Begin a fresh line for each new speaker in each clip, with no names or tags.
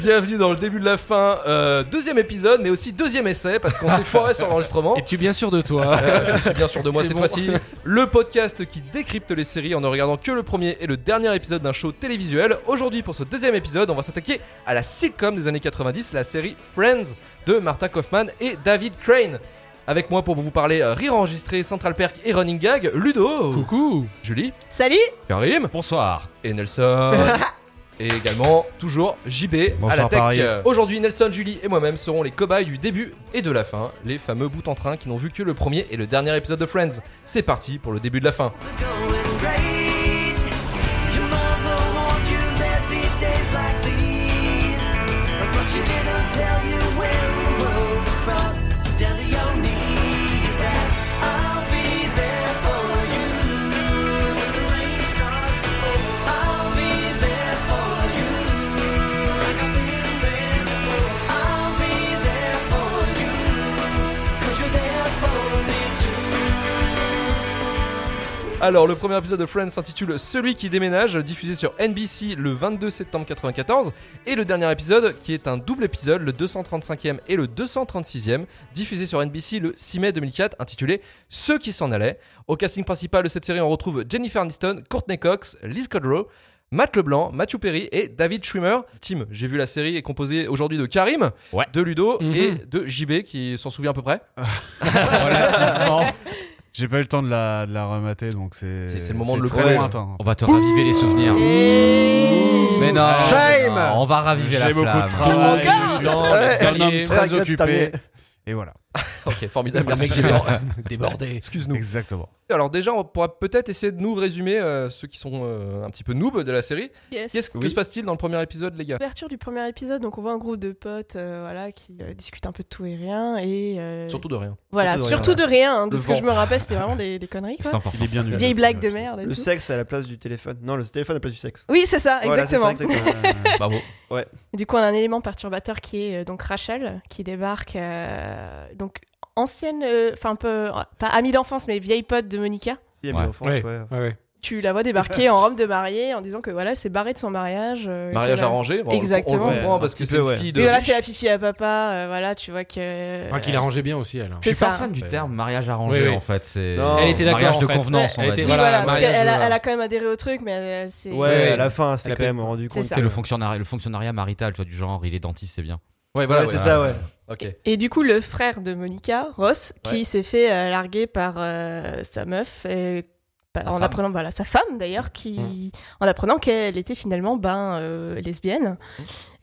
Bienvenue dans le début de la fin, euh, deuxième épisode, mais aussi deuxième essai, parce qu'on s'est foiré sur l'enregistrement.
Es-tu bien sûr de toi
Bah,
Euh, je suis bien sûr de moi
C'est
cette
bon.
fois-ci. Le podcast qui décrypte les séries en ne regardant que le premier et le dernier épisode d'un show télévisuel. Aujourd'hui, pour ce deuxième épisode, on va s'attaquer à la sitcom des années 90, la série Friends de Martin Kaufman et David Crane. Avec moi pour vous parler euh, Rire enregistré, Central Perk et Running Gag, Ludo,
Coucou
Julie,
Salut
Karim
Bonsoir
et Nelson. Et également, toujours JB à la
Bonsoir,
tech.
Paris.
Euh, Aujourd'hui, Nelson, Julie et moi-même serons les cobayes du début et de la fin, les fameux bouts en train qui n'ont vu que le premier et le dernier épisode de Friends. C'est parti pour le début de la fin.
going great. Your mother warned you there'd be days like these, but she didn't tell you when the world was brought down to your knees. And I'll be there for you when the rain starts to fall. I'll be there for you like I've been there before. I'll be there for you 'cause you're there for me too.
Alors, le premier épisode de Friends s'intitule Celui qui déménage, diffusé sur NBC le 22 septembre 94, et le dernier épisode, qui est un double épisode, le 235e et le 236e, diffusé sur NBC le 6 mai 2004, intitulé Ceux qui s'en allaient. Au casting principal de cette série, on retrouve Jennifer Aniston, Courtney Cox, Liz Kudrow, Matt Leblanc, Matthew Perry et David Schwimmer. Tim, j'ai vu la série est composée aujourd'hui de Karim,
Ouais.
de Ludo
Mhm.
et de JB qui s'en souvient à peu près.
Relativement. J'ai pas eu le temps de la, de la remater, donc c'est.
C'est- c'est le moment de le
très
prévoir.
lointain.
On va te raviver les souvenirs. Mais non
Ah, Shame
non, On va raviver la
J'ai beaucoup de
flamme.
travail.
Encore
je suis
Non,
très-
mais ça
un
y est.
homme très
Très
occupé. Et voilà.
Ok, formidable, merci JB. Débordé. Excuse-nous.
Exactement.
Alors déjà, on pourra peut-être essayer de nous résumer euh, ceux qui sont euh, un petit peu noobs de la série.
Yes.
Qu'est-ce que se passe-t-il dans le premier épisode, les gars
Ouverture du premier épisode, donc on voit un groupe de potes euh, voilà, qui euh, discutent un peu de tout et rien. Et, euh,
Surtout de rien.
voilà,
surtout de
surtout de rien. hein, de
Le
ce que
vent.
je me rappelle, c'était vraiment des, des conneries. Quoi.
Il est bien nul.
Vieille blague de merde. et
Le
tout.
sexe à la place du téléphone. Non, le téléphone à la place du sexe.
Oui, c'est ça,
Voilà, c'est
exactement.
ça, exactement.
Bravo.
Du coup, on a un élément perturbateur qui est euh, donc Rachel, qui débarque, euh, donc ancienne, euh, enfin un peu, pas amie d'enfance, mais vieille pote de Monica.
Si,
Ouais.
mais enfance, ouais.
Ouais, ouais.
Tu la vois débarquer en robe de mariée en disant que voilà, elle s'est barrée de son mariage. euh,
Mariage
qu'elle a-
arrangé. bon, on le-
Exactement.
On le comprend
Ouais,
parce
un
que
petit
c'est une
peu, ouais.
fille de.
Oui, voilà,
riche.
c'est la fifi à papa. euh, voilà, tu vois que.
Enfin, qu'il arrangeait bien aussi, elle.
C'est
Je suis pas
ça.
fan du
Ouais.
terme mariage arrangé,
Oui, oui.
en fait. c'est-
Non. Elle était
d'accord,
Mariage de
en fait.
convenance,
Ouais,
on
elle
va
était-
dire.
Oui, voilà, parce
mariage,
qu'elle a,
euh,
elle a quand même adhéré au truc, mais elle, elle s'est.
Ouais,
ouais.
à la fin, c'est
Elle a
quand
fait-
même rendu
C'est
compte.
ça.
C'est le fonctionnariat, le fonctionnariat marital, tu vois, du genre, il est dentiste, c'est bien.
Ouais, voilà.
Voilà, c'est
ouais.
ça, ouais.
Ok.
Et du coup, le frère de Monica, Ross, qui
Ouais.
s'est fait euh, larguer par euh, sa meuf, et, bah,
Sa
en
femme.
apprenant, voilà, sa femme d'ailleurs, qui, en apprenant qu'elle était finalement ben euh, lesbienne,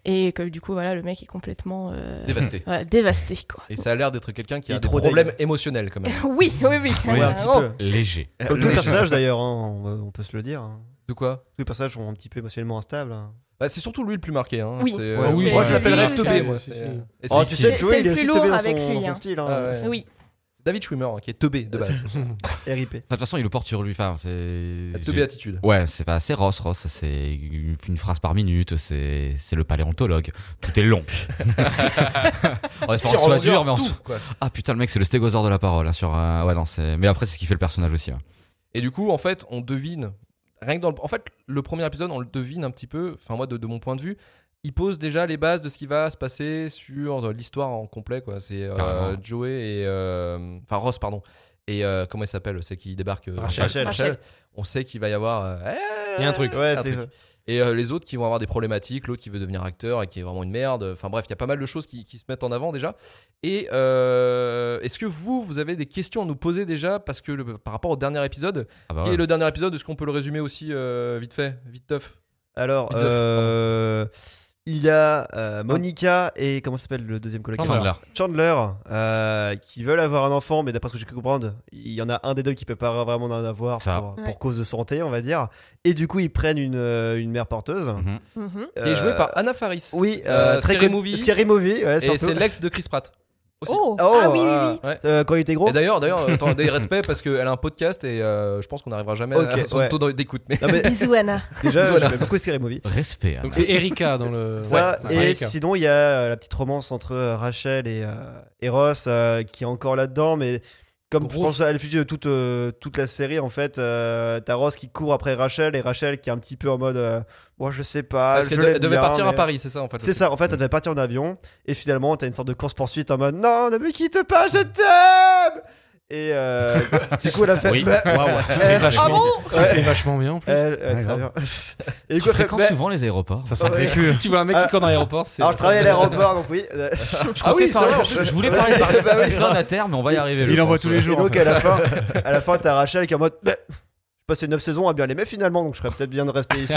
et que du coup, voilà, le mec est complètement euh,
Dévasté.
voilà, dévasté, quoi.
Et ça a l'air d'être quelqu'un qui a
Il est
des
trop
problèmes
deg.
émotionnels quand même.
oui, oui, oui.
Ouais, un petit
Oh.
peu.
Léger.
Comme tout
Le-
personnage d'ailleurs, hein, on, va- on peut se le dire. hein.
De quoi
Tous les personnages sont un petit peu émotionnellement instables. hein.
Bah, C'est surtout lui le plus marqué. Hein.
Oui.
C'est-
Ouais,
euh,
oui,
moi,
c'est
je
lui,
l'appellerais
oui,
Tobé.
ça,
moi,
c'est-
c'est- et c'est-
Oh, tu sais,
C'est-
Joey,
c'est
il est
le
aussi
plus
teubé
lourd
dans
avec lui,
son,
hein.
son style.
Ah
Hein.
ouais.
Oui,
c'est David Schwimmer hein, qui est Tobé de base.
RIP.
Enfin, De toute façon, il le porte sur lui. Enfin, c'est.
Tobé attitude.
Ouais, c'est pas assez Ross. Ross, c'est une une phrase par minute. C'est c'est le paléontologue. Tout est long. en
Tire
espérant que
en
ce soit
longueur,
dur, mais en
tout,
soi-
quoi.
Ah putain, le mec, c'est le stégosaure de la parole. hein, sur, un- ouais, non, c'est- mais après, c'est ce qui fait le personnage aussi. hein.
Et du coup, en fait, on devine. Rien que dans le... En fait, le premier épisode, on le devine un petit peu. Enfin, moi, de, de mon point de vue, il pose déjà les bases de ce qui va se passer sur euh, l'histoire en complet. quoi. C'est euh,
Carrément.
Joey et. euh, Enfin, Ross, pardon. Et euh, comment il s'appelle Celle qui débarque. euh,
Rachel.
Rachel.
On sait qu'il va y avoir. euh,
Il y a un truc.
Ouais, c'est
truc. Et euh, les autres qui vont avoir des problématiques, l'autre qui veut devenir acteur et qui est vraiment une merde. Enfin bref, il y a pas mal de choses qui, qui se mettent en avant déjà. Et euh, est-ce que vous, vous avez des questions à nous poser déjà Parce que le- par rapport au dernier épisode,
Ah bah
quel
ouais.
est le dernier épisode Est-ce qu'on peut le résumer aussi euh, vite fait, vite teuf
Alors,
Viteuf,
euh, il y a euh, Monica et comment s'appelle le deuxième colocataire
Chandler.
Chandler, euh, qui veulent avoir un enfant, mais d'après ce que j'ai pu comprendre, il y en a un des deux qui peut pas vraiment en avoir
Ça.
pour,
Ouais.
pour cause de santé, on va dire. Et du coup, ils prennent une, euh, une mère porteuse.
Mhm.
Mhm.
Qui est joué
Euh,
par Anna Faris.
Oui, euh,
Euh,
très
Scary
con-
Movie.
Scary Movie, ouais,
et
surtout.
c'est l'ex de Chris Pratt. Aussi.
Oh.
Oh,
ah oui,
euh,
oui, oui.
euh, quand il était gros.
Et d'ailleurs, d'ailleurs, euh, attends, des respects parce qu'elle a un podcast et euh, je pense qu'on n'arrivera jamais
Ok,
à son
ouais.
taux d'écoute. Mais
Non, mais
Bisous, Anna.
déjà,
Voilà.
j'aime beaucoup Scary Movie.
Respect. hein.
Donc c'est Erika dans le.
Ça,
Ouais, c'est
et
Erika.
sinon, il y a euh, la petite romance entre euh, Rachel et, euh, et Ross euh, qui est encore là-dedans, mais Comme je
Grosse-
pense à l'effigie de toute, euh, toute la série, en fait, euh, t'as Ross qui court après Rachel et Rachel qui est un petit peu en mode euh, Moi, je sais pas.
Parce
je
qu'elle
l'aime
de- devait
bien,
partir à
mais- euh,
Paris, c'est ça en fait.
C'est ça, en
Mm.
fait, elle devait partir en avion et finalement, t'as une sorte de course-poursuite en mode Non, ne me quitte pas, je t'aime Et euh, du coup, elle a fait.
Oui.
Bah,
Waouh.
eh,
Ah
Vachement,
bon
tu fais vachement bien en plus.
elle- ouais, très
grave.
bien. Et
Tu
du coup, elle fait,
fréquentes
bah,
souvent les aéroports.
Ça sent
Ouais.
vécu. Tu vois un mec
Euh,
qui court dans l'aéroport, c'est.
ah,
Alors, je travaille à l'aéroport, donc oui.
Je
Ah oui,
comptais
c'est
parler-
vrai,
je,
je-
je voulais parler par
Bah oui.
personne à terre, mais on va y arriver. je
Il envoie
pense.
tous les
Et
jours.
donc à la fin, à la fin, t'as Rachel qui est en mode. Bah, j'ai passé 9 saisons à bien l'aimer finalement, donc je serais peut-être bien de rester ici.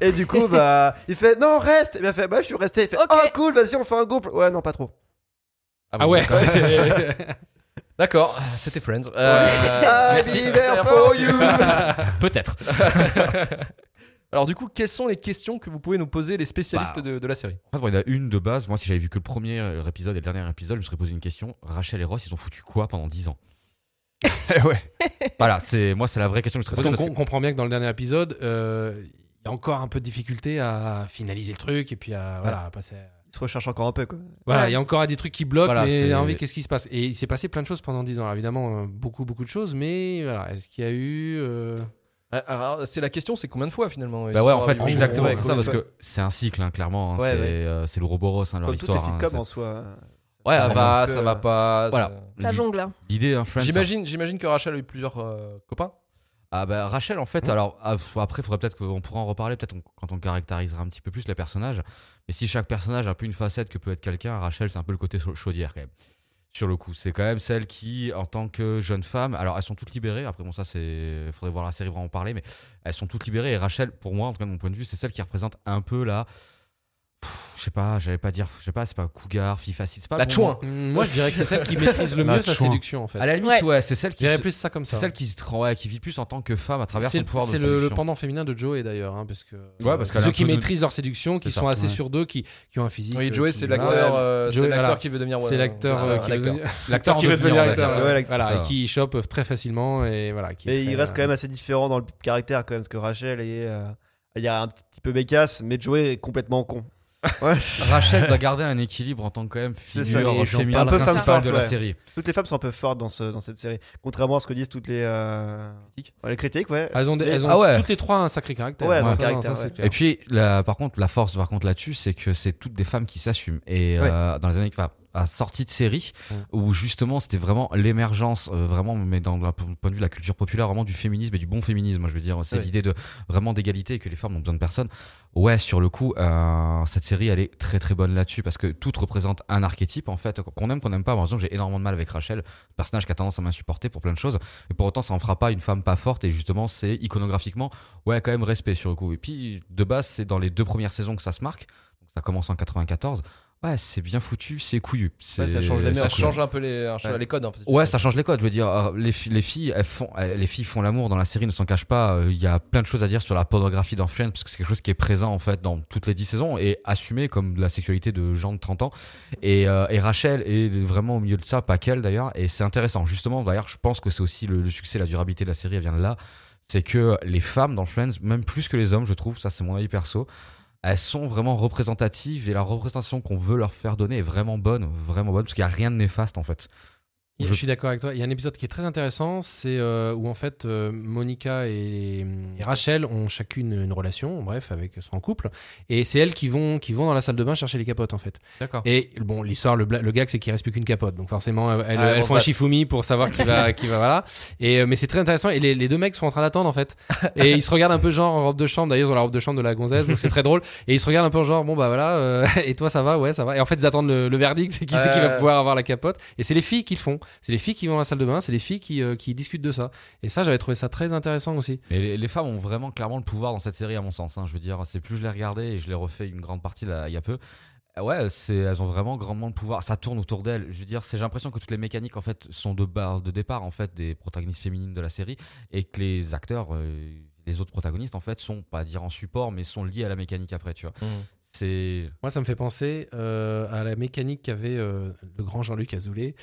et du coup, bah, il fait non, reste. Et bien, elle fait bah, je suis resté. Il fait
Ok.
oh cool, vas-y, on fait un couple. Ouais, non, pas trop.
Ah ouais.
d'accord.
c'est-
D'accord, c'était Friends. Euh,
Ah,
merci.
be there for you.
Peut-être.
Alors du coup, quelles sont les questions que vous pouvez nous poser les spécialistes de, de la série
En fait, bon, il y en a une de base. Moi, si j'avais vu que le premier euh, épisode et le dernier épisode, je me serais posé une question. Rachel et Ross, ils ont foutu quoi pendant 10 ans
ouais.
Voilà, c'est moi, c'est la vraie question que je me
Parce
serais
qu'on
posée.
com- comprend bien que dans le dernier épisode, euh, il y a encore un peu de difficulté à finaliser le truc et puis à voilà à passer. à-
Il se recherche encore un peu quoi.
Voilà,
Ouais.
il y a encore des trucs qui bloquent,
Voilà, c'est-
mais envie, qu'est-ce qui se passe Et il s'est passé plein de choses pendant 10 ans. Alors, évidemment, euh, beaucoup, beaucoup de choses, mais voilà, est-ce qu'il y a eu. euh,
Ah, alors, C'est la question, c'est combien de fois finalement
Bah ouais, en fait,
en gros,
exactement,
ouais,
c'est ça,
cool,
parce
ouais.
que c'est un cycle, hein, clairement. hein,
Ouais,
c'est
ouais.
euh, c'est l'Ouroboros, hein, leur
Comme toutes les
histoire. hein,
sitcoms
c'est-
en soi.
Ouais, ça
Ça
va,
reste,
ça
euh,
va pas.
voilà.
ça-
Ça
L'i-
jongle. hein.
L'idée, hein, Friends, ça
J'imagine, j'imagine que Rachel a eu plusieurs euh, copains.
Ah bah Rachel en
Mmh.
fait alors ah, f- après faudrait peut-être qu'on pourra en reparler peut-être on- quand on caractérisera un petit peu plus les personnages mais si chaque personnage a un peu une facette que peut être quelqu'un Rachel c'est un peu le côté sau- chaudière quand même sur le coup c'est quand même celle qui en tant que jeune femme alors elles sont toutes libérées après bon ça c'est faudrait voir la série pour en parler mais elles sont toutes libérées et Rachel pour moi en tout cas de mon point de vue c'est celle qui représente un peu la Pff, je sais pas j'allais pas dire je sais pas c'est pas cougar fille facile c'est pas
La
bon.
chouin.
Mm, Moi, je dirais que c'est celle qui maîtrise le
La
mieux sa
chouin.
séduction, en fait.
à la limite ouais,
Ouais.
c'est celle
Je
qui
dirais
se-
plus ça comme
c'est
ça.
celle qui se tra- ouais, qui vit plus en tant que femme à travers
C'est
son
le,
pouvoir de
c'est le- le
séduction.
pendant féminin de Joey d'ailleurs, hein, parce que
parce qu'elle
c'est
a un
ceux qui
peu de-
maîtrise leur séduction, qui
C'est ça,
sont assez
ouais.
sûrs d'eux, qui, qui ont un physique.
Oui,
euh,
Joey,
qui-
c'est
voilà.
l'acteur, euh, c'est
Joey,
l'acteur
voilà.
qui veut devenir.
C'est l'acteur
c'est
euh,
ça,
qui, veut
l'acteur.
devenir-
L'acteur
qui veut devenir acteur.
ouais. l'acteur.
Voilà,
Ça.
et qui chope très facilement et voilà. Qui est
Mais il
très,
reste quand
euh,
même assez différent dans le caractère quand même, parce que Rachel est, euh, il y a un petit peu bécasse, mais Joey est complètement con. Ouais.
Rachel doit garder un équilibre en tant que quand même
C'est
figure
ça,
et j'en
féminine
parle. Un peu femme
principale
forte,
de la
ouais.
série.
Toutes les femmes sont un peu fortes dans, ce, dans cette série, contrairement à ce que disent toutes les euh,
Critiques.
ouais, les critiques, ouais.
euh, Elles ont, des-
Mais-
elles ont
Ah ouais.
toutes les trois un sacré caractère.
Ouais, elles ont
Ça,
un
non,
caractère,
ça,
ouais.
c'est clair.
Et puis, la- par contre, la force, par contre, là-dessus, c'est que c'est toutes des femmes qui s'assument. Et euh, dans les années, enfin, à sortie de série,
Ouais.
où justement, c'était vraiment l'émergence, euh, vraiment, mais dans le point de vue de la culture populaire, vraiment du féminisme et du bon féminisme. moi, Je veux dire, c'est
Ouais.
l'idée de vraiment d'égalité et que les femmes n'ont besoin de personne. Ouais, sur le coup, euh, cette série, elle est très très bonne là-dessus parce que tout représente un archétype en fait, qu'on aime, qu'on n'aime pas. Moi, par exemple, j'ai énormément de mal avec Rachel, personnage qui a tendance à m'insupporter pour plein de choses. Et pour autant, ça en fera pas une femme pas forte. Et justement, c'est iconographiquement, ouais, quand même respect sur le coup. Et puis, de base, c'est dans les deux premières saisons que ça se marque. Donc, ça commence en 94. Ouais, c'est bien foutu, c'est couillu.
Ouais,
C'est-
ça change les mœurs, ça
coule.
change un peu les, un-
Ouais.
les codes hein, en fait.
Ouais, ça change les codes. Je veux dire, euh, les, fi- les filles, elles font, elles- les filles font l'amour dans la série, ne s'en cachent pas. Euh, Il y a plein de choses à dire sur la pornographie dans Friends, parce que c'est quelque chose qui est présent en fait dans toutes les 10 saisons et assumé comme la sexualité de gens de 30 ans. Et, euh, et Rachel est vraiment au milieu de ça, pas qu'elle d'ailleurs. Et c'est intéressant, justement. D'ailleurs, je pense que c'est aussi le, le succès, la durabilité de la série, elle vient de là. C'est que les femmes dans Friends, même plus que les hommes, je trouve, ça c'est mon avis perso. Elles sont vraiment représentatives et la représentation qu'on veut leur faire donner est vraiment bonne, vraiment bonne, parce qu'il n'y a rien de néfaste en fait.
Je...
Je-
suis d'accord avec toi. Il y a un épisode qui est très intéressant, c'est euh, où en fait euh, Monica et, et Rachel ont chacune une relation, bref, avec son couple, et c'est elles qui vont qui vont dans la salle de bain chercher les capotes en fait.
D'accord.
Et bon, l'histoire, le, bla- le gag, c'est qu'il reste plus qu'une capote, donc forcément euh, elles,
Ah,
elles
bon,
font un
bah.
shifumi pour savoir qui va qui va voilà. Et euh, mais c'est très intéressant. Et les, les deux mecs sont en train d'attendre en fait, et ils se regardent un peu genre en robe de chambre. D'ailleurs, ils ont la robe de chambre de la gonzesse, donc c'est très drôle. Et ils se regardent un peu genre bon bah voilà. euh, et toi ça va ouais ça va. Et en fait ils attendent le, le verdict, qui c'est qui va
Ouais.
pouvoir avoir la capote. Et c'est les filles qui le font. C'est les filles qui vont à la salle de bain, c'est les filles qui, euh, qui discutent de ça. Et ça, j'avais trouvé ça très intéressant aussi.
Mais les, les femmes ont vraiment clairement le pouvoir dans cette série, à mon sens. hein. Je veux dire, c'est plus je l'ai regardé et je l'ai refait une grande partie là, il y a peu. Euh, Ouais, c'est, elles ont vraiment grandement le pouvoir. Ça tourne autour d'elles. Je veux dire, c'est, j'ai l'impression que toutes les mécaniques en fait sont de, bar, de départ en fait des protagonistes féminines de la série et que les acteurs, euh, les autres protagonistes en fait sont pas à dire en support, mais sont liés à la mécanique après. Tu vois,
Mmh.
c'est
Moi, ça me fait penser euh, à la mécanique qu'avait euh, le grand Jean-Luc Azoulay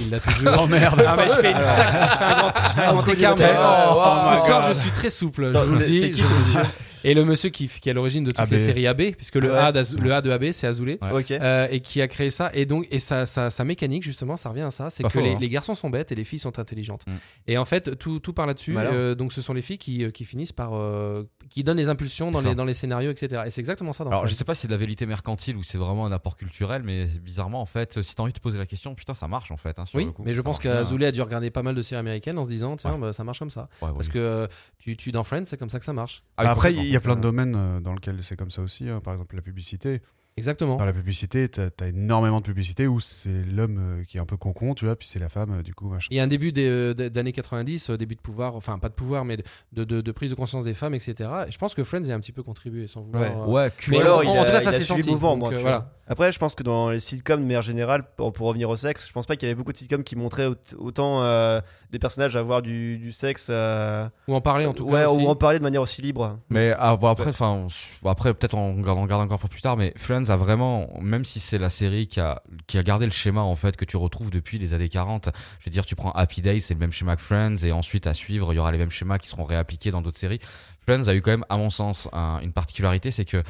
Il l'a toujours.
Oh merde.
Ah, mais je fais une sac, je fais un grand, je fais un grand écart. mais-
tellement.
Oh,
Oh my
ce soir,
God.
je suis très souple.
Non,
je vous le
c'est-
dis,
c'est qui
je
ce
vous le dis. Et le monsieur qui, qui est à l'origine de toutes
AB.
les séries AB, puisque le,
Ouais.
A, d'Az- le A de AB, c'est Azoulay.
Ok.
Euh, et qui a créé ça. Et donc, et sa, sa, sa mécanique, justement, ça revient à ça c'est
Pas
que
faux,
les,
hein.
les garçons sont bêtes et les filles sont intelligentes.
Mm.
Et en fait, tout, tout part là-dessus.
Malin.
Euh, donc, ce sont les filles qui, euh, qui finissent par. euh, qui donnent les impulsions dans
C'est
les,
ça.
dans les scénarios, etc. Et c'est exactement ça dans
Alors,
Friends.
je sais pas si c'est de la vérité mercantile ou c'est vraiment un apport culturel, mais bizarrement, en fait, si t'as envie de poser la question, putain, ça marche en fait. hein, sur
Oui,
le coup.
mais je
Ça
pense
marche bien.
hein.
qu'Azoulay a dû regarder pas mal de séries américaines en se disant tiens,
Ouais.
bah, ça marche comme ça.
Ouais, ouais,
Parce
oui.
que euh, tu, tu dans Friends, c'est comme ça que ça marche.
Ah oui,
Après, il
complètement.
y a plein de domaines euh, dans lesquels c'est comme ça aussi. hein. Par exemple, la publicité.
Exactement.
Dans
Ah.
la publicité, t'as as énormément de publicité où c'est l'homme euh, qui est un peu concon, tu vois, puis c'est la femme, euh, du coup, machin.
Il y a un début des, euh, des- d'années 90, euh, début de pouvoir, enfin pas de pouvoir, mais de, de, de- de prise de conscience des femmes, etc. Et je pense que Friends y a un petit peu contribué sans vouloir. euh,
Ouais,
Mais
culé.
Ou alors,
en-
il
en
a-
tout cas, ça
il a
s'est
suivi le
senti.
mouvement,
Donc,
moi,
euh,
tu
voilà.
vois. Après, je pense que dans les sitcoms de manière générale, pour, pour revenir au sexe, je pense pas qu'il y avait beaucoup de sitcoms qui montraient aut- autant euh, des personnages avoir du, du sexe. euh,
Ou en parler en tout
ouais,
cas. aussi.
ou en parler de manière aussi libre.
Mais ah, bon, après, enfin, on s- bon, après peut-être on regarde, on regarde encore pour plus tard, mais Friends a vraiment, même si c'est la série qui a, qui a gardé le schéma en fait que tu retrouves depuis les années 40. Je veux dire, tu prends Happy Days, c'est le même schéma que Friends, et ensuite à suivre, il y aura les mêmes schémas qui seront réappliqués dans d'autres séries. Friends a eu quand même, à mon sens, un- une particularité, c'est que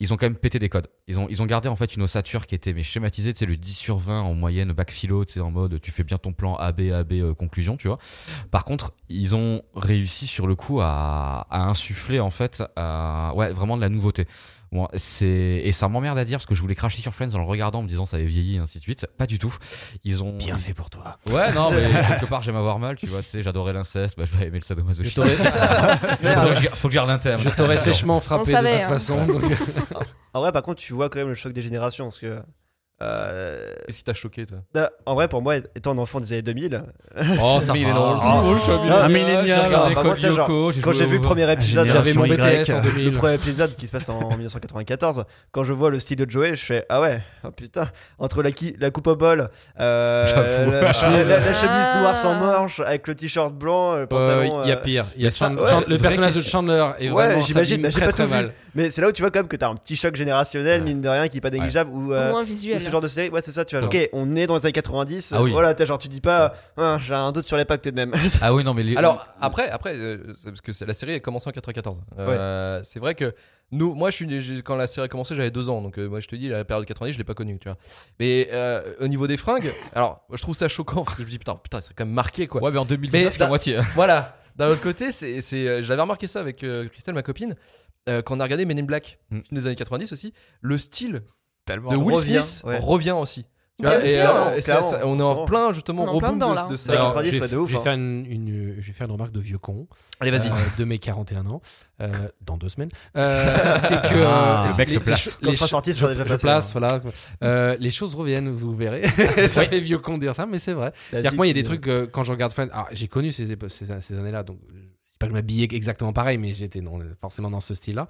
ils ont quand même pété des codes. Ils ont, ils ont gardé en fait une ossature qui était mais schématisée, tu sais, le 10 sur 20 en moyenne, bac philo, tu sais, en mode tu fais bien ton plan AB, AB, euh, conclusion, tu vois. Par contre, ils ont réussi sur le coup à, à insuffler en fait, à- ouais, vraiment de la nouveauté. Bon, c'est et ça m'emmerde à dire parce que je voulais cracher sur Friends en le regardant en me disant ça avait vieilli et ainsi de suite. Pas du tout. Ils ont bien fait pour toi. Ouais, non, mais quelque part j'aime avoir mal, tu vois. Tu sais, j'adorais l'inceste, bah, je vais aimer le
Je
sadomasochisme.
t'aurais-
Je t'aurais- je- Faut que je garde un thème.
Je t'aurais séchement frappé
savait,
de toute
hein.
façon. donc- euh,
En vrai, par contre, tu vois quand même le choc des générations. Parce que. euh,
Qu'est-ce qui t'a choqué, toi
là, en vrai, pour moi, étant un enfant des années 2000,
Oh, ça
Mais il est
va.
drôle.
Oh, je suis
Ah,
un millénial.
j'ai
J'ai regardé
regardé
Code
Code Lyoko,
Lyoko,
quand j'ai hein.
joué
vu le
au-
premier épisode,
J'avais
j'avais
mon
Génération Y.
BTS en
Le
2000.
premier épisode qui se passe en 1994, quand je vois le style de Joey, je fais Ah ouais, oh putain, entre la, qui- la coupe au bol, euh,
J'avoue.
la, la- la- la chemise
Ah.
noire sans manche, avec le t-shirt blanc, le pantalon.
Euh, Il y a
euh,
pire. Il y a
ça-
Chandler-
ouais,
Chandler- le
vraie
personnage de
question.
Chandler est
Ouais,
vraiment
j'imagine,
s'abîme
mais j'ai
très
pas
très
tout vu.
mal.
euh. Mais c'est là où tu vois quand même que t'as un petit choc générationnel,
Ouais.
mine de rien, qui est pas négligeable. Ou, euh,
Au moins
ou
visuel.
ce genre de série, ouais, c'est ça, tu vois.
Ouais.
Ok, on est dans les années 90,
Ah oui.
voilà, t'as genre, tu dis pas, Ah, j'ai un doute sur les pactes de même.
Ah oui, non, mais les-
Alors après, après, euh, c'est parce que c'est- la série a commencé en 94. Euh, C'est vrai que nous, moi, je suis né- j'ai- quand la série a commencé, j'avais deux ans, donc euh, moi, je te dis, la période 90, je l'ai pas connue, tu vois. Mais euh, au niveau des fringues, alors, je trouve ça choquant parce que je me dis putain, putain, c'est quand même marqué, quoi.
Ouais, mais en 2019,
Mais
la
d'un-
moitié.
Voilà. D'un autre côté, c'est, c'est, euh, j'avais remarqué ça avec euh, Christelle, ma copine, euh, quand on a regardé Men in Black,
Mm.
film des années 90 aussi, le style
Tellement.
de Will
revient,
Smith
ouais.
revient aussi. Tu
Bien
vois, et,
sûr,
euh,
hein,
et ça-
clairement,
ça- on est en
clairement.
plein justement
On est en
au
plein
bout
dedans,
de,
là.
de
Alors,
ça.
je vais,
ouais, de
je
ouf,
vais
hein.
faire une, une- je vais faire une remarque de vieux con.
Allez, vas-y.
euh, de mes 41 ans, euh, dans deux semaines. Euh, c'est que.
Ah,
euh,
le mec
les-
se place.
les-
Quand ça
les
sera
cho-
sorti, ça sera
je-
déjà
je
passé,
place,
hein.
voilà. Euh, les choses reviennent, vous verrez. ça fait vieux con de dire ça, mais c'est
La
vrai. C'est-à-dire que
vie
moi, il y a
qui-
des trucs, euh, quand je regarde Friends, alors, j'ai connu ces, épo- ces, ces années-là, donc je dis pas que je m'habillais exactement pareil, mais j'étais dans- forcément dans ce style-là.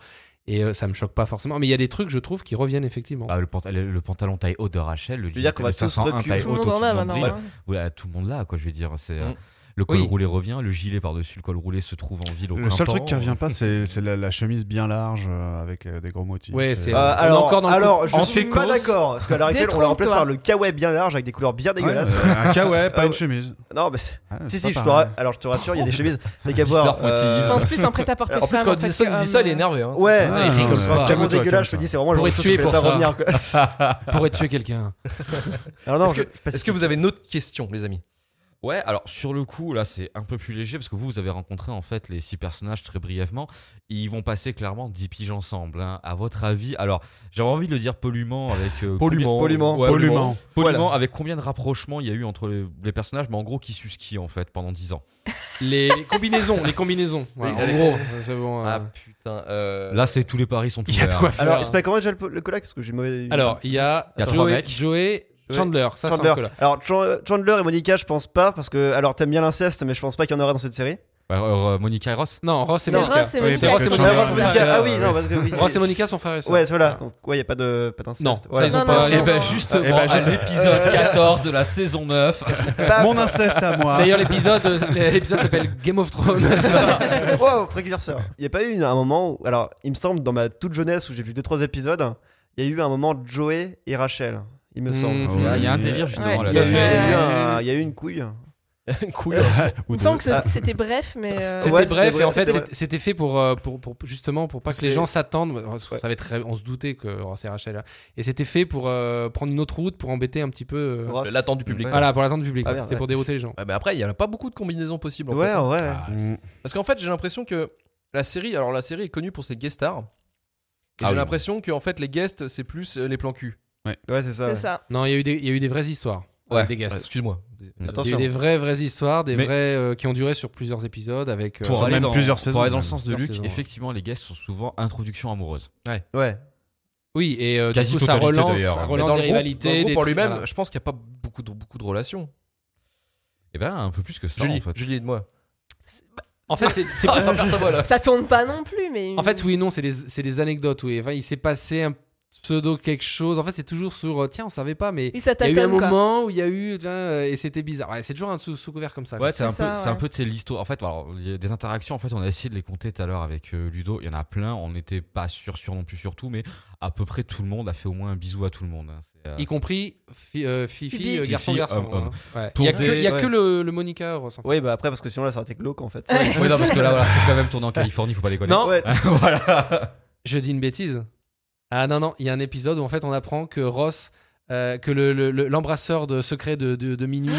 Et euh, ça me choque pas forcément. Mais il y a des trucs, je trouve, qui reviennent effectivement.
Ah, le, panta- le- le pantalon taille haute de Rachel, le
veux
jean
dire qu'on va
le
tous
501
reculer.
taille
Tout
haute
le monde en
au-dessus
a
du
maintenant.
nombril.
hein.
Ouais, tout le monde là, quoi, je veux dire. C'est, euh,
Mm.
Le col
Oui.
roulé revient, le gilet par-dessus, le col roulé se trouve en ville au
Le seul
printemps.
truc qui revient pas, c'est c'est la, la chemise bien large euh, avec euh, des gros motifs.
Ouais,
euh,
c'est-
Euh,
Ah,
On est
alors,
encore dans le
alors
coup-
je suis
Antico.
pas d'accord parce qu'à l'heure actuelle on la remplace
Détrompe-toi.
par le kawaii bien large avec des couleurs bien
Ouais,
dégueulasses.
euh, un kawaii,
Ah
pas une
ouais.
chemise.
Non, mais c'est-
Ah,
Ouais,
si
Ah, c'est
si, je
pas
te,
pareil.
ra- alors je te rassure, il y a des chemises, t'as qu'à voir.
Mister Poitiers.
Je
euh,
pense plus un euh, prêt-à-porter
En plus,
femme,
quand
en fait,
dit ça, il dit ça, il est
qu'homme.
énervé. hein.
Ouais,
Ah, il rigole
c'est
pas.
tellement
calme-toi,
dégueulasse, je
calme-toi.
me dis c'est vraiment
Pour
le
être
genre de
tué
truc que je
pour
vais pas
ça.
revenir. quoi.
Pourrait tuer quelqu'un.
Alors non,
Est-ce
je-
que-
je passe-
Est-ce que vous avez une autre question, les amis
Ouais, alors sur le coup, là, c'est un peu plus léger parce que vous, vous avez rencontré en fait les six personnages très brièvement. Ils vont passer clairement 10 piges ensemble. hein. À votre avis, alors j'avais envie de le dire poliment avec. euh,
Poliment.
combien-
Poliment.
Ouais,
Pollument.
poliment, avec combien de rapprochements il y a eu entre les, les personnages, mais en gros, qui suce qui en fait pendant 10 ans.
Les, les combinaisons, les combinaisons. Voilà,
Oui,
en
allez.
gros, c'est bon. euh,
Ah putain. euh,
Là, c'est tous les paris sont
il y a
ouverts.
de quoi faire.
Alors, c'est pas comment déjà le, le coloc parce que j'ai mauvais.
Alors, il y a,
Il y a trois
Joey,
mecs.
Joey,
Joey, Chandler. Ça, c'est un
Chandler.
peu là.
Alors Chan- Chandler et Monica, je pense pas parce que alors t'aimes bien l'inceste, mais je pense pas qu'il y en aurait dans cette série.
Alors, euh, Monica et Ross.
Non, Ross et
C'est
Monica.
Ross et
Oui,
Monica.
parce
Ross et
que
Ah,
Monica.
Chandler-
Ross et Monica, ah oui, non parce que oui.
Ross et Monica sont frères et sœurs.
Ouais, c'est voilà. Donc ouais, y a pas de pas d'inceste.
Non,
Voilà.
ça ils ont
Non,
pas.
non, non.
Et
Eh ben,
ben justement,
justement,
Eh ben, à juste-
l'épisode 14 de la saison 9.
Paf.
Mon inceste à moi.
D'ailleurs, l'épisode, euh, l'épisode s'appelle Game of Thrones.
Wow, Oh, précurseur. Il n'y a pas eu une- un moment où. Alors, il me semble, dans ma toute jeunesse où j'ai vu 2-3 épisodes, il y a eu un moment Joey et Rachel. il me semble.
Mmh.
Il y a- il y a un
Ouais.
délire justement
Oh,
là.
Ouais,
Il y a eu- il y
Ouais.
a eu un- il y a eu une couille.
Euh,
cool.
Il me semble que ce- c'était bref, mais. euh,
C'était
Ouais, c'était
bref,
vrai,
et en fait,
c'était
c'était- c'était fait pour, euh, pour, pour- justement pour pas que les
C'est-
gens s'attendent. On
Ouais.
savait très- on se doutait que oh, c'est Rachel. là. Et c'était fait pour euh, prendre une autre route, pour embêter un petit peu. euh,
Ross.
L'attente du public.
Ouais.
Voilà, pour l'attente du public.
Ah,
quoi.
merde,
c'était pour dérouter les gens.
Ouais, mais après, il n'y en a pas beaucoup de combinaisons possibles. en
Ouais, hein.
fait.
ouais.
Ah,
Mm.
Parce qu'en fait, j'ai l'impression que la série, alors la série est connue pour ses guest stars. Et
Ah
j'ai
oui.
l'impression que en fait, les guests, c'est plus euh, les plans cul.
Ouais, c'est
C'est
ça. ouais.
ça.
Non, il y, a eu des- il y a eu des vraies histoires. avec des
Ouais,
guests.
Excuse-moi.
Il y a
Attention.
eu des vraies, vraies histoires, des
Mais-
vrais euh, qui ont duré sur plusieurs épisodes avec. euh,
Pour
Sur
aller
même
dans-
plusieurs
Pour
saisons,
aller dans le
même.
sens de
Plusieurs
Luc,
saisons, ouais.
effectivement, les guests sont souvent introduction amoureuse.
Ouais.
Oui, et euh, du
Quasi
coup, ça
totalité,
relance,
d'ailleurs.
ça
Mais
Mais
relance
dans
des
le groupe, dans
rivalités.
le groupe
des
en
trucs,
lui-même,
voilà.
je pense qu'il n'y a pas beaucoup de, beaucoup de relations.
Et ben un peu plus que ça
Julie,
en fait.
Julie aide-moi.
En fait, c'est- c'est
Ah, personne, voilà.
Ça tourne pas non plus, mais.
En fait, oui, et non, c'est des, c'est des anecdotes. Oui. Enfin, il s'est passé un pseudo quelque chose. En fait, c'est toujours sur euh, tiens, on savait pas, mais
Et ça
il y a eu un
tâtonne, quoi.
moment où il y a eu tiens, euh, et c'était bizarre. Ouais, c'est toujours un sous, sous couvert comme ça. quoi.
Ouais, c'est un,
ça,
peu, c'est
ouais.
un peu, tu sais, l'histoire. En fait, alors, il y a des interactions, en fait, on a essayé de les compter tout à l'heure avec euh, Ludo. Il y en a plein. On n'était pas sûr, sûr non plus, surtout, mais à peu près tout le monde a fait au moins un bisou à tout le monde. hein. C'est, euh,
Y compris fi- euh, Fifi,
Fifi,
euh, garçon,
Fifi,
garçon.
homme, homme.
hein. Ouais. Il
Pour
y a, que,
des-
il y a
ouais.
que le, le Monica. Ross, en fait.
Oui, bah après, parce que sinon là, ça aurait été glauque en fait.
Ouais.
Ouais, non, parce que là, voilà, c'est quand même tourné en Californie, faut pas déconner.
Non,
Ouais,
voilà.
je dis une bêtise. Ah non, non, il y a un épisode où en fait on apprend que Ross. euh, que le- le- le- l'embrasseur de secret de, de, de minuit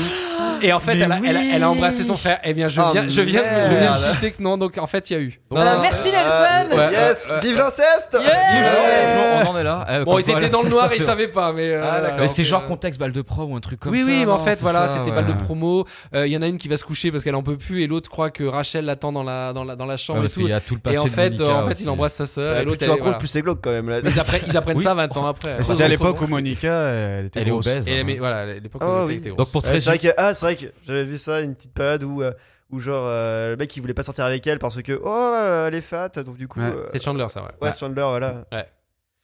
et en fait
Mais
elle a, elle a-
oui.
elle a embrassé son frère et bien je
Ah,
Oh,
viens je viens je viens de
merde.
citer que non donc en fait il y a eu
Ah,
Non, non, non,
merci
Ah,
Nelson
Ouais,
yes,
euh, euh,
vive l'inceste
Yeah.
Franchement, On en est là. Eh,
Bon,
comme
ils
quoi,
étaient
là,
dans le
ça,
noir,
ça
ils
fait-
savaient pas, mais. euh,
Ah, d'accord.
Mais
ok,
c'est genre
euh,
contexte balle de pro ou un truc comme
Oui,
ça.
oui, mais en
non,
fait,
c'est
voilà,
ça,
c'était
ouais.
balle de promo. Euh, Il y en a une qui va se coucher parce qu'elle en peut plus, et l'autre croit que Rachel l'attend dans la, dans la, dans la
Ouais,
chambre et
parce qu'il
tout.
y a tout le passé
Et en
de
fait,
Monica
euh, en fait,
aussi.
il embrasse sa sœur,
Bah,
et
Plus
l'autre,
tu
elle.
en comptes,
voilà.
plus c'est glauque quand même là.
Mais Ils apprennent, ils apprennent
Oui.
ça 20 ans après.
Mais C'était à l'époque où Monica, elle était
Elle est
grosse.
obèse.
Et,
hein.
mais voilà, l'époque
Ah,
où
oui.
elle était
Donc
grosse.
pour te
Ouais, c'est vrai
résumer-
que ah c'est vrai que j'avais vu ça une petite période où euh, où genre euh, le mec il voulait pas sortir avec elle parce que oh euh, elle est fat donc du coup
Ouais.
euh,
C'est Chandler, ça, ouais.
ouais,
Ouais.
Chandler voilà
Parce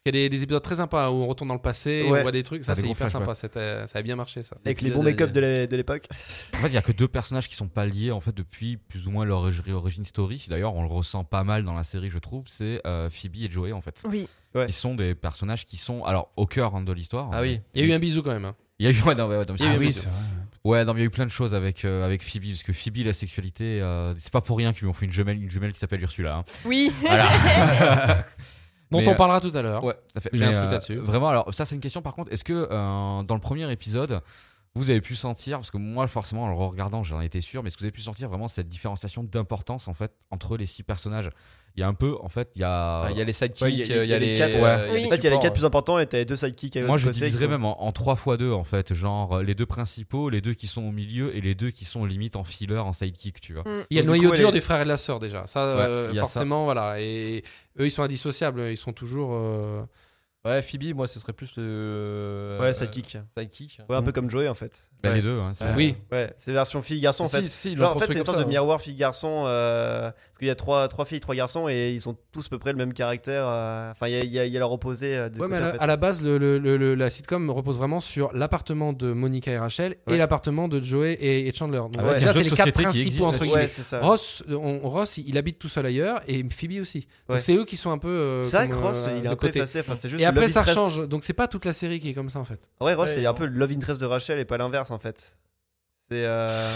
qu'il y a des, des épisodes très sympas où on retourne dans le passé, et
Ouais.
on voit des trucs, ça
Ah, des
c'est
gros
hyper
flashbacks.
sympa, c'était- ça a bien marché ça.
avec les
L'épisode
bons make-up
de-
de l'é- de l'époque.
En fait, il y a que deux personnages qui sont pas liés en fait depuis plus ou moins leur orig- origin story. D'ailleurs, on le ressent pas mal dans la série, je trouve. C'est euh, Phoebe et Joey en fait.
Oui.
Ouais.
Ils sont des personnages qui sont alors au cœur hein, de l'histoire.
Ah oui.
Il y a eu un bisou quand même. hein.
Il y a eu ouais, non, ouais, ouais, non, mais
Il y a
c'est-
eu un
Ah c'est-
bisou.
Ouais, non, mais il y a eu plein de choses avec, euh, avec Phoebe, parce que Phoebe, la sexualité, euh, c'est pas pour rien qu'ils lui ont fait une jumelle, une jumelle qui s'appelle Ursula. hein.
Oui.
Voilà.
Dont
Mais,
on
euh,
parlera tout à l'heure.
Ouais, ça fait.
J'ai
mais,
un truc
euh,
là-dessus.
Vraiment, alors ça c'est une question par contre. Est-ce que euh, dans le premier épisode, vous avez pu sentir, parce que moi forcément en le regardant j'en étais sûr, mais est-ce que vous avez pu sentir vraiment cette différenciation d'importance en fait entre les six personnages Il y a un peu, en fait, il y a.
Ah, Il y a les sidekicks,
Ouais,
il
Bah, il
y a les,
quatre,
euh, il y
ouais.
a les
Oui.
En fait il y a les
supports,
quatre plus importants et t'as les deux sidekicks. à
Moi
l'autre
je
côté qui
diviserais
sont-
même en, en trois fois deux en fait, genre euh, les deux principaux, les deux qui sont au milieu et les deux qui sont limite en filler, en sidekick, tu vois.
Il y a le
Donc, du
noyau
coup,
dur
elle est-
du frère et de la sœur déjà. Ça,
Ouais,
euh,
il y a ça.
forcément, voilà. Et eux, ils sont indissociables. Ils sont toujours. euh,
Ouais, Phoebe, moi, ce serait plus le.
Ouais sidekick.
Sidekick.
Ouais un peu comme Joey en fait.
Bah,
Ouais.
Les deux, hein, c'est-
Ouais.
Oui.
Ouais c'est version fille garçon en fait.
Si, si, ils l'ont
Genre, en fait,
construit
c'est
comme
une sorte
ça,
hein.
de
ouais.
hein.
miroir fille-garçon. euh, parce qu'il y a trois, trois filles, trois garçons, et ils ont tous à peu près le même caractère. euh, Enfin, il y, a- il y a- il y a leur opposé. euh, de
Ouais, mais
côté,
à
en
la,
fait.
à la base, le, le- le- le- la sitcom repose vraiment sur l'appartement de Monica et Rachel et
Ouais.
l'appartement de Joey et, et Chandler. Donc,
Ah ouais,
déjà,
un jeu
c'est
de
les quatre
société qui existe
principaux entre
là-dessus.
guillemets.
Ouais, c'est ça.
Ross, euh, on- Ross, il habite tout seul ailleurs et Phoebe aussi. Donc
Ouais.
c'est eux qui sont un peu. euh,
C'est vrai que
comme,
Ross,
euh,
il
de
est un peu
côté.
effacé. Enfin, c'est juste
Et
le
après,
love
ça
interest.
change. Donc c'est pas toute la série qui est comme ça en fait.
Ouais, Ross, c'est
Ouais,
un peu le love interest de Rachel et pas l'inverse, en fait. C'est. euh,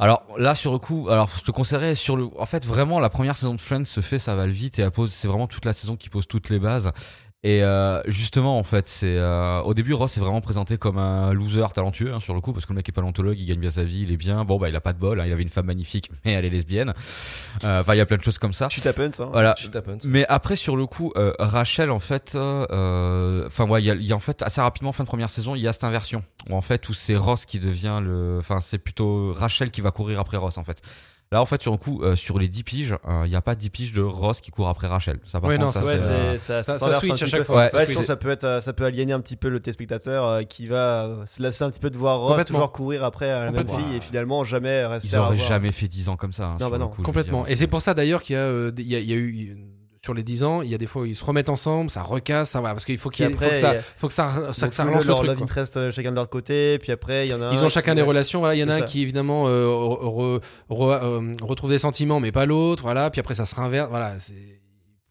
Alors là sur le coup, alors je te conseillerais sur le, en fait vraiment la première saison de Friends se fait, ça va le vite et elle pose, c'est vraiment toute la saison qui pose toutes les bases. Et euh, justement en fait c'est, euh, au début Ross est vraiment présenté comme un loser talentueux hein, sur le coup parce que le mec est paléontologue, il gagne bien sa vie, il est bien, bon bah il a pas de bol, hein, il avait une femme magnifique mais elle est lesbienne. Euh, Enfin il y a plein de choses comme
Ah.
ça.
Shit happens. Hein.
Voilà,
Shit happens.
mais après, sur le coup, euh, Rachel, en fait, euh, euh, enfin, ouais, il y a- il y, a en fait assez rapidement, fin de première saison, il y a cette inversion où en fait, où c'est Ross qui devient le, enfin, c'est plutôt Rachel qui va courir après Ross, en fait. Là, en fait, sur le coup, euh, sur les 10 piges, euh, il n'y a pas 10 piges de Ross qui court après Rachel. Ça, par
Ouais,
contre,
non,
ça,
ça,
Ouais,
c'est, euh,
c'est- ça,
ça- ça
s'inverse un
switch à
petit
chaque
peu.
fois.
Ouais,
Ça
Ouais,
switch.
sinon ça peut être, euh, ça peut aliéner un petit peu le téléspectateur euh, qui va euh, se lasser un petit peu de voir Ross
Complètement.
toujours courir après euh, la même
Complètement.
fille et finalement jamais rester
ils
à
n'auraient
avoir-
jamais fait 10 ans comme ça. hein,
Non,
sur
bah
le
non.
coup, je veux
Complètement.
dire,
Et c'est pour ça d'ailleurs qu'il y, a, euh, des- il y a, il y a eu sur les 10 ans, il y a des fois où ils se remettent ensemble, ça recasse, ça va parce qu'il faut qu'il
Puis
faut que
après,
ça,
il y a-
faut que ça, ça-
Donc,
que ça
eux,
relance le
leur
truc.
love
quoi.
interest euh, chacun de leur côté, puis après il y en a.
Ils
un
ont
qui-
chacun des relations. Voilà, il y en
C'est
a un
ça.
qui évidemment euh, re- re- re- euh, retrouve des sentiments, mais pas l'autre. Voilà, puis après ça se réinverse. Voilà, c'est-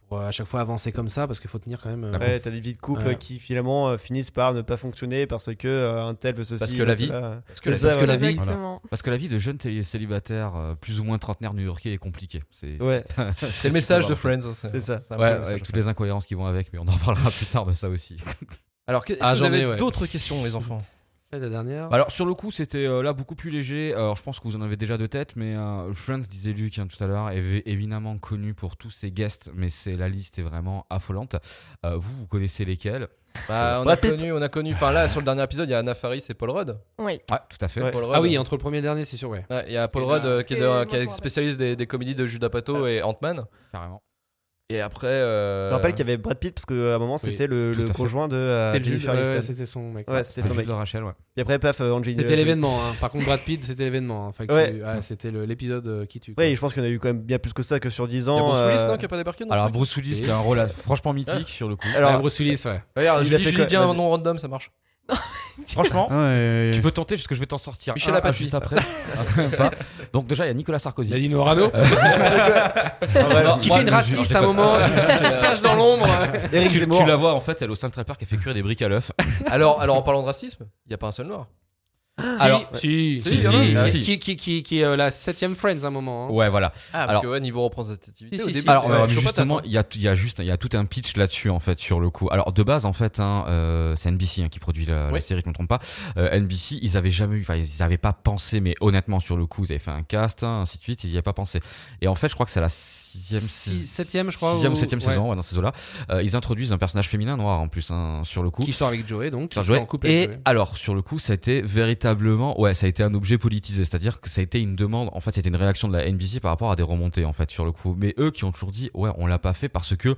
pour euh, à chaque fois avancer comme ça parce qu'il faut tenir quand même. euh,
Ouais, t'as des vies de couple
Ouais.
qui finalement euh, finissent par ne pas fonctionner parce que euh, un tel veut ceci.
Parce que la
l'autre
vie.
cela.
Parce que,
C'est
la, parce
ça,
que la vie,
Exactement.
parce que la vie de jeune télé- célibataire, euh, plus ou moins trentenaire new-yorkais, est compliquée. C'est
Ouais,
C'est le message de Friends. c'est-
c'est ça.
c'est un peu
Ouais,
le message
avec
de
toutes les incohérences qui vont avec, mais on en parlera plus tard de ça aussi.
Alors, que- est-ce
Ah,
que vous
j'en ai,
avez
ouais.
d'autres questions, les enfants
la dernière.
Bah, Alors sur le coup, c'était euh, là beaucoup plus léger. Alors je pense que vous en avez déjà de tête, mais euh, Friends disait Luc hein, tout à l'heure est vé- évidemment connu pour tous ses guests, mais c'est la liste est vraiment affolante. Euh, vous, vous connaissez lesquels
Bah, on a
Brad Pitt.
connu, on a connu. Enfin là, sur le dernier épisode, il y a Anna Faris et Paul Rudd.
Oui.
Ouais, tout à fait.
Ouais.
Paul Rudd,
ah oui,
euh,
entre le premier et le dernier, c'est sûr, ouais.
ouais, il y a Paul
Et
Rudd
là,
euh,
c'est-
qui est,
moi,
de-
je
qui est
me rappelle.
spécialiste des, des comédies de Judas Pato et Ant-Man.
Carrément.
Et après, euh,
Je rappelle qu'il y avait Brad Pitt parce qu'à un moment c'était le,
tout
le
à fait.
conjoint de euh,
C'était le
Jennifer
Jude, ouais,
Aniston.
c'était son mec.
Ouais, c'était
C'est
son mec.
de Rachel, ouais.
Et après, paf, euh, Angelina.
C'était l'événement. hein. Par contre, Brad Pitt, c'était l'événement. hein. Fait que
Ouais.
tu- ah, c'était le- l'épisode euh, qui tue. quoi.
Ouais, je pense qu'on a eu quand même bien plus que ça que sur 10
il y a
ans.
Bruce Willis,
euh,
non, qui a pas débarqué dans
Alors
ce truc
Bruce Willis qui a un rôle à- franchement mythique sur le coup.
alors,
Ouais, Bruce Willis, ouais.
Regarde,
il
je
a
dis-
fait
je
quoi
dis un
Vas-y.
nom random, ça marche.
franchement,
Ah, et-
tu peux tenter puisque je vais t'en sortir.
Michel
un, un
Apathy.
juste après. Pas. Donc déjà il y a Nicolas Sarkozy.
Nadine Orano. qui fait une raciste à un moment, qui se qui se cache dans l'ombre.
Eric
Tu,
Zemmour.
tu la vois en fait, elle est au Central Park, elle fait cuire des briques à l'œuf.
alors, alors, en parlant de racisme, il y a pas un seul noir.
Alors, si,
Si,
si,
il y en a. Si.
si, si. Qui, qui, qui, qui est euh, la septième Friends à un moment. hein.
Ouais, voilà.
Ah, parce
Alors-
que ouais, niveau représentativité,
Si,
au
si,
début,
si,
c'est-
Alors
c'est- hein.
ouais,
euh,
je sais pas,
justement,
t'attends.
il y a, il y a juste, il y a tout un pitch là-dessus en fait sur le coup. Alors de base en fait, hein, euh, c'est NBC hein, qui produit la, la
Oui.
série, je ne me trompe pas. Euh, NBC, ils avaient jamais, eu- enfin ils avaient pas pensé, mais honnêtement sur le coup, ils avaient fait un cast, hein, ainsi de suite, ils n'y avaient pas pensé. Et en fait, je crois que c'est la sixième,
Six-
sais-
septième, je crois,
sixième ou
ou-
septième
ouais.
saison ouais, dans ces eaux-là. Euh, ils introduisent un personnage féminin noir en plus hein, sur le coup.
Qui sort avec Joey, donc.
Bien
qui
joué.
est en couple
Et
avec Joey.
alors, sur le coup, ça a été véritablement, ouais, ça a été un objet politisé. C'est-à-dire que ça a été une demande, en fait, c'était une réaction de la NBC par rapport à des remontées, en fait, sur le coup. Mais eux qui ont toujours dit, ouais, on l'a pas fait parce que,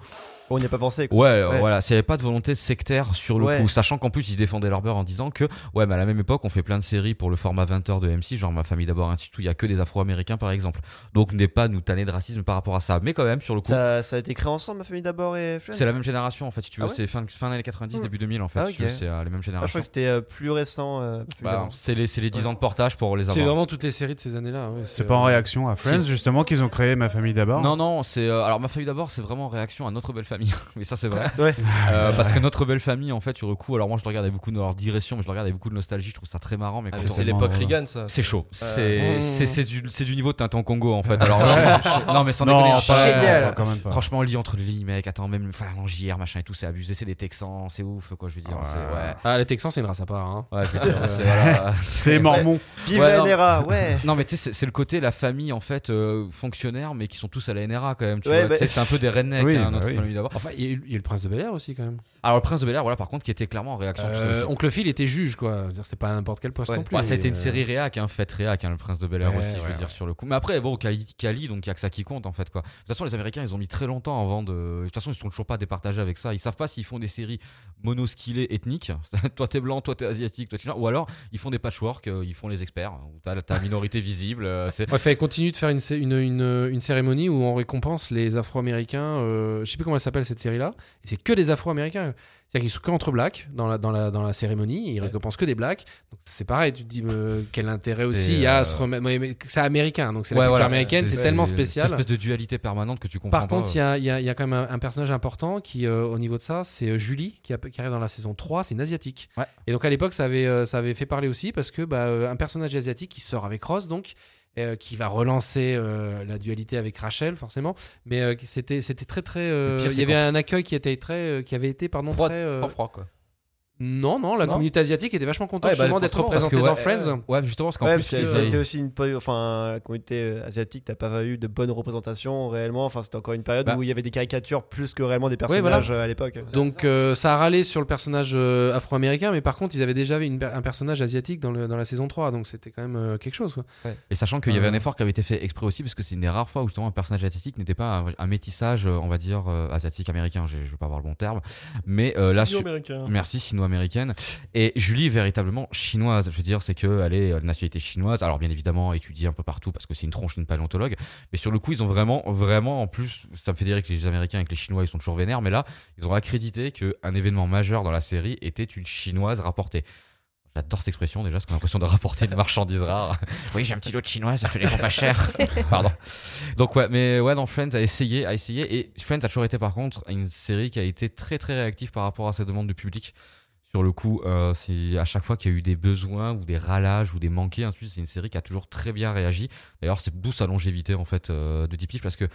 Oh, On n'y a pas pensé.
ouais,
Quoi.
euh, voilà, s'il n'y avait pas de volonté sectaire sur le
Ouais.
coup. Sachant qu'en plus, ils défendaient leur beurre en disant que, ouais, mais à la même époque, on fait plein de séries pour le format 20 heures de MC, genre Ma famille d'abord, ainsi de suite, où il y a que des afro-américains, par exemple. Donc, n'est pas nous tanner de racisme par rapport à ça. Mais quand même, sur le coup.
Ça, ça a été créé ensemble, ma famille d'abord et Friends.
C'est la même génération en fait, si tu veux,
Ah ouais
c'est fin, fin années 90,
Hmm.
début 2000 en fait,
Ah,
si tu veux,
ok.
c'est euh, les mêmes
Ah, je crois
générations.
que c'était euh, plus récent. euh, Ma famille
Bah,
d'abord.
c'est les, c'est les 10 ans de portage pour les avoir.
C'est vraiment toutes les séries de ces années-là. ouais, euh,
C'est pas en réaction à Friends, justement, qu'ils ont créé Ma famille d'abord
Non, non, c'est. euh, alors, ma famille d'abord, c'est vraiment en réaction à notre belle famille. mais ça, c'est vrai.
Ouais.
Euh, parce que notre belle famille, en fait, sur le coup, alors moi, je le regarde avec beaucoup de leur digression, mais je le regarde avec beaucoup de nostalgie, je trouve ça très marrant. Mais
Ah, mais
quand
c'est
on-
l'époque
voilà.
Reagan, ça.
C'est chaud. C'est
Mmh.
c'est- c'est du, c'est du niveau de Tintin Congo, en fait. Alors, je- non, mais sans
Non,
déconner,
pas-
je-
Génial.
pas- quand même pas.
Franchement, lit entre les lignes, mec. Attends, même Finlande JR, machin et tout, c'est abusé. C'est des Texans, c'est ouf, quoi, je veux dire.
Ouais.
c'est- Ouais.
Ah, les Texans, c'est une race à part. hein.
Ouais, effectivement, c'est- voilà.
C'est Mormon.
Vive
Ouais,
la
non.
NRA, ouais.
Non mais tu sais c'est- c'est le côté la famille en fait euh, fonctionnaire mais qui sont tous à la NRA quand même tu
Ouais,
vois,
bah-
tu sais, c'est un peu des rednecks
Oui,
hein,
bah
notre
oui.
famille d'abord
Enfin, il y, a eu- il y a eu le prince de Bel Air aussi, quand même.
alors le prince de Bel Air voilà par contre qui était clairement en réaction à tout ça
Euh,
aussi.
oncle Phil était juge, quoi. C'est-à-dire, C'est pas n'importe quel poste
Ouais.
non plus.
Ouais, c'était
mais,
une
euh,
série réac, hein, faite réac, hein, le Prince de Bel Air
Ouais,
aussi, je veux
ouais,
dire,
ouais.
sur le coup. Mais après, bon, Cali, Cali donc il y a que ça qui compte en fait. quoi. De toute façon, les Américains, ils ont mis très longtemps avant de. De toute façon, ils sont toujours pas départagés avec ça. Ils savent pas s'ils font des séries monoskillées ethniques. toi, t'es blanc, toi, t'es asiatique, toi, t'es chinois. Ou alors, ils font des patchwork, euh, ils font les experts. hein, Où t'as ta minorité visible. euh, c'est-
Ouais, fallait continuer de faire une, cé- une, une, une cérémonie où on récompense les Afro-Américains. euh, je sais plus comment elle s'appelle cette série-là. Et c'est que des Afro-Américains. C'est-à-dire qu'ils sont que entre blacks dans la, dans la, dans la cérémonie. et Ils récompensent que des blacks. Donc c'est pareil, tu te dis euh, quel intérêt aussi il y a à se
euh,
remettre. ouais, mais C'est américain, donc c'est la
Ouais,
culture
voilà,
américaine, c'est tellement spécial.
Cette espèce de dualité permanente que tu comprends
Par
pas, euh.
contre, il y a, il y a- il y a quand même un, un personnage important qui, euh, au niveau de ça, c'est euh, Julie, qui, a- qui arrive dans la saison 3, c'est une asiatique.
Ouais.
Et donc à l'époque, ça, avait, euh, ça avait fait parler aussi parce que bah, euh, un personnage asiatique qui sort avec Ross, donc, euh, qui va relancer euh, la dualité avec Rachel, forcément. Mais euh, qui- c'était c'était très, très.
Le
euh,
pire,
il
c'est
y avait
quand-
un accueil qui, était très, euh, qui avait été, pardon,
Froid,
très. euh,
froid, froid, quoi.
Non, non, la
Non.
communauté asiatique était vachement contente
Ouais, bah,
justement, d'être
forcément,
parce
représentée
que,
dans
ouais,
Friends.
Ouais, euh, justement, parce qu'en
ouais,
plus,
parce que
il y a-
c'était aussi une période- enfin, la communauté euh, asiatique, t'as pas eu de bonne représentation réellement. Enfin, c'était encore une période
Bah.
où il y avait des caricatures plus que réellement des
voilà.
personnages euh, à l'époque.
Donc euh, ça a râlé sur le personnage euh, afro-américain, mais par contre ils avaient déjà vu une per- un personnage asiatique dans, le- dans la saison 3, donc c'était quand même euh, quelque chose. Quoi.
Et sachant qu'il y avait un
Euh.
effort qui avait été fait exprès aussi, parce que c'est une des rares fois où justement un personnage asiatique n'était pas un, un métissage, euh, on va dire, euh, asiatique-américain, je, je veux pas avoir le bon terme, mais euh, là, su- merci, sino-américaine. Et Julie est véritablement chinoise, je veux dire, c'est qu'elle est euh, de nationalité chinoise, alors bien évidemment étudiée un peu partout, parce que c'est une tronche d'une paléontologue, mais sur le coup, ils ont vraiment, vraiment, en plus, ça me fait dire que les Américains et que les Chinois, ils sont toujours vénères, mais là, ils ont accrédité qu'un événement majeur dans la série était une chinoise rapportée. J'adore cette expression déjà, parce qu'on a l'impression de rapporter une marchandise rare. oui, j'ai un petit lot de chinois, ça fait les gens pas cher. Pardon. Donc ouais, mais ouais, non, Friends a essayé, a essayé, et Friends a toujours été par contre une série qui a été très très réactive par rapport à ses demandes du public. Sur le coup, euh, c'est à chaque fois qu'il y a eu des besoins ou des râlages ou des manqués, ainsi de suite, c'est une série qui a toujours très bien réagi. D'ailleurs, c'est d'où sa longévité en fait euh, de Deep Dish, parce que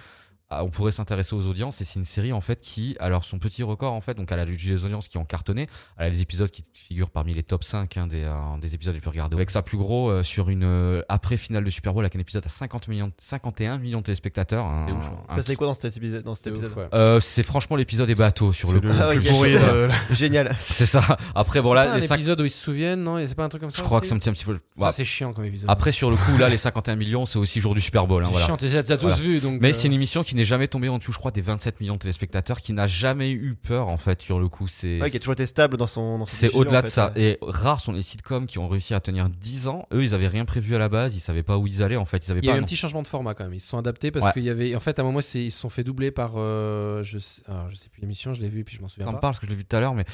ah, on pourrait s'intéresser aux audiences et c'est une série en fait qui alors son petit record en fait donc elle a les audiences qui ont cartonné elle a les épisodes qui figurent parmi les top 5 hein, des, euh, des épisodes les plus regardés avec sa plus gros euh, sur une euh, après finale de Super Bowl avec un épisode à 50 millions 51 millions de téléspectateurs un-
C'est ouf, hein.
un-
Ça, C'était quoi dans cet épisode, dans cet
C'est ouf,
épisode
ouais.
Euh, c'est franchement l'épisode des bateaux sur le
C'est
coup
Ah ouais,
plus
ok.
pourri
C'est-
de-
Génial.
c'est ça après bon
C'est pas
là
un
les 5
épisode où ils se souviennent, non Et C'est pas un truc comme ça
je crois
aussi
que c'est un petit un petit peu
Ça,
ouais.
c'est chiant comme épisode.
après sur le coup là les 51 millions c'est aussi jour du Super Bowl hein,
c'est
voilà.
chiant, t'as t'as tous
Voilà.
vu. Donc,
Mais
euh,
c'est une émission qui n'est jamais tombée en dessous, je crois, des 27 millions de téléspectateurs, qui n'a jamais eu peur, en fait, sur le coup. C'est
Ouais, qui a toujours été stable dans son. dans son
c'est
diffusion,
au-delà
en
de
fait,
ça.
ouais.
Et rares sont les sitcoms qui ont réussi à tenir 10 ans. Eux, ils avaient rien prévu à la base, ils savaient pas où ils allaient, en fait. Ils avaient
Il y a
pas
eu un
non.
petit changement de format quand même. Ils se sont adaptés parce
Ouais.
qu'il y avait. En fait, à un moment, c'est- ils se sont fait doubler par. euh, je, sais... alors, je sais plus l'émission, je l'ai vu puis je m'en souviens
J'en
pas.
parle parce que je l'ai vu tout à l'heure, mais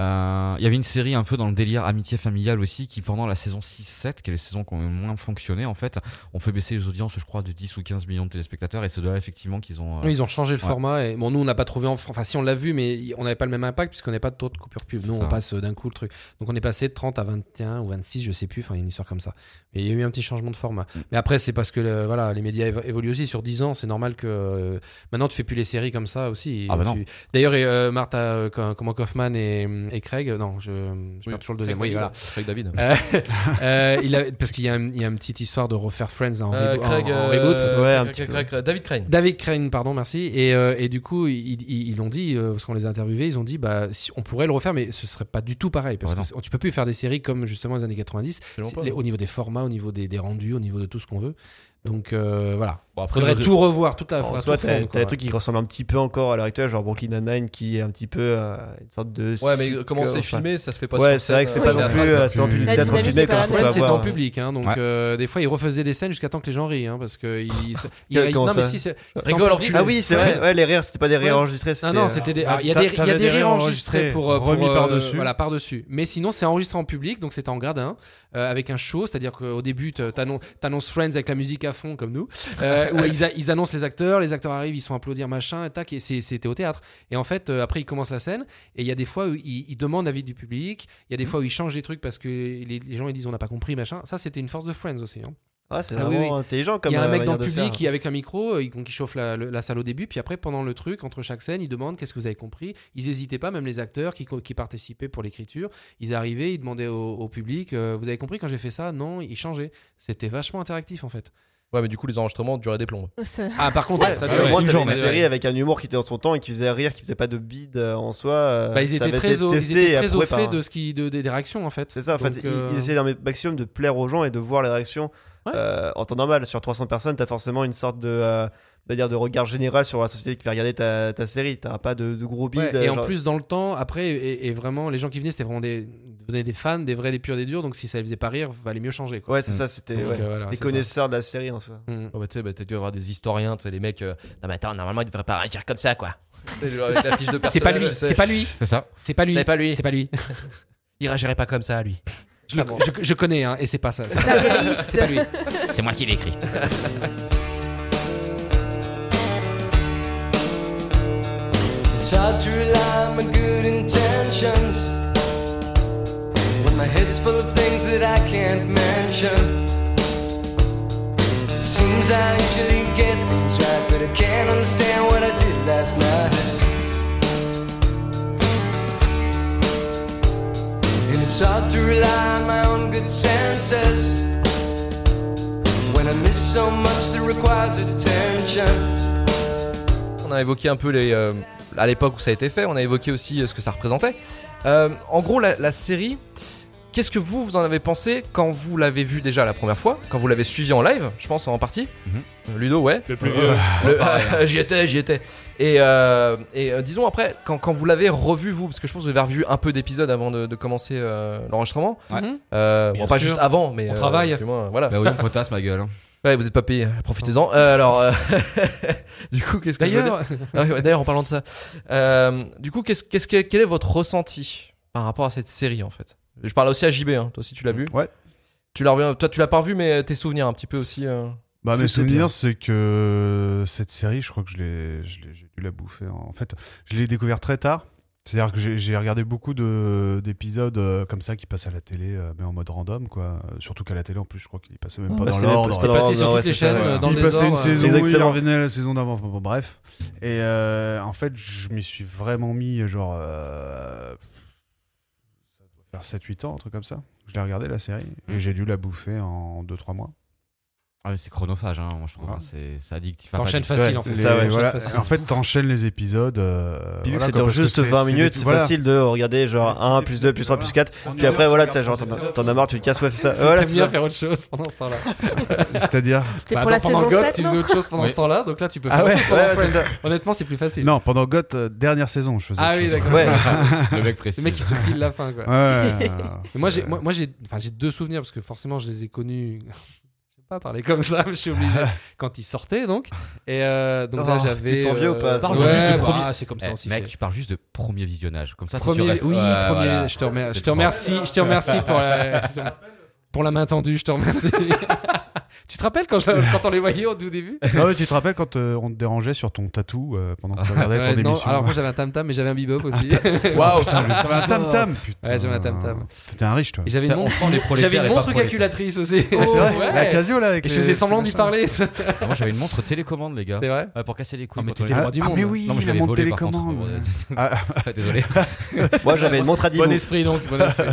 euh, il y avait une série un peu dans le délire amitié familiale aussi qui pendant la saison 6-7, qui est les saisons qui ont moins fonctionné en fait, ont fait baisser les audiences, je crois, de 10 ou 15 millions de téléspectateurs et c'est de là effectivement qu'ils ont. euh,
Oui, ils ont changé le
Ouais.
format. Et... Bon, nous, on n'a pas trouvé en Fran- Enfin, si on l'a vu, mais y- on n'avait pas le même impact puisqu'on n'avait pas de taux de coupure pub.
C'est
Nous,
ça.
on passe euh, d'un coup le truc. Donc, on est passé de 30 à 21 ou 26, je sais plus. Enfin, il y a une histoire comme ça. Mais il y a eu un petit changement de format.
Mm.
Mais après, c'est parce que euh, voilà, les médias évo- évoluent aussi. Sur 10 ans, c'est normal que euh, maintenant, tu fais plus les séries comme ça aussi.
Ah bah
Tu-
non.
D'ailleurs, et, euh, Martha, euh, co- comment Kaufman et, et Craig, euh, non, je, je perds toujours le deuxième. Oui, voilà.
Avec David.
Euh, euh, il a- parce qu'il y, a un- il y a une petite histoire de refaire Friends en,
Euh,
rebo- en-
Craig,
en
euh,
reboot.
Ouais, un
Craig,
petit peu.
Craig, Craig, David Crane.
David Crane, pardon, merci. Et, euh, et du coup, ils, ils- ils l'ont dit, euh, parce qu'on les a interviewés, ils ont dit, bah, si, on pourrait le refaire, mais ce serait pas du tout pareil. Parce
Ah,
que tu peux plus faire des séries comme justement les années 90,
Absolument
c'est-
pas.
les- au niveau des formats, au niveau des, des rendus, au niveau de tout ce qu'on veut. Donc euh, voilà.
Bon, après,
Faudrait
le-
tout revoir, toute la.
En
faudra
soit,
tout
t'as
refondre,
t'as
quoi,
des
ouais.
trucs qui ressemblent un petit peu encore à l'heure actuelle, genre Brooklyn Nine-Nine qui est un petit peu euh, une sorte de.
Ouais, mais comment c'est
enfin,
filmé, ça se fait pas
Ouais,
sur
c'est vrai que c'est
scène,
pas
euh,
Oui,
non
la-
plus
la-
euh, c'est pas non plus du
la
théâtre
dynamique
filmé
est pas
comme
la
ce qu'on
même.
peut
Friends, c'était
avoir.
en public, hein, donc
Ouais.
euh, des fois ils refaisaient des scènes jusqu'à temps que les gens rient, hein, parce que ils, ils-
Comment
ils-
ça
c'est c'était en
Rigole,
public.
enculé.
Ah oui, c'est vrai.
Ouais.
Ouais, les rires, c'était pas des rires
Ouais.
enregistrés.
Ah
c'était,
non,
euh,
c'était des.
Ah,
alors, Il y a
t'a-
des, il y a
t'avais
des rires enregistrés pour, euh, pour,
remis
euh,
par-dessus.
Voilà, par dessus. Mais sinon, c'est enregistré en public, donc c'était en gradin, euh, avec un show, c'est-à-dire qu'au début, t'- t'annon- t'annonces Friends avec la musique à fond, comme nous, euh, où ils, a- ils annoncent les acteurs, les acteurs arrivent, ils sont applaudir, machin, et tac, et c'est- c'était au théâtre. Et en fait, euh, après, ils commencent la scène, et il y a des fois où ils, ils demandent l'avis du public, il y a des fois où ils changent des trucs parce que les, les gens ils disent on n'a pas compris, machin. Ça, c'était une force de Friends aussi. hein.
Ah, c'est
Ah oui,
vraiment intelligent comme.
Il y a un
euh,
mec dans
manière
le
de
public
faire.
qui, avec un micro, euh, il- qui chauffe la, le- la salle au début, puis après, pendant le truc, entre chaque scène, il demande qu'est-ce que vous avez compris. Ils n'hésitaient pas, même les acteurs qui, co- qui participaient pour l'écriture, ils arrivaient, ils demandaient au, au public euh, Vous avez compris quand j'ai fait ça Non, ils changeaient. C'était vachement interactif en fait.
Ouais, mais du coup, les enregistrements duraient des plombes.
Ça-
Ah, par contre,
Ouais, bah,
ça
au
durait
moins,
une
t'avais
journée.
une série euh, avec un humour qui était dans son temps et qui faisait rire, qui faisait pas de bide euh, en soi. euh,
Bah, ils
ça
étaient
avait
très
été
au, ils
testé et
étaient très au
approuvé par
fait
un-
de ce qui, de, des, des réactions en fait.
C'est ça, en fait,
Donc,
ils-
euh,
ils essayaient d'un maximum de plaire aux gens et de voir les réactions.
Ouais.
Euh, en temps normal, sur 300 personnes, t'as forcément une sorte de, euh, de, dire de regard général sur la société qui va regarder ta, ta série. T'as pas de, de gros bide.
Ouais, et en
genre-
plus, dans le temps, après, et, et vraiment, les gens qui venaient, c'était vraiment des, venaient des fans, des vrais, des purs, des durs. Donc, si ça les faisait pas rire, valait mieux changer. Quoi.
Ouais, c'est ça, c'était
Donc,
ouais,
euh, voilà,
des
c'est ça.
connaisseurs de la série en soi.
Mm.
Oh, bah, tu sais, bah, t'as dû avoir des historiens, tu sais, les mecs. euh, non, mais attends, normalement, il devrait pas réagir comme ça, quoi. Tu sais, genre, avec la fiche de
Ah, C'est pas lui,
personnage,
c'est pas lui,
C'est ça.
c'est pas lui.
C'est pas lui.
C'est pas lui.
Il réagirait pas comme ça, lui.
Je, le- je- je connais, hein, et c'est pas ça. C'est
la
pas-
liste.
c'est pas lui.
C'est moi qui l'écris.
It's hard to rely on my good intentions when my head's full of things that I can't mention. It seems I usually get things right, but I can't understand what I did last night. And it's hard to rely on my own good senses when I miss so much that requires attention.
On a évoqué un peu les. euh, à l'époque où ça a été fait, on a évoqué aussi euh, ce que ça représentait. Euh, en gros, la, la série, qu'est-ce que vous, vous en avez pensé quand vous l'avez vue déjà la première fois, quand vous l'avez suivi en live, je pense en partie
Mhm.
Euh, Ludo, ouais.
Le plus vieux.
Le- j'y étais, j'y étais. Et, euh, et, euh, disons après, quand, quand vous l'avez revu, vous, parce que je pense que vous avez revu un peu d'épisodes avant de, de commencer euh, l'enregistrement.
Ouais.
Mhm.
Euh,
Bien
bon, pas
sûr.
juste avant, mais.
On travaille.
du moins, voilà.
Bah oui, on potasse ma gueule. hein.
Ouais, vous êtes pas payé, profitez-en. Euh, alors, euh, du coup, qu'est-ce que je veux dire
D'ailleurs,
Ah oui, ouais, D'ailleurs, en parlant de ça, euh, du coup, qu'est-ce, qu'est-ce que- quel est votre ressenti par rapport à cette série en fait Je parle aussi à JB, hein. toi aussi tu l'as vu.
Ouais.
Tu l'as revu- toi tu l'as pas revu, mais euh, tes souvenirs un petit peu aussi. euh.
Bah, mes
C'était bien.
souvenirs, c'est que cette série, je crois que je l'ai, je l'ai- j'ai dû la bouffer. En en fait, je l'ai découvert très tard. C'est-à-dire que j'ai- j'ai regardé beaucoup de- d'épisodes euh, comme ça qui passent à la télé, euh, mais en mode random, quoi. Euh, Surtout qu'à la télé, en plus, je crois qu'il passait même
Ouais, bah,
pas dans
c'est même pas-
l'ordre.
c'est pas-
Passé
Non,
sur
ouais,
toutes les
c'est ça,
chaînes
ouais.
euh, dans
il
le
passait
désordre,
une
euh,
saison, il
Exactement.
revenait la saison d'avant. Enfin, bon, bref. Et euh, en fait, je m'y suis vraiment mis, genre. euh, ça doit faire 7-8 ans, un truc comme ça. Je l'ai regardé la série
Mm.
et j'ai dû la bouffer en 2-3 mois.
Ah, mais c'est chronophage, hein, moi je trouve.
Ah.
hein, c'est c'est addictif. Enfin,
T'enchaînes
addictif.
facile
Ouais,
en fait.
c'est ça, ouais,
T'enchaînes
voilà.
facile.
En fait, t'enchaînes les épisodes. euh,
Puis vu que
voilà,
c'est
quoi,
dans
parce que
juste 20
c'est des-
minutes, c'est
voilà.
facile de regarder genre
Ouais,
1
c'est-
plus 2 plus 3
voilà.
plus 4. Puis après, voilà, t'as genre, t'en t'en as marre, tu te casses, ouais, c'est ça.
C'était
Voilà, c'est
mieux
ça.
Bah, faire autre chose pendant ce temps-là.
C'est-à-dire.
C'était
Bah,
pour la
pendant
saison
God,
7,
tu
non
faisais autre chose pendant
Oui.
ce temps-là, donc là tu peux faire.
Ah ouais,
autre chose
Ouais,
pendant
ouais, c'est
Friends.
ça.
Honnêtement, c'est plus facile.
Non, pendant Goth, euh, dernière saison, je faisais.
Ah
autre
oui,
chose.
d'accord.
Ouais.
Le mec précis.
Le mec qui se file la fin quoi.
Ouais, ouais, ouais, ouais.
Mais moi, j'ai,
C'est-
moi, moi, j'ai, enfin, j'ai deux souvenirs parce que forcément, je les ai connus. Je sais pas parler comme ça, mais je suis obligé. Quand ils sortaient, donc. Et euh, donc là,
Oh, tu
j'avais.
te sens vieux ou pas, ça
ouais,
Parle juste du
bah,
premier-
c'est comme
Eh,
ça aussi.
mec,
fait.
tu parles juste de premier visionnage. Comme ça, si tu
Premier,
restes-
oui,
Ouais,
premier.
voilà.
Je te remercie.
C'est
Je te remercie. Je te remercie pour la. je te- Pour la main tendue, je te remercie. tu te rappelles quand, je- quand on les voyait au tout début
Ah ouais, tu te rappelles quand euh, on te dérangeait sur ton tatou euh, pendant que tu regardais
Ouais,
ton
non,
émission
Alors moi j'avais un tam tam, mais j'avais un bebop aussi.
Ah,
Waouh, putain, le- t'avais un tam tam.
Ouais, j'avais un tam-tam.
T'étais un riche, toi.
Et j'avais une
On
montre,
sent les prolétaires
j'avais
et
une
pas
montre
prolétaires.
calculatrice aussi.
Ah, c'est vrai,
Ouais.
la Casio là. Avec
Et je
les-
faisais semblant d'y
machin.
parler. C'est
Ah, Moi, j'avais une montre télécommande, les gars.
vrai.
Ouais, pour casser les couilles.
Non, mais
quand on
t'étais
les-
le roi du
Ah,
monde.
mais oui,
Non, mais je
la
l'avais
montre
volé, par contre.
télécommande.
euh,
Ah,
Ouais, Désolé.
Moi, j'avais une montre à 10
Bon esprit donc, bon esprit.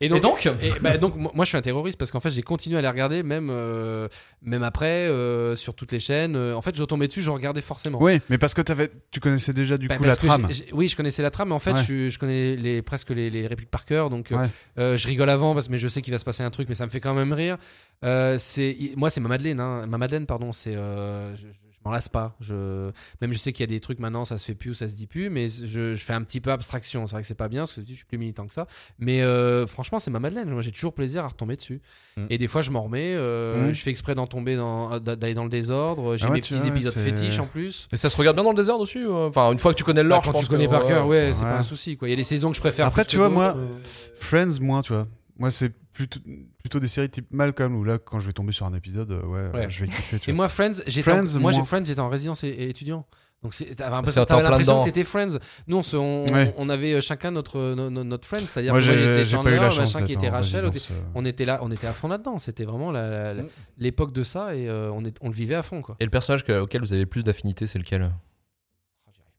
Et donc,
Et donc
et, bah, donc, moi moi, je suis un terroriste parce qu'en fait j'ai continué à les regarder même euh, même après euh, sur toutes les chaînes. Euh, En fait je tombais dessus, je regardais forcément.
Oui, mais parce que t'avais- tu connaissais déjà du
Bah,
coup la
parce que
trame.
j'ai- j'ai- Oui, je connaissais la trame, mais en fait,
Ouais.
je, je connais les, presque les, les répliques par cœur, donc euh,
Ouais.
euh, je rigole avant, parce, mais je sais qu'il va se passer un truc, mais ça me fait quand même rire. Euh, c'est- i- moi, c'est ma Madeleine, hein. ma Madeleine, pardon, c'est. euh, je je m'en lasse pas. Je, même je sais qu'il y a des trucs maintenant, ça se fait plus ou ça se dit plus, mais je, je fais un petit peu abstraction. C'est vrai que c'est pas bien, parce que je suis plus militant que ça. Mais euh, franchement, c'est ma Madeleine. Moi, j'ai toujours plaisir à retomber dessus.
Mm.
Et des fois, je m'en remets. euh,
Mm.
Je fais exprès d'en tomber, dans- d'aller dans le désordre. J'ai
Ah ouais,
mes
tu
petits
vois,
épisodes
c'est-
fétiches en plus.
Et ça se regarde bien dans le désert dessus euh, Enfin, une fois que tu connais l'or,
Bah, quand
je pense
tu connais
que,
par
ouais,
cœur, ouais, c'est
Ouais.
pas un souci. Quoi. Il y a des saisons que je préfère.
Après,
plus
tu
que
vois, moi,
d'autres, euh.
Friends, moins, tu vois. Moi, c'est plutôt, plutôt des séries type Malcolm où là, quand je vais tomber sur un épisode, euh, ouais,
Ouais.
je vais kiffer. Tu
Et
vois.
moi, Friends, j'étais en,
Friends,
moi, j'ai-
moins.
Friends, j'étais en résidence é- é- étudiant. Donc, c'est- t'avais un peu-
C'est- t'es en
t'avais
plein
l'impression
dedans.
que t'étais Friends. Nous, on, se- on,
Ouais.
on avait euh, chacun notre, no- no- notre Friends. C'est-à-dire
Moi,
que moi, j'étais
j'ai j'ai pas eu
Chandler,
la chance
machin qui
d'être
était
en
Rachel. on était-
résidence, euh.
On était là, on était à fond là-dedans. C'était vraiment la- la- la-
Mm.
l'époque de ça et euh, on, est- on le vivait à fond. Quoi.
Et le personnage que-
euh,
auquel vous avez le plus d'affinité, c'est lequel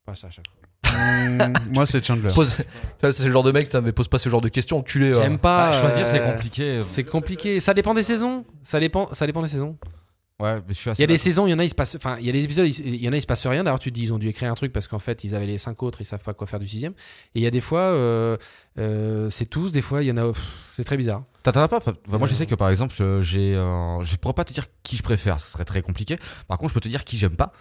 Pas ça à chaque fois.
Mm, Moi, c'est Chandler.
Pose- Ça, C'est le genre de mec, ça me pose pas ce genre de questions, enculé. euh.
J'aime pas.
Ah, choisir,
euh,
c'est compliqué.
C'est compliqué. Ça dépend des saisons. Ça dépend, ça dépend des saisons.
Ouais, mais je suis assez.
Il y a des
d'accord.
saisons, il y en a, il se passe. Enfin, il y a des épisodes, il il y en a, il se passe rien. D'ailleurs, tu te dis, ils ont dû écrire un truc parce qu'en fait, ils avaient les cinq autres, ils savent pas quoi faire du sixième. Et il y a des fois, euh, euh, c'est tous, des fois, il y en a. pff, C'est très bizarre.
T'en as pas enfin, Moi, je
Euh.
sais que par exemple, euh, j'ai. euh, je pourrais pas te dire qui je préfère, ce serait très compliqué. Par contre, je peux te dire qui j'aime pas.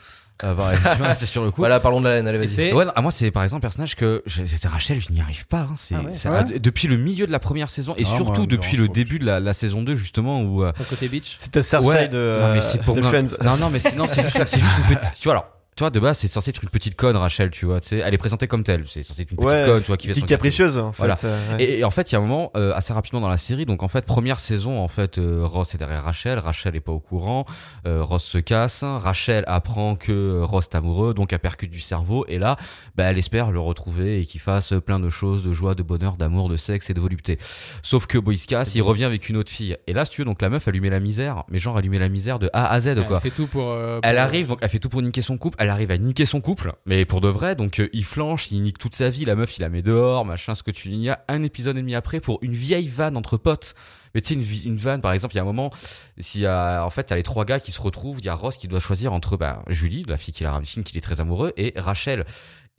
Euh, bah, tu vois, c'est sur le coup.
Voilà, parlons de la laine, allez,
Et
vas-y.
c'est-
Ouais, non, à moi, c'est par exemple un personnage que. je- C'est Rachel, je n'y arrive pas. hein, c'est,
Ah ouais,
c'est-
ouais.
ah, d- depuis le milieu de la première saison et
Ah, moi,
surtout
elle me
depuis
dérange
le
pas.
début de la, la saison 2, justement, où. euh,
Sur le côté beach.
C'était Cersei
Ouais.
de,
non, mais c'est
euh,
pour
de
non,
Friends.
Non, non, mais c'est, non, c'est juste, c'est juste une petite. Tu vois, alors. Tu vois, de base, c'est censé être une petite conne, Rachel, tu vois. tu sais, Elle est présentée comme telle. C'est censé être une petite
Ouais,
conne, tu vois, qui
Qui
va se sentir-
capricieuse, en fait.
Voilà.
euh, ouais.
Et, et en fait, il y a un moment euh, assez rapidement dans la série. Donc en fait, première saison, en fait, euh, Ross est derrière Rachel. Rachel est pas au courant. euh, Ross se casse. Rachel apprend que euh, Ross est amoureux, donc elle percute du cerveau. Et là, bah, elle espère le retrouver et qu'il fasse plein de choses, de joie, de bonheur, d'amour, de sexe et de volupté. Sauf que bon, il se casse, il revient avec une autre fille. Et là, si tu veux, donc la meuf allumait la misère, mais genre allumait la misère de A à Z, quoi.
Elle fait tout pour. euh,
Elle
pour-
arrive, donc elle fait tout pour niquer son couple. Elle arrive à niquer son couple, mais pour de vrai. Donc euh, il flanche, il nique toute sa vie. La meuf, il la met dehors, machin, ce que tu. Il y a un épisode et demi après pour une vieille vanne entre potes. Mais tu sais, une, vi- une vanne, par exemple, il y a un moment, s'il y a, en fait, il y a les trois gars qui se retrouvent. Il y a Ross qui doit choisir entre bah, Julie, la fille qu'il a ramène, qu'il est très amoureux, et Rachel.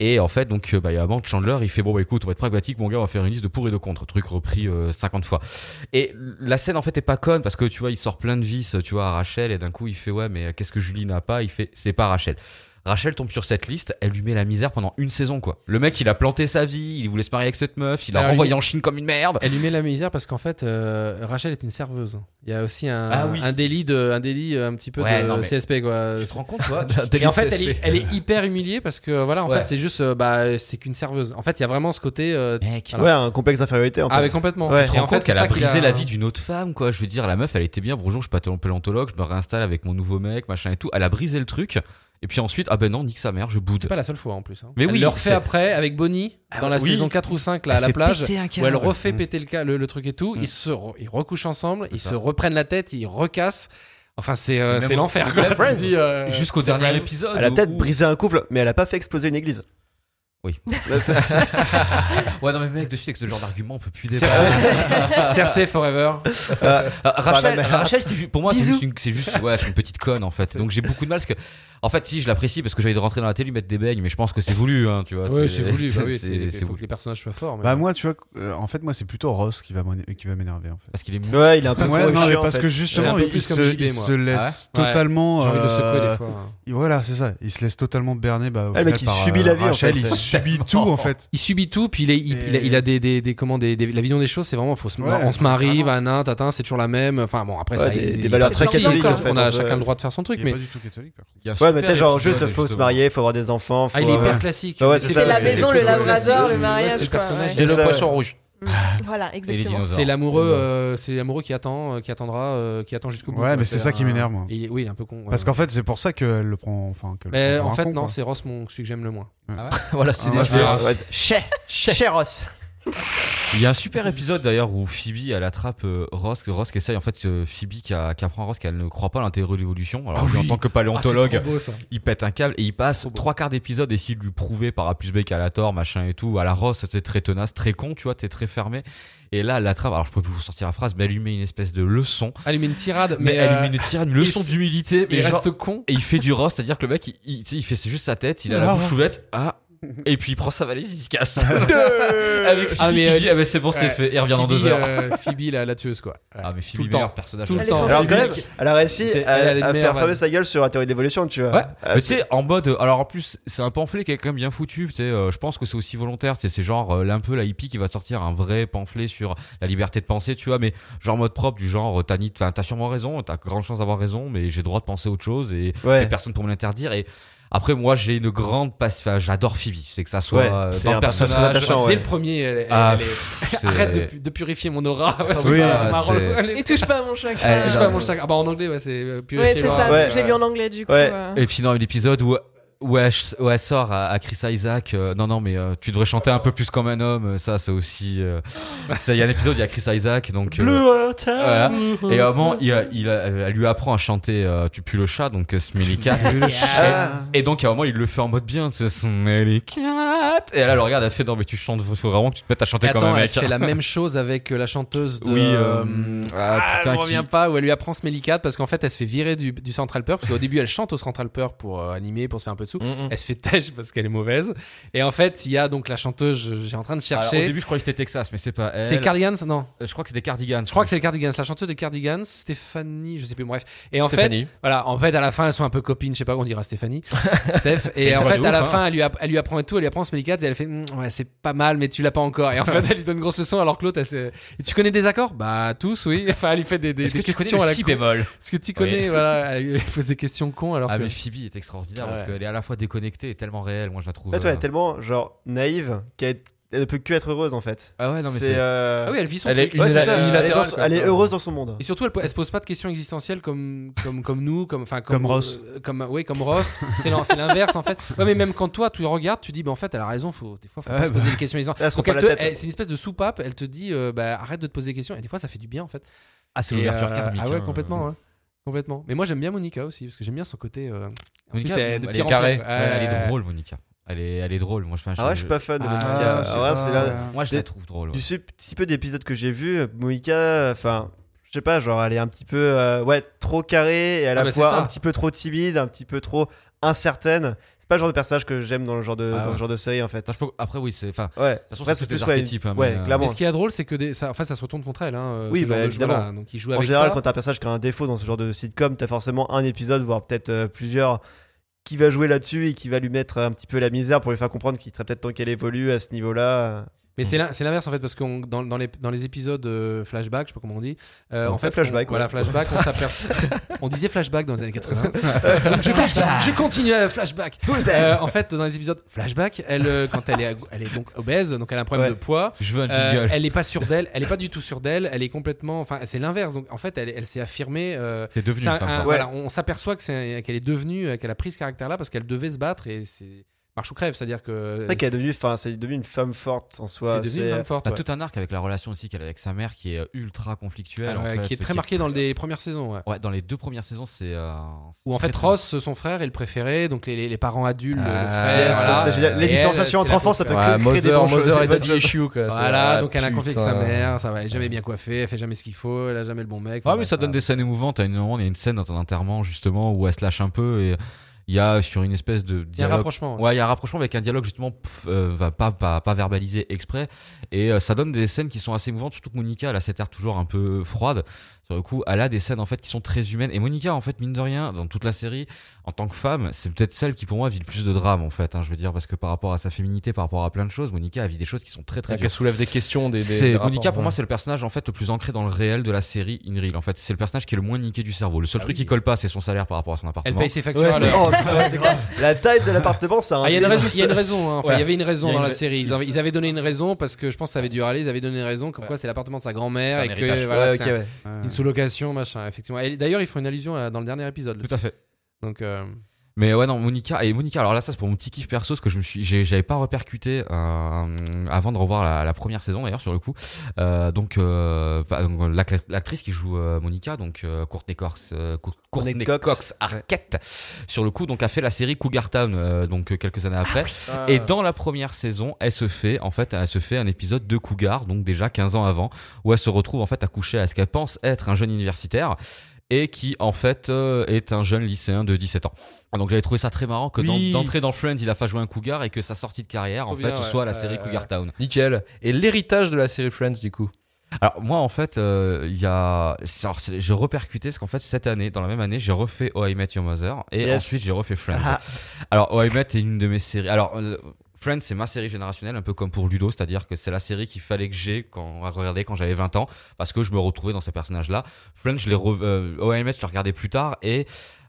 Et en fait, donc, euh, bah, il y a un moment, Chandler, il fait Bon, bah, écoute, on va être pragmatique, mon gars, on va faire une liste de pour et de contre. Truc repris euh, 50 fois. Et la scène en fait est pas conne parce que tu vois, il sort plein de vices, tu vois, à Rachel et d'un coup il fait ouais, mais qu'est-ce que Julie n'a pas Il fait c'est pas Rachel. Rachel tombe sur cette liste, elle lui met la misère pendant une saison quoi. Le mec il a planté sa vie, il voulait se marier avec cette meuf, il l'a
Alors,
renvoyé
lui-
en Chine comme une merde.
Elle lui met la misère parce qu'en fait, euh, Rachel est une serveuse. Il y a aussi un,
Ah oui.
un délit de, un délit euh, un petit peu
Ouais,
de
non, mais-
CSP quoi.
Tu te rends compte toi
Et en fait, elle est, elle est hyper humiliée parce que voilà, en
Ouais.
fait, c'est juste, euh, bah, c'est qu'une serveuse. En fait, il y a vraiment ce côté. euh,
Mec,
Voilà.
Ouais, un complexe d'infériorité en fait.
ah, mais complètement.
Ouais.
Et
Tu te rends
en fait,
compte qu'elle
c'est
a
ça qu'il
brisé la vie d'une autre femme, quoi. Je veux dire, la meuf, elle était bien. Bonjour, je suis pas paléontologue, je me réinstalle avec mon nouveau mec, machin et tout. Elle a brisé le truc. Et puis ensuite, ah ben non, nique sa mère, je boude.
C'est pas la seule fois en plus. hein.
Mais
elle
oui,
le refait
c'est-
après avec Bonnie dans la
oui.
saison 4 ou 5 là, à
Elle
la
fait
plage.
péter un
Où Ah elle
câble.
refait
Mm.
péter le, ca- le, le truc et tout,
Mm.
ils, se re- ils recouchent ensemble, ils
ça.
se reprennent la tête, ils recassent. Enfin, c'est euh,
Même
c'est
au-
l'enfer. quoi.
même
Tu te
Friends.
dis, euh,
Jusqu'au
c'est
dernier
Friends.
épisode.
Elle a
où-
peut-être
où-
brisé un couple, mais elle a pas fait exploser une église.
Oui.
Là, c'est-
Ouais, non, mais mec, de suite, avec ce genre d'argument, on peut plus
Circe.
débattre.
Circe Forever.
euh,
Ah, Rachel,
Enfin, même-
Rachel c'est ju- pour moi, c'est
Bisous.
juste, une, c'est juste ouais, c'est une petite conne en fait. Donc j'ai beaucoup de mal parce que, en fait, si je l'apprécie parce que j'avais de rentrer dans la télé, lui mettre des beignes, mais je pense que c'est voulu, hein, tu vois.
Oui, c'est voulu. bah oui,
c'est-
c'est-
c'est
faut que
voulu.
les personnages soient forts. mais
Bah
ouais.
moi, tu vois, euh, en fait, moi, c'est plutôt Ross qui va m'en- qui va m'énerver. En fait.
Parce qu'il est mou.
Ouais, il est un peu gros
Ouais,
et
non, mais
chiant, en
parce
fait.
que justement,
J'ai un peu
il,
plus
se,
comme JB,
il
moi.
se laisse totalement.
J'ai envie de le secouer
euh,
des fois. hein.
il- Voilà, c'est ça. Il se laisse totalement berner. Bah, au
Ah,
final,
le mec, il
par,
subit
euh,
la vie, en
Rachel,
fait,
il
c'est-
subit tout en fait.
Il subit tout, puis il, est- il, il a, il a des, des, des, comment, des, des- la vision des choses, c'est vraiment, faut se,
Ouais,
on se marie,
vraiment.
vanin, tatin, c'est toujours la même. Enfin bon, après,
Ouais,
ça,
des-
c'est-
des
il-
valeurs
c'est
très
parti,
catholiques,
quoi.
en fait,
On a
en hein, vrai.
chacun le droit de faire son truc,
Il est
mais
pas du tout catholique. par contre.
Il y a
Ouais,
super
mais t'es genre
épisode,
juste, faut se
justement.
marier, faut avoir des enfants. Faut
ah, il est
avoir-
hyper classique.
Bah ouais, c'est ça,
la
c'est-
maison,
c'est
le
plutôt
labrador,
classique.
le mariage.
C'est le
quoi,
personnage,
ouais.
c'est le
ça,
poisson rouge.
Mm, Voilà,
Et les
exactement.
dinosaures.
C'est l'amoureux, euh, c'est l'amoureux qui attend, euh, qui attendra, euh, qui attend jusqu'au bout.
Ouais,
quoi.
mais c'est ça qui
un-
m'énerve, moi.
Il est- oui, il est un peu con. ouais.
Parce qu'en fait, c'est pour ça qu'elle le prend. Enfin, que le
mais
prend pour
en
un
fait,
con,
non,
quoi.
c'est Ross, mon celui que j'aime le moins.
Ah
voilà, c'est
Ah,
des
ouais,
C'est-
Ah,
ouais, Chez, chez Ross.
Il y a un super épisode d'ailleurs où Phoebe elle attrape euh, Ross, Ross qui essaye en fait euh, Phoebe qui, a- qui apprend à Ross qu'elle ne croit pas à l'intérêt de l'évolution. Alors
Ah
lui en
oui.
tant que
Ah, c'est
paléontologue,
trop beau, ça.
il pète un câble et il passe
Trop beau.
trois quarts d'épisode essayer de lui prouver par A plus B qu'elle a tort, machin et tout. À la Ross c'est très tenace, très con, tu vois, t'es très fermé. Et là elle l'attrape. Alors je peux plus vous sortir la phrase, mais elle lui met une espèce de leçon,
Ah, il met une tirade,
mais,
mais,
elle
euh,
lui met une, tirade, une
il
leçon
s-
d'humilité.
il
mais genre-
reste con.
et il fait du Ross, c'est-à-dire que le mec il, il, tu sais, il fait c'est juste sa tête, il a la
Ah,
bouche
ouais.
ouverte, ah. Et puis il prend sa valise, il se casse. Avec Phoebe
Ah, mais,
qui
euh,
dit, ah, mais c'est bon, c'est
Ouais.
fait. Il revient dans
Phoebe,
deux heures.
euh, Phoebe, la, la tueuse, quoi. Ouais.
Ah mais
Tout
Phoebe
le
meilleur
temps.
personnage.
Tout le
Elle est
temps.
formidable.
Alors, quand même, elle a réussi
C'est-
à,
elle a les
à
meilleures
faire
vannes.
fermer sa gueule sur la théorie d'évolution, tu vois.
Ouais.
Euh,
mais tu
c'est-
sais, en mode. Alors en plus, c'est un pamphlet qui est quand même bien foutu. Tu sais, euh, je pense que c'est aussi volontaire. Tu sais, c'est genre euh, un peu la hippie qui va te sortir un vrai pamphlet sur la liberté de penser, tu vois. Mais genre en mode propre, du genre, euh, t'as ni- enfin, t'as sûrement raison, t'as grande chance d'avoir raison, mais j'ai le droit de penser autre chose et
Ouais.
t'es personne pour me l'interdire. Et après, moi, j'ai une grande passe. Enfin, j'adore Phoebe. C'est que ça soit
Ouais,
euh,
c'est
dans le
un personnage très
personnage.
attachant,
Dès
ouais.
le premier, elle, elle-
Ah,
elle est-
pff, c'est-
arrête de, pu- de purifier mon aura. Ouais,
Oui,
c'est
ah,
marrant.
c'est-
Elle est-
Et touche pas à mon chakra.
Elle-
touche
euh,
pas à mon chakra. Ah, bah en anglais, ouais, c'est euh, purifier
Ouais, c'est
l'aura.
ça,
Ouais.
parce que j'ai vu en anglais du coup.
Ouais.
euh.
Et puis dans l'épisode où où elle, ch- où elle sort à, à Chris Isaac, euh, non non mais euh, tu devrais chanter un peu plus comme un homme, euh, ça c'est aussi. euh, ça, Il y a un épisode il y a Chris Isaac donc. euh, voilà. Et à un moment il, il- euh, elle lui apprend à chanter euh, tu pues le chat donc euh, Smelly Cat.
Ah.
Et donc à un moment il le fait en mode bien c'est Smelly Cat. Et elle le regarde elle fait non mais tu chantes faut vraiment que tu te mettes à chanter comme
Attends,
un
elle
mec.
fait la même chose avec euh, la chanteuse de.
Oui, euh,
euh,
ah,
ah,
putain,
je me
qui-
reviens pas, où elle lui apprend ce mélicate parce qu'en fait elle se fait virer du, du Central Perk parce qu'au début elle chante au Central Perk pour euh, animer, pour se faire un peu de sous.
Mm, mm.
Elle se fait têche parce qu'elle est mauvaise. Et en fait, il y a donc la chanteuse, je- j'ai en train de
Alors,
chercher.
Ah, au début je croyais que c'était Texas mais c'est pas elle. Euh,
c'est Cardigans Non,
Je crois que c'était Cardigans.
je crois que c'est les Cardigans, la chanteuse des Cardigans, Stéphanie, je sais plus, bref. Et en fait,
Stéphanie.
voilà, en fait, à la fin, elles sont un peu copines, je sais pas, on dira Stéphanie, Steph. Et
Quelle
en
voix
fait,
de
à la
ouf, hein.
fin, elle lui, app- elle lui apprend tout, elle lui apprend ce mélicat et elle fait, Hum, ouais, c'est pas mal, mais tu l'as pas encore. Et en fait, elle lui donne une grosse leçon, alors que l'autre, elle s'est- Et tu connais des accords Bah, tous, oui. Enfin, elle lui fait des, des,
Est-ce que
des
tu connais
questions
le
à la
si
con.
bémol
Est-ce que tu connais, voilà, elle lui pose des questions cons, alors
Ah
que.
mais Phoebe est extraordinaire
Ah
parce
ouais.
qu'elle est à la fois déconnectée et tellement réelle, moi je la trouve.
En fait, ouais,
euh,
tellement genre naïve qu'elle elle ne peut que être heureuse en fait.
Ah ouais non mais
C'est.
c'est.
euh,
Ah oui, elle vit son
Elle est
truc.
une-
ouais, c'est
elle-
ça, elle est
unilatérale,
dans son-
quoi.
elle est heureuse dans son monde.
Et surtout, elle, po- elle se pose pas de questions existentielles comme comme comme nous, comme enfin
Comme Ross.
euh, comme oui, comme Ross. C'est l'in- c'est l'inverse en fait. Ouais, mais même quand toi tu regardes, tu dis bah en fait elle a raison. Faut des fois faut
Ouais,
pas se poser
bah.
des questions existentielles.
Elle se
Donc,
prend pas
elle
la
te-
tête.
elle- c'est une espèce de soupape. Elle te dit euh, bah arrête de te poser des questions. Et des fois ça fait du bien en fait.
Ah c'est
Et,
l'ouverture
euh,
karmique.
Ah ouais
hein.
complètement. ouais. Complètement. Mais moi j'aime bien Monica aussi parce que j'aime bien son côté. euh, en
Monica,
plus,
elle,
de
est
pire en
carrée.
pire.
Ouais, elle est drôle Monica. Elle est elle est drôle. Moi je fais un
Ah ouais, je suis pas fan de
Ah,
Monica.
je
sais
Ah ouais,
pas.
c'est là.
Moi je la
Des-
trouve drôle. ouais.
Du sup- petit peu d'épisodes que j'ai vu, Moïka, enfin, je sais pas, genre elle est un petit peu, euh, ouais, trop carrée et à
Ah
la
bah, c'est
fois
ça.
un petit peu trop timide, un petit peu trop incertaine. C'est pas le genre de personnage que j'aime dans le genre de
Ah
dans
ouais.
le genre de série en fait.
Enfin, je peux- Après oui c'est enfin.
Ouais.
toute façon,
Après,
c'est tous des
ouais,
archétypes, hein,
ouais,
mais, euh,
clairement.
Mais ce qui est drôle, c'est que des... ça, enfin, ça se retourne contre elle. hein, euh,
Oui,
ce genre
bah,
de- voilà,
évidemment.
donc il joue
En
avec
général,
ça.
quand t'as un personnage qui a un défaut dans ce genre de sitcom, t'as forcément un épisode, voire peut-être euh, plusieurs, qui va jouer là-dessus et qui va lui mettre un petit peu la misère pour lui faire comprendre qu'il serait peut-être temps qu'elle évolue à ce niveau-là.
Mais c'est l'in- c'est l'inverse en fait, parce que dans, dans les, dans les épisodes euh, flashback, je sais pas comment on dit. euh,
Ouais,
en fait,
flashback,
on- voilà,
ouais.
flashback, on s'aperçoit. on disait flashback dans les années 80. Donc, je, continue- je continue à flashback. Euh, en fait, dans les épisodes flashback, elle, euh, quand elle est, à- elle est donc obèse, donc elle a un problème
Ouais.
de poids.
Je veux un
Euh,
jingle.
elle est pas sûre d'elle, elle est pas du tout sûre d'elle, elle est complètement. Enfin, c'est l'inverse. Donc en fait, elle, elle s'est affirmée. euh,
T'es devenu
c'est un-
une femme
un-
forte.
voilà, on s'aperçoit que c'est- qu'elle est devenue, euh, qu'elle a pris ce caractère-là parce qu'elle devait se battre et c'est marche ou crève, c'est-à-dire que
C'est vrai qu'elle est devenue, enfin, c'est devenu une femme forte en
c'est
soi.
devenu
c'est-
une femme forte,
T'as
ouais.
tout un arc avec la relation aussi qu'elle a avec sa mère qui est euh, ultra conflictuelle.
Alors,
en
euh,
fait,
qui est
ce
très marqué dans les premières saisons. Ouais.
Ouais, dans les deux premières saisons, c'est. euh,
Où en
très,
fait
très-
Ross, son frère, est le préféré, donc les, les- les parents adultes,
Ah,
le
Yes,
frère.
Yes,
voilà.
ça, c'est génial. Les
Et elle,
différenciations
c'est
entre
la
enfants, ça peut
conférence.
Ouais,
que créer des
Mother,
bons choses.
Mother et
des bonnes
Daddy
choses.
Issue, quoi. C'est-
Voilà,
ah,
donc elle a un conflit avec sa
putain.
mère, ça va, elle est jamais bien coiffée, elle fait jamais ce qu'il faut, elle a jamais le bon mec.
Ouais,
enfin,
mais ça
bref,
donne des scènes émouvantes. À une moment, il y a une scène dans un enterrement, justement, où elle se lâche un peu et il y a sur une espèce de
Il y a un
dialogue.
rapprochement. ouais.
Ouais, il y a un rapprochement avec un dialogue, justement, pff, euh, va pas, pas, pas verbalisé exprès. Et euh, ça donne des scènes qui sont assez émouvantes, surtout que Monica, elle a cette air toujours un peu froide. Sur le coup, elle a des scènes, en fait, qui sont très humaines. Et Monica, en fait, mine de rien, dans toute la série, en tant que femme, c'est peut-être celle qui, pour moi, vit le plus de drame, en fait. hein, je veux dire, parce que par rapport à sa féminité, par rapport à plein de choses, Monica, elle vit des choses qui sont très, très
Ouais,
dures.
qu'elle soulève des questions, des. des-
C'est
des
Monica
rapports,
pour
ouais.
moi c'est le personnage en fait le plus ancré dans le réel de la série In Real en fait c'est le personnage qui est le moins niqué du cerveau le seul
Ah
truc
oui.
qui colle pas c'est son salaire par rapport à son
Elle
appartement
paye ses factures
Ouais,
à
c'est-
l'heure.
oh, putain, ouais, c'est grave. La taille de l'appartement, ça.
Ah, il y a une raison, il y a une raison, hein. Enfin, il y
Ouais.
avait une raison
Il y a
dans
une
la
ra-
série. Ils avaient, ils avaient donné une raison parce que je pense que ça avait dû râler. Ils avaient donné une raison comme quoi c'est l'appartement de sa grand-mère
Un
et que
héritage.
voilà,
ouais,
c'est
ok,
un-
ouais.
Ouais.
c'est une sous-location, machin, effectivement. Et d'ailleurs, ils font une allusion à- dans le dernier épisode.
tout à fait
Donc, euh,
mais ouais non Monica et Monica alors là ça c'est pour mon petit kiff perso ce que je me suis j'ai- j'avais pas repercuté euh, avant de revoir la, la première saison d'ailleurs sur le coup Euh, donc, euh, bah, donc, euh, l'ac- l'actrice qui joue euh, Monica donc euh, Courtney Cox euh, Co-
Courtney
Courtney
Cox.
Cox Arquette sur le coup donc a fait la série Cougar Town euh, donc euh, quelques années après Et dans la première saison, elle se fait en fait, elle se fait un épisode de Cougar, donc déjà 15 ans avant, où elle se retrouve en fait accouchée à ce qu'elle pense être un jeune universitaire et qui en fait euh, est un jeune lycéen de 17 ans. Donc j'avais trouvé ça très marrant que
Oui.
dans- d'entrée dans Friends, il a fait jouer un cougar et que sa sortie de carrière en
Trop Oh, bien,
fait
ouais. Euh,
soit la
Ouais,
série
ouais,
Cougar
ouais.
Town.
Nickel. Et l'héritage de la série Friends, du coup.
Alors moi en fait, euh, il y a, c'est- alors, c'est- j'ai repercuté ce qu'en fait cette année, dans la même année, j'ai refait Oh I Met Your Mother et
Yes.
ensuite j'ai refait Friends.
Ah,
Alors, Oh, I Met est une de mes séries. Alors, euh, Friends, c'est ma série générationnelle, un peu comme pour Ludo, c'est-à-dire que c'est la série qu'il fallait que j'ai quand, à regarder quand j'avais 20 ans, parce que je me retrouvais dans ces personnages-là. Friends, je l'ai re- euh, Oh, I Met, je l'ai regardé plus tard, et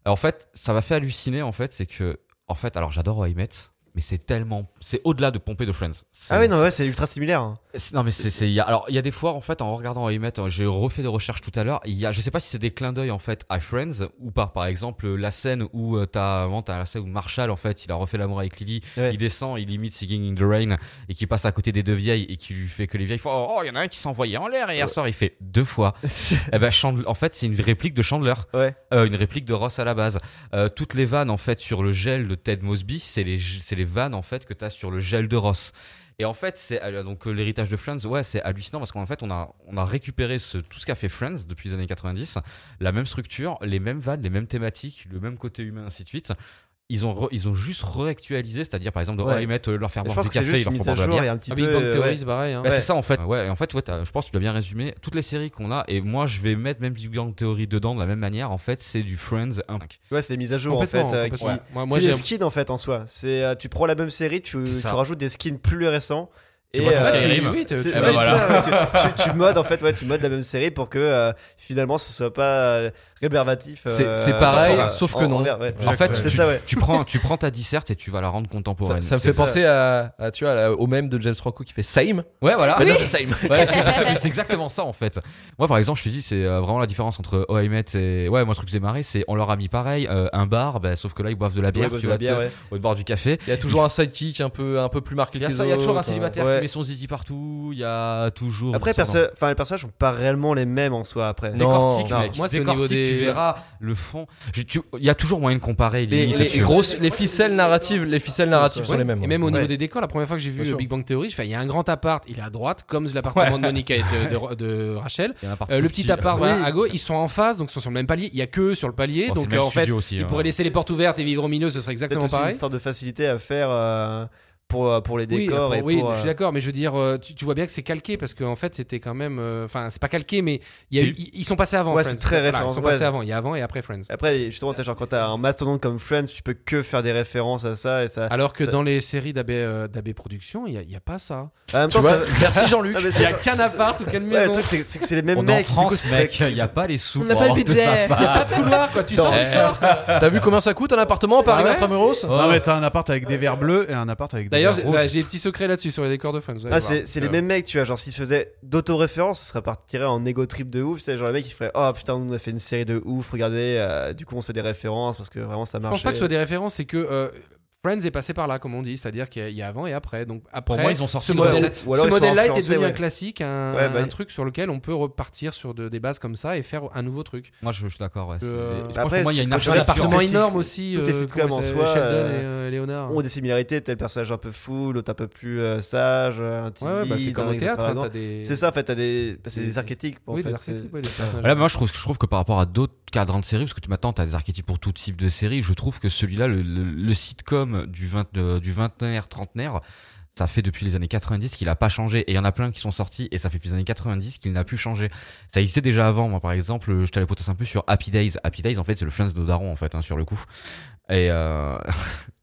euh, en fait, ça m'a fait halluciner, en fait, c'est que, en fait, alors j'adore Oh, I Met, mais c'est tellement, c'est au-delà de pomper de Friends. C'est-
ah oui, non, ouais, c'est ultra similaire.
Ah,
hein.
c'est- Non mais c'est c'est- il y a alors il y a des fois en fait en regardant Aymet hein, j'ai refait des recherches tout à l'heure il y a je sais pas si c'est des clins d'œil en fait à Friends ou pas par exemple la scène où euh, t'as vraiment, t'as la scène où Marshall en fait il a refait l'amour avec Lily
Ouais.
il descend il imite Singing in the Rain et qui passe à côté des deux vieilles et qui lui fait que les vieilles font oh il y en a un qui s'envoyait en l'air et hier soir il fait deux fois eh ben Chandler- en fait c'est une réplique de Chandler
Ouais.
Euh, une réplique de Ross à la base Euh, toutes les vannes en fait sur le gel de Ted Mosby c'est les c'est les vannes en fait que t'as sur le gel de Ross et en fait, c'est euh, donc euh, l'héritage de Friends, ouais, c'est hallucinant parce qu'en fait, on a on a récupéré ce, tout ce qu'a fait Friends depuis les années 90, la même structure, les mêmes vannes, les mêmes thématiques, le même côté humain, ainsi de suite. Ils ont re- ils ont juste réactualisé, c'est-à-dire par exemple, de,
Ouais.
oh, ils mettent euh, leur faire
Mais Je
boire
pense
du
que c'est
café, ils
juste
leur
une
font boire
mise à
de la
jour
bière.
et un petit
Ah,
peu.
Big Bang
euh,
Theory,
ouais.
c'est pareil. hein.
Bah,
Ouais.
C'est ça en fait. Ouais, et en fait, ouais, t'as- je pense que tu l'as bien résumé. Toutes les séries qu'on a, et moi je vais mettre même Big Bang Theory dedans de la même manière. En fait, c'est du Friends 1.
Ouais, c'est des mises à jour en fait.
Complètement,
euh, qui-
complètement. Moi, moi,
c'est
j'ai
des skins en fait en soi. C'est euh, tu prends la même série, tu,
C'est
tu
ça.
rajoutes des skins plus récents. euh,
Tu vois, comme
Ah, tu-
Skyrim.
oui, tu-
c'est- bah Ah,
tu-
ben
ouais, c'est
voilà.
ça, ouais, tu, tu- tu modes en fait, ouais, tu modes la même série pour que euh, finalement ce soit pas euh, rébarbatif.
C'est-
euh,
c'est pareil,
en-
sauf
en-
que
en
non.
envers, ouais.
En fait, tu,
c'est ça, ouais.
tu prends tu prends ta disserte et tu vas la rendre contemporaine.
Ça, ça me
C'est-
fait
ça.
penser à, à, tu vois, là, au même de James Franco qui fait Same.
Ouais, voilà.
Bah, non, Same.
Ouais, c'est exactement, c'est exactement ça en fait. Moi par exemple, je te dis, c'est euh, vraiment la différence entre Oh I Met et. Ouais, moi, un truc qui faisait marrer, c'est on leur a mis pareil, euh, un bar, bah, sauf que là, ils boivent de la bière,
Ouais,
tu
la
vois,
bière,
tu sais, au
ouais.
bord du café.
Il y a toujours un sidekick un peu, un peu plus marqué
Il y a
que les
ça, il y a toujours un
autres, hein.
célibataire
Ouais.
qui met son zizi partout, il y a toujours.
Après,
une sorte
perso- enfin, les personnages sont pas réellement les mêmes en soi après.
Non.
Décortique,
Non.
mec.
Moi, c'est au
Décortique,
niveau des-
tu verras le fond. Je- tu- Il y a toujours moyen de comparer.
Les,
limite,
les
tu vois.
grosses, les ficelles narratives, les ficelles narratives sont
Ouais.
les mêmes. hein.
Et
ouais.
même au niveau
Ouais.
des décors, la première fois que j'ai vu
Bien sûr.
euh, Big Bang Theory, je fais, il y a un grand appart, il est à droite, comme l'appartement de Monica et de, de- de Rachel.
Il y en a partout
Euh, le petit
qui-
appart
Bon,
voilà,
Oui. Oh,
à gauche, ils sont en face, donc ils sont sur le même palier. Il y a que eux sur le palier,
c'est
donc
le
euh,
même
en fait,
studio aussi,
ils
hein.
pourraient laisser les portes ouvertes et vivre au milieu, ce serait
Peut-être
exactement
aussi une
pareil.
sorte de facilité à faire. euh, pour, euh, pour les
Oui,
décors
pour-
et
oui,
pour.
je suis
euh,
d'accord, mais je veux dire, euh, tu, tu vois bien que c'est calqué parce qu'en fait, c'était quand même. euh, Enfin, c'est pas calqué, mais il y a
Tu-
eu- ils ils sont passés avant.
Ouais,
Friends.
c'est très
Voilà,
référence-
Ils sont
ouais.
passés avant. Il y a avant et après Friends.
Après, justement, t'as genre, quand t'as un mastodonte comme Friends, tu peux que faire des références à ça et ça.
Alors que
ça-
dans les séries d'AB euh, d'AB Productions, il n'y a, pas ça.
En même
Tu
temps,
vois,
ça-
merci Jean-Luc.
Ah, mais
Il n'y a
c'est-
qu'un appart ou qu'une
Ouais,
maison.
le truc, c'est c'est que c'est les
On
mêmes
est en
mecs. du coup,
Oh France,
c'est-
mec, il n'y a pas les sous.
On
pour
n'a pas le
avoir tout ça.
budget.
Il n'y a pas de couloir, quoi. Tu sors du
Eh.
sort.
T'as vu combien ça coûte un appartement à Paris
Ah ouais
Intramuros
Oh.
Non, mais t'as un appart avec des verres bleus et un appart avec des
D'ailleurs, j'ai
verres rouges.
bah, j'ai des petits secrets là-dessus sur les décors de Friends. vous allez
Ah,
voir.
c'est c'est les
Euh,
mêmes mecs, tu vois. Genre, s'ils se faisaient d'autoréférence, ça serait partirait en égo trip de ouf. Tu sais, genre, les mecs, ils feraient Oh putain, on a fait une série de ouf, regardez. euh, du coup, on se fait des références parce que vraiment, ça
Je
marche.
pense pas que ce soit des références, c'est que. euh, Friends est passé par là, comme on dit, c'est-à-dire qu'il y a- il y a avant et après. Donc après,
Pour moi, ils ont sorti
ce
le
Ouais,
modèle-
modèle.
ou- ou alors
ce
ils sont
modèle-là était
influencés,
devenu un
ouais.
classique, un,
Ouais, bah,
un
il-
truc sur lequel on peut repartir sur de- des bases comme ça et faire un nouveau truc.
Moi, je je suis d'accord. ouais, c'est-
Euh,
je pense
après,
que moi, il y a
tu-
une
quand tu
Un
Ouais,
architecture.
regardes
appartement
tout est-
énorme aussi.
tout est sitcom
comment
en
il s'appelle,
soi,
Sheldon
euh,
et euh, Léonard.
ont des similarités, tel personnage un peu fou, l'autre un peu plus euh, sage, euh, un timide,
Ouais, ouais, bah, c'est comme
un,
au
etc.
théâtre. hein,
Non,
t'as des-
C'est ça, en fait, t'as des, bah, c'est
des-
des archétypes. En
Oui,
fait,
des
c'est-
archétypes. ouais,
c'est
des
ça.
personnages.
Voilà, mais moi je trouve, je trouve que par rapport à d'autres cadrans de séries, parce que tu maintenant tu as des archétypes pour tout type de série, je trouve que celui-là, le, le- le sitcom du, 20, euh, du vingtenaire, trentenaire, ça fait depuis les années 90 qu'il a pas changé. Et il y en a plein qui sont sortis et ça fait depuis les années 90 qu'il n'a plus changé. Ça existait déjà avant, moi par exemple, euh, je t'allais potasse un peu sur Happy Days. Happy Days en fait c'est le Friends de Daron en fait, hein, sur le coup. Et euh...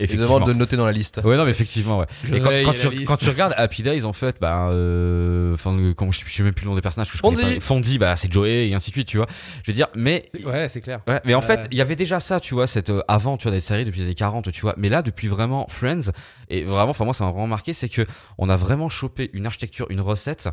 Il
effectivement.
demande de le noter dans la liste.
Ouais, non, mais effectivement, ouais.
Je
Et quand,
veille
quand
à la
tu,
liste.
quand tu regardes Happy Days, en fait, bah, euh, enfin, euh, comment je, je sais même plus le nom des personnages que je
Fonzie.
connais pas. Fonzie, bah, c'est Joey et ainsi de suite, tu vois. Je veux dire, mais.
C'est- Ouais, c'est clair.
Ouais, mais en
Ouais.
fait, il y avait déjà ça, tu vois, cette euh, avant, tu vois, des séries depuis les années 40, tu vois. Mais là, depuis vraiment Friends, et vraiment, enfin moi, ça m'a vraiment marqué, c'est que on a vraiment chopé une architecture, une recette,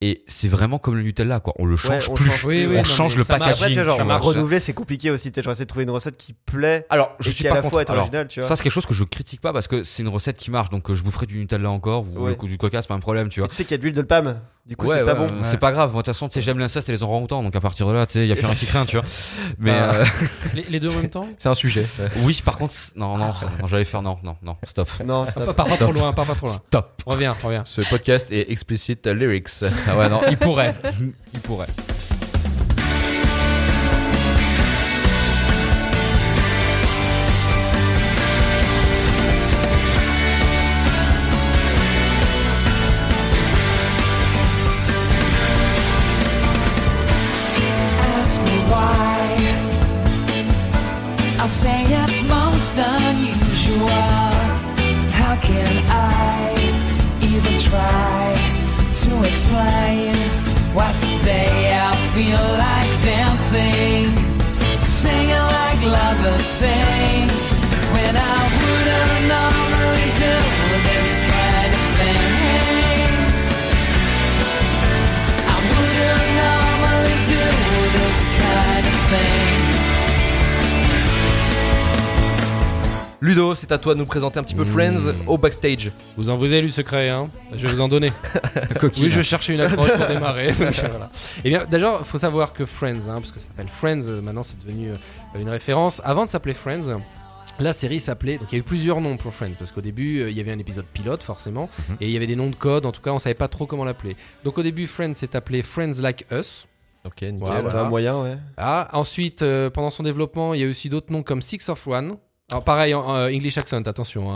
et c'est vraiment comme le Nutella, quoi. On le change
on
plus,
change
plus. Oui, oui,
on
non,
change
mais
le
ça marche.
packaging.
Après, tu vois,
tu
genre,
vois.
renouveler, c'est compliqué aussi. T'es genre, essayer de trouver une recette qui plaît
Alors, je
et
suis
qui à
pas
la
contre.
fois être
Alors,
originale, tu vois.
Ça, c'est quelque chose que je critique pas parce que c'est une recette qui marche. Donc, euh, je boufferai du Nutella encore ou
Ouais.
le coup du coca, c'est pas un problème, tu vois.
Et tu sais qu'il y a de l'huile de palme. Du coup,
Ouais,
c'est pas
ouais,
bon.
euh, C'est pas grave. Moi, de toute façon, tu sais, j'aime l'inceste et les orang-outans. Donc, à partir de là, tu sais, il y a plus rien qui craint, tu vois. Mais euh,
Les, les deux en même temps
C'est un sujet. ça.
oui, par contre, c'est- non, non, ça- non, j'allais faire non, non, non, stop.
Non, c'est
Pas- Pas pas trop loin, pas pas trop loin.
Stop.
Reviens, reviens.
Ce podcast est explicite lyrics.
Ah ouais, non, il pourrait. Il pourrait.
ask me why. I say it's most unusual. How can I even try to explain why today I feel like dancing, singing like lovers sing? When I wouldn't normally do this kind of thing. I wouldn't normally do this kind of thing.
Ludo, c'est à toi de nous présenter un petit peu Friends
Mmh.
au backstage.
Vous en vous avez lu le secret, hein Je vais vous en donner.
Coquine.
Oui, je cherchais une accroche pour démarrer. donc, euh, voilà. Et bien, d'ailleurs, faut savoir que Friends, hein, parce que ça s'appelle Friends, euh, maintenant c'est devenu euh, une référence. Avant de s'appeler Friends, la série s'appelait. Donc il y a eu plusieurs noms pour Friends, parce qu'au début, euh, il y avait un épisode pilote, forcément,
Mhm.
et il y avait des noms de code, en tout cas, on savait pas trop comment l'appeler. Donc au début, Friends s'est appelé Friends Like Us.
Ok, nickel.
Voilà.
T'as un moyen, ouais.
Ah, ensuite, euh, pendant son développement, il y a eu aussi d'autres noms comme Six of One. Alors pareil, en, en English accent, attention. hein.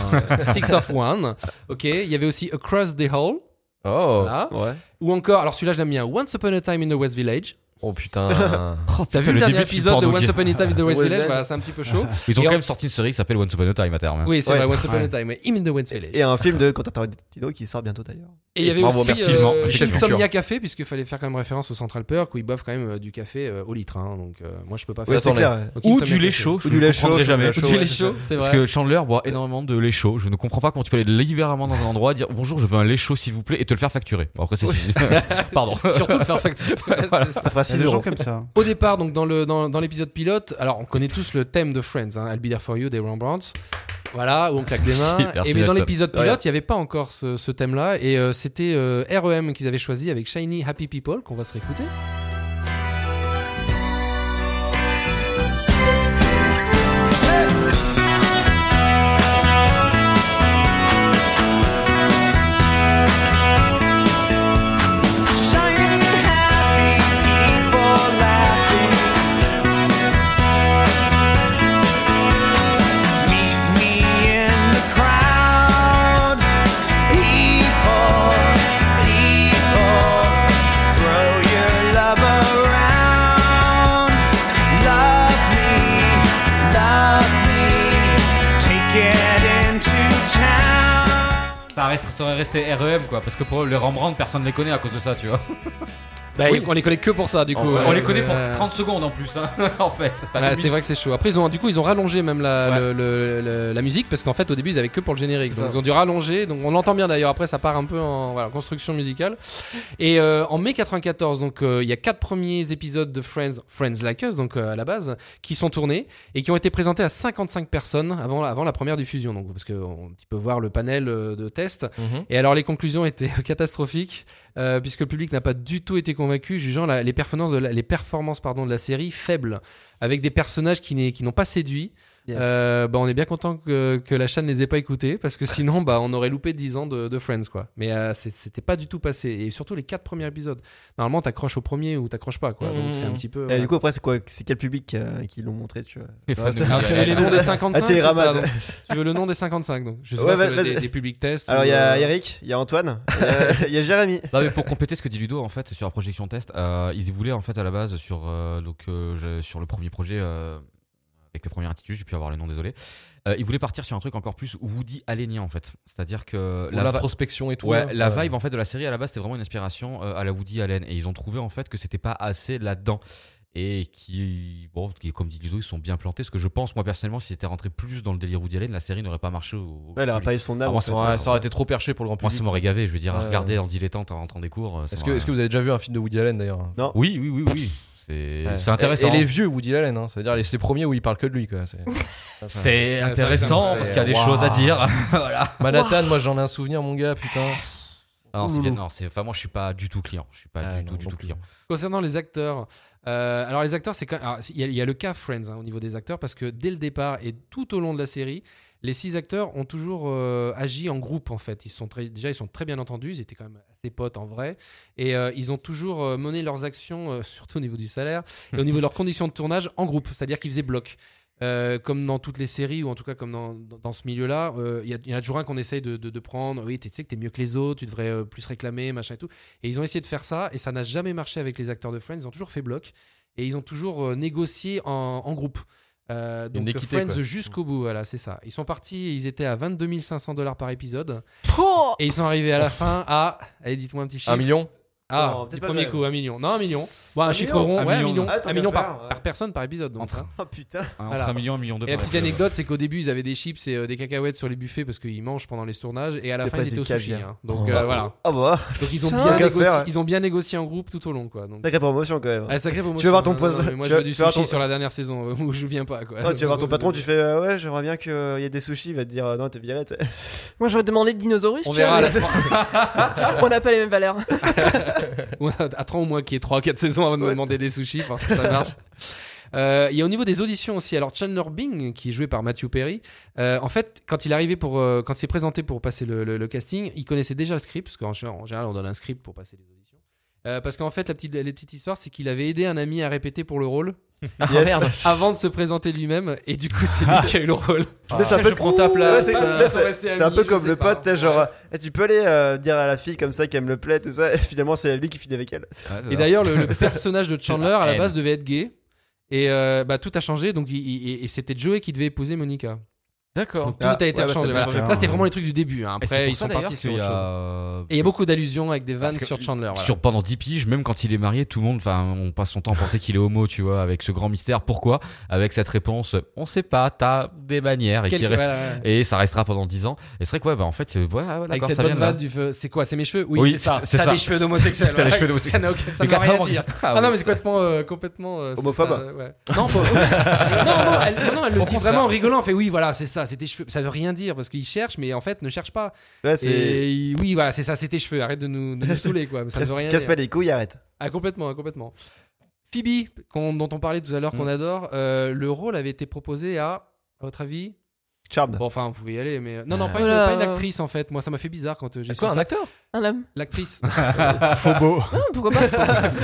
Six of One. Ok, il y avait aussi Across the Hall.
Oh,
Voilà.
Ouais.
Ou encore, alors celui-là, je l'aime bien, Once Upon a Time in the West Village.
oh putain.
T'as vu
le
le dernier
début de film
épisode de
porno
Once
gay.
Upon a Time in the West
Ouais,
Village
je
Voilà, c'est un petit peu chaud.
Ils ont
Et
quand
en-
même sorti une série qui s'appelle Once Upon a Time à terme.
Oui, c'est
Ouais.
vrai, Once Upon a
Ouais.
Time in the West Village.
Et un film de Quentin Tarantino qui sort bientôt d'ailleurs.
Et il y avait
Bravo,
aussi
merci,
Yvan.
euh,
Michel
Insomnia Café, puisqu'il fallait faire quand même référence au Central Park où ils boivent quand même euh, du café euh, au litre. hein. donc euh, moi, je peux pas faire
c'est
ça.
attendez. clair.
Donc,
Ou
Insomnia
du lait
Café.
chaud. je
Ou du
ne
lait
comprendrai
chaud,
jamais.
du
Ou
chaud,
du lait
ouais,
chaud, c'est
Parce
vrai.
que Chandler boit énormément de lait chaud. Je ne comprends pas comment tu peux aller délibérément dans un endroit dire bonjour, je veux un lait chaud s'il vous plaît et te le faire facturer. Bon, après, c'est. Pardon.
Surtout le faire facturer. Ouais, c'est ça.
Ça fera
C'est
6
des gens
euros.
comme ça.
Au départ, donc dans le dans, dans l'épisode pilote, alors on connaît tous le thème de Friends, hein, I'll Be There For You des Rembrandts. Voilà, où on claque des mains.
Merci, merci,
et mais dans
Nelson.
l'épisode
Ouais.
pilote, il n'y avait pas encore ce, ce thème-là. Et euh, c'était euh, REM qu'ils avaient choisi avec Shiny Happy People, qu'on va se réécouter.
Shining happy people laughing. Meet me in the crowd.
reste- ça aurait resté REM quoi, parce que pour eux, les Rembrandt, personne ne les connaît à cause de ça, tu vois.
Bah,
Oui.
On les connaît que pour ça, du coup.
on
Ouais,
les connaît pour
euh,
30 secondes en plus, hein, en fait. C'est pas
ouais,
comme
c'est
une-
vrai que c'est chaud. Après, ils ont, du coup, ils ont rallongé même la,
Ouais.
le- le- le- la musique parce qu'en fait, au début, ils avaient que pour le générique.
C'est
Donc,
ça.
ils ont dû rallonger. Donc, on l'entend bien d'ailleurs. Après, ça part un peu en voilà, construction musicale. Et euh, en mai 94, donc, euh, il y a quatre premiers épisodes de Friends, Friends Like Us, donc euh, à la base, qui sont tournés et qui ont été présentés à 55 personnes avant, avant la première diffusion. Donc, parce que on- tu peux voir le panel euh, de test.
Mhm.
Et alors les conclusions étaient catastrophiques euh, puisque le public n'a pas du tout été convaincu, jugeant la- les performances, de la, les performances pardon, de la série faibles, avec des personnages qui n'est- qui n'ont pas séduit. Euh, bah, on est bien content que, que la chaîne ne les ait pas écoutés parce que sinon bah, on aurait loupé 10 ans de, de Friends quoi. Mais euh, c'est- c'était pas du tout passé et surtout les quatre premiers épisodes. Normalement t'accroches au premier ou t'accroches pas quoi.
Mmh.
Donc c'est un petit peu.
Et
voilà.
du coup, après, c'est quoi C'est quel public euh, qui l'ont montré, tu vois
Les fans
Ouais,
de
ça-
Woody
Alors, tu veux les noms Ah, des
À
55 c'est ça,
Télérama.
donc
tu vois.
Tu veux le nom des 55 donc je sais
Ouais,
pas, ça
vas-
doit être des,
vas-y.
des public tests.
Alors,
ou,
il y
euh,
a Eric, il y a Antoine, euh, il y a Jérémy.
Non mais pour compléter ce que dit Ludo en fait sur la projection test, euh, ils voulaient en fait à la base sur euh, donc euh, je- sur le premier projet euh, avec le premier intitulé, j'ai pu avoir le nom désolé. Euh, ils voulaient partir sur un truc encore plus Woody Allenien en fait, c'est-à-dire que
Ou la
va-
prospection et tout. hein.
Ouais,
là.
la vibe en fait de la série à la base c'était vraiment une inspiration euh, à la Woody Allen et ils ont trouvé en fait que c'était pas assez là-dedans et qui bon qui, comme dit Ludo ils sont bien plantés parce que je pense moi personnellement si c'était rentré plus dans le délire Woody Allen la série n'aurait pas marché au, au
Ouais, il aurait
public.
pas eu son âme.
Ah,
en
moi, ça
fait.
m'aurait- ça aurait été trop perché pour le grand
moi
public.
ça m'aurait gavé je veux dire à
Ouais.
regarder en dilettante en rentrant des cours euh, ça
Est-ce que,
m'aurait-
est-ce que vous avez déjà vu un film de Woody Allen d'ailleurs
oui oui oui oui c'est
Ouais.
c'est intéressant
Et, et les vieux Woody Allen, hein, ça veut dire les, ses premiers où il parle que de lui. Quoi. C'est-
C'est
Ouais,
intéressant
c'est-
parce qu'il y a des
Waouh.
choses à dire.
Manhattan, moi j'en ai un souvenir, mon gars, putain.
Ah non c'est bien non c'est enfin moi je suis pas du tout client je suis pas
Ah,
du
non,
tout du
non
tout
plus.
client
Concernant les acteurs, euh, alors les acteurs, c'est quand alors, il y, a- il y a le cas Friends hein, au niveau des acteurs parce que dès le départ et tout au long de la série, les six acteurs ont toujours euh, agi en groupe en fait. Ils sont très, déjà ils sont très bien entendus, ils étaient quand même assez potes en vrai et euh, ils ont toujours euh, mené leurs actions euh, surtout au niveau du salaire et au niveau de leurs conditions de tournage en groupe, c'est-à-dire qu'ils faisaient bloc. Euh, comme dans toutes les séries, ou en tout cas comme dans, dans- dans ce milieu-là, euh, il y, a- il y en a toujours un qu'on essaye de, de- de prendre. Oui, t'es- tu sais que t'es mieux que les autres, tu devrais euh, plus réclamer, machin et tout. Et ils ont essayé de faire ça, et ça n'a jamais marché avec les acteurs de Friends. Ils ont toujours fait bloc, et ils ont toujours euh, négocié en, en groupe. Euh, donc
équité,
Friends
quoi.
jusqu'au bout, voilà, c'est ça. Ils sont partis, ils étaient à 22 500 dollars par épisode,
Oh
et ils sont arrivés à la fin à, allez, dites-moi un petit chiffre.
Un million
Ah,
Non,
du
peut-être pas
premier
mal.
coup, un million. Non, un million.
C'est-
Bon, un,
un
chiffre
million.
rond,
Un
ouais, un
million.
million,
Ah, tant
un million
qu'à
par,
faire, ouais.
par personne par épisode. Donc,
Entre-
hein.
Oh putain.
entre
Voilà.
un million un million deux
Et la
par
petite
épisode.
anecdote, c'est qu'au début, ils avaient des chips et euh, des cacahuètes sur les buffets parce qu'ils mangent pendant les tournages, et à la
Et
fin,
après,
ils étaient
c'est
au sushi.
caviar.
hein. Donc euh, voilà.
Ah bah,
Donc ils ont
Ça,
bien
tant qu'à
négocié,
faire. hein.
ils ont bien négocié en groupe tout au long, quoi. Donc
sacrée promotion quand même.
Ah, sacrée promotion.
Tu veux voir ton
Non, non,
poison-
mais Moi,
tu
je
veux-
veux du
tu veux voir
sushi
ton-
sur la dernière saison euh, où je viens pas. Quoi.
Ah, tu vas voir ton patron, tu fais euh, ouais, j'aimerais bien qu'il y ait des sushis, il va te dire euh, non, t'es viré. t'sais.
Moi, j'aurais demandé de dinosaures.
On verra à la fin.
On n'a pas les mêmes valeurs.
Ouais, Attends au moins qu'il y ait 3-4 saisons avant de me demander des sushis, parce que ça marche. Euh, Il y a au niveau des auditions aussi. Alors Chandler Bing, qui est joué par Matthew Perry, euh, en fait, quand il est arrivé pour, euh, quand il s'est présenté pour passer le, le- le casting, il connaissait déjà le script, parce qu'en gé- en général, on donne un script pour passer les auditions. Euh, parce qu'en fait, la petite, les petites histoires, c'est qu'il avait aidé un ami à répéter pour le rôle
Yes.
Ah, avant de se présenter lui-même, et du coup, c'est lui qui a eu le rôle.
Ah. Mais ça
Ah,
peut
je
être-
prends ta place.
Ouais, c'est-
euh,
c'est-
ils sont
c'est-
restés
C'est un
amis,
peu
je
comme
sais
le
pas.
pote, t'sais, genre
Ouais.
eh, tu peux aller euh, dire à la fille comme ça qu'elle me plaît, tout ça, et finalement c'est lui qui finit avec elle.
Ouais, c'est
Et
ça.
d'ailleurs, le, le personnage de Chandler à la
haine.
base devait être gay. Et euh, bah, tout a changé, donc il- il- et c'était Joey qui devait épouser Monica.
D'accord.
Donc tout
Ah,
a été
ouais, bah,
changé.
ça a
voilà.
changé.
Là, c'était vraiment les trucs du début. hein.
Et c'est
Après,
pour
ils
ça,
sont
d'ailleurs,
partis sur
qu'il y
autre
a- euh,
chose. Et il y a beaucoup d'allusions avec des vannes
Parce que
sur Chandler. Ah, voilà.
Sur pendant 10 piges, même quand il est marié, tout le monde, enfin, on passe son temps à penser qu'il est homo, tu vois, avec ce grand mystère. Pourquoi Avec cette réponse, on sait pas, t'as des manières et qui
Quelque-
reste-
voilà, ouais.
Et ça restera pendant 10 ans. Et c'est vrai que, ouais, bah, en fait, euh, ouais, ouais,
Avec
d'accord,
cette
ça
bonne
vient de là.
vanne du feu. C'est quoi C'est mes cheveux Oui,
Oui,
c'est ça.
c'est
T'as
ça.
des cheveux d'homosexuel.
T'as les
Ouais.
cheveux d'homosexuel.
Ça n'a aucun- ça
Mais
ne veut rien
quatre ans,
dire.
Ah,
Ah non,
ouais.
mais c'est complètement. euh, complètement euh, c'est
Homophobe.
ça, ouais. Non, faut- non, non, elle, non, non, elle le
Au
dit
contraire.
vraiment en rigolant. Elle fait oui, voilà, c'est ça, c'est tes cheveux. Ça veut rien dire parce qu'il cherche, mais en fait, ne cherche pas.
Ouais, c'est.
Et il- oui, voilà, c'est ça, c'est tes cheveux. Arrête de nous, de nous saouler, quoi. Mais Ça ne
Casse
veut rien
casse
dire.
pas les couilles, arrête.
Ah, complètement, ah, complètement. Phoebe, qu'on- dont on parlait tout à l'heure, qu'on adore, euh, le rôle avait été proposé à, à votre avis
Charmed.
Bon, enfin, vous pouvez y aller, mais. Non, non,
Ah.
pas une,
Oula.
pas une actrice en fait. Moi, ça m'a fait bizarre quand euh, j'ai su
Quoi,
ça.
un acteur
Un homme.
L'actrice.
Phobo.
Ah, pourquoi pas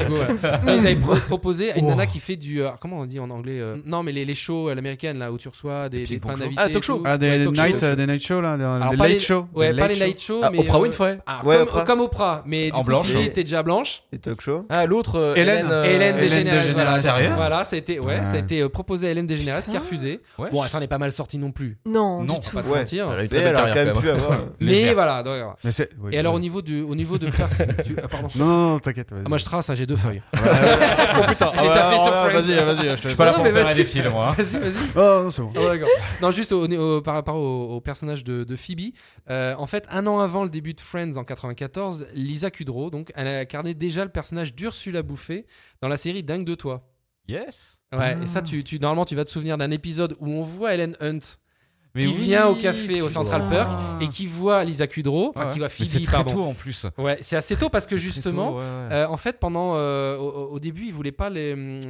Voilà. Non, Ils avaient pro- proposé à une nana qui fait du. euh, comment on dit en anglais euh, Non, mais les, les shows à l'américaine, là, où tu reçois des, des
ping-pong
plein
show.
d'invités.
Ah, talk
et
show.
tout.
Ah, des,
Ouais,
des
talk show,
night,
talk show.
euh, des night shows, là. Des,
Alors,
des
pas
late
les-
shows.
Ouais,
des late
pas les
shows.
light shows,
Ah,
mais.
Oprah
euh,
Winfrey
ah,
Ouais,
comme,
Oprah.
comme Oprah, mais du
En
coup,
blanche.
Phoebe était déjà blanche.
Les talk shows.
Ah, l'autre. euh,
Hélène.
euh,
Hélène
Hélène
Dégénérès. Voilà,
Dégénérès.
Voilà, ça a été, ouais,
Ouais.
ça a été euh, proposé à Hélène Dégénérès qui a
Putain.
refusé.
Ouais.
Bon, elle s'en est pas mal sortie non plus.
non,
Non,
du tout.
pas
se
Ouais.
mentir.
Elle a eu une très
Mais
belle
elle a quand
carrière
même
quand
pu
même.
avoir.
Mais
Légère.
voilà, d'accord.
Mais c'est- oui,
Et alors au
oui.
niveau du au niveau de Percy, tu- ah, pardon.
Non, non, non, t'inquiète. vas-y.
Ah, moi je trace, hein, j'ai deux feuilles.
Oh putain,
J'ai tapé sur Friends.
vas-y, je te
Je suis
laisse.
pas là
Non,
pour
mais
faire
vas-y.
des films, moi.
Vas-y, vas-y.
Oh non, c'est bon.
Ah, ouais, d'accord. non, juste au, au- par rapport au, au personnage de, de Phoebe. euh, en fait, un an avant le début de Friends en 94, Lisa Kudrow, donc, elle a incarné déjà le personnage d'Ursula Bouffet dans la série Dingue de toi.
Yes.
Ouais,
Ah.
et ça, tu, tu- normalement, tu vas te souvenir d'un épisode où on voit Helen Hunt
Mais
qui
oui,
vient au café au
putain.
Central Perk et qui voit Lisa Kudrow, enfin
Hein. Ouais.
qui voit
Mais c'est
Phoebe,
très
pardon.
tôt en plus.
Ouais, c'est assez tôt parce que
C'est très
justement,
tôt, ouais, ouais.
euh, en fait, pendant euh, au, au- au début, ils voulaient pas les, hum,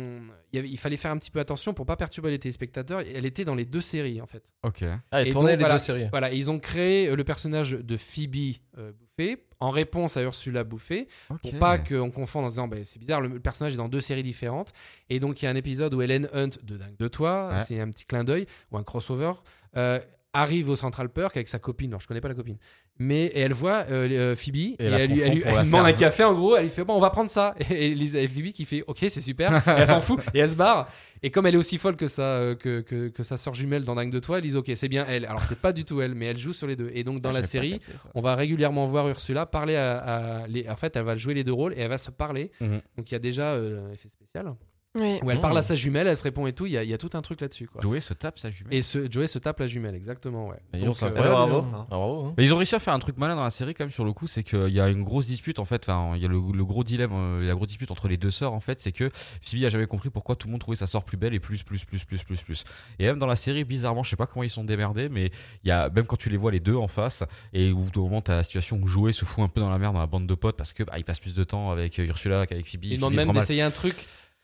il, y avait- il fallait faire un petit peu attention pour pas perturber les téléspectateurs. Elle était dans les deux séries en fait.
Ok.
Ah,
Et
et tourner
donc,
les
voilà.
deux séries.
Voilà, et ils ont créé euh, le personnage de Phoebe euh, Buffet en réponse à Ursula Buffet pour
Ok.
pas qu'on confonde en se disant bah, c'est bizarre le, le personnage est dans deux séries différentes et donc il y a un épisode où Helen Hunt de dingue de toi
Ouais.
c'est un petit clin d'œil ou un crossover euh, arrive au Central Perk avec sa copine non je connais pas la copine mais et elle voit euh, euh, Phoebe et,
la
elle lui, elle
confond
lui-
pour
elle
la
lui demande un
serve.
café en gros elle lui fait bon on va prendre ça et, Lisa- et Phoebe qui fait ok c'est super et elle s'en fout et elle se barre et comme elle est aussi folle que sa, euh, que, que, que sa sœur jumelle dans dingue de toi elle dit ok c'est bien elle alors c'est pas du tout elle mais elle joue sur les deux et donc dans
Ah,
la
j'avais pas
série
capté ça.
on va régulièrement voir Ursula parler à, à les- en fait elle va jouer les deux rôles et elle va se parler
Mhm.
donc il y a déjà euh, un effet spécial
Oui.
où elle
Mhm.
parle à sa jumelle elle se répond et tout il y a, il y a tout un truc là-dessus quoi
Joey se tape sa jumelle.
et ce, Joey se tape la jumelle exactement ouais
Et
Donc,
on s'en-
euh,
Ouais,
bravo.
Ah, bravo. hein.
Mais ils ont réussi à faire un truc malin dans la série quand même sur le coup, c'est qu'il y a une grosse dispute en fait, enfin il y a le, le gros dilemme, euh, la grosse dispute entre les deux sœurs en fait, c'est que Phoebe a jamais compris pourquoi tout le monde trouvait sa sœur plus belle et plus plus plus plus plus plus. Et même dans la série bizarrement, je sais pas comment ils sont démerdés, mais il y a même quand tu les vois les deux en face et où au moment t'as la situation où Joey se fout un peu dans la merde dans la bande de potes parce que bah, il passe plus de temps avec euh, Ursula qu'avec Phoebe.
il
Phoebe
demande
prend
même
mal.
d'essayer un truc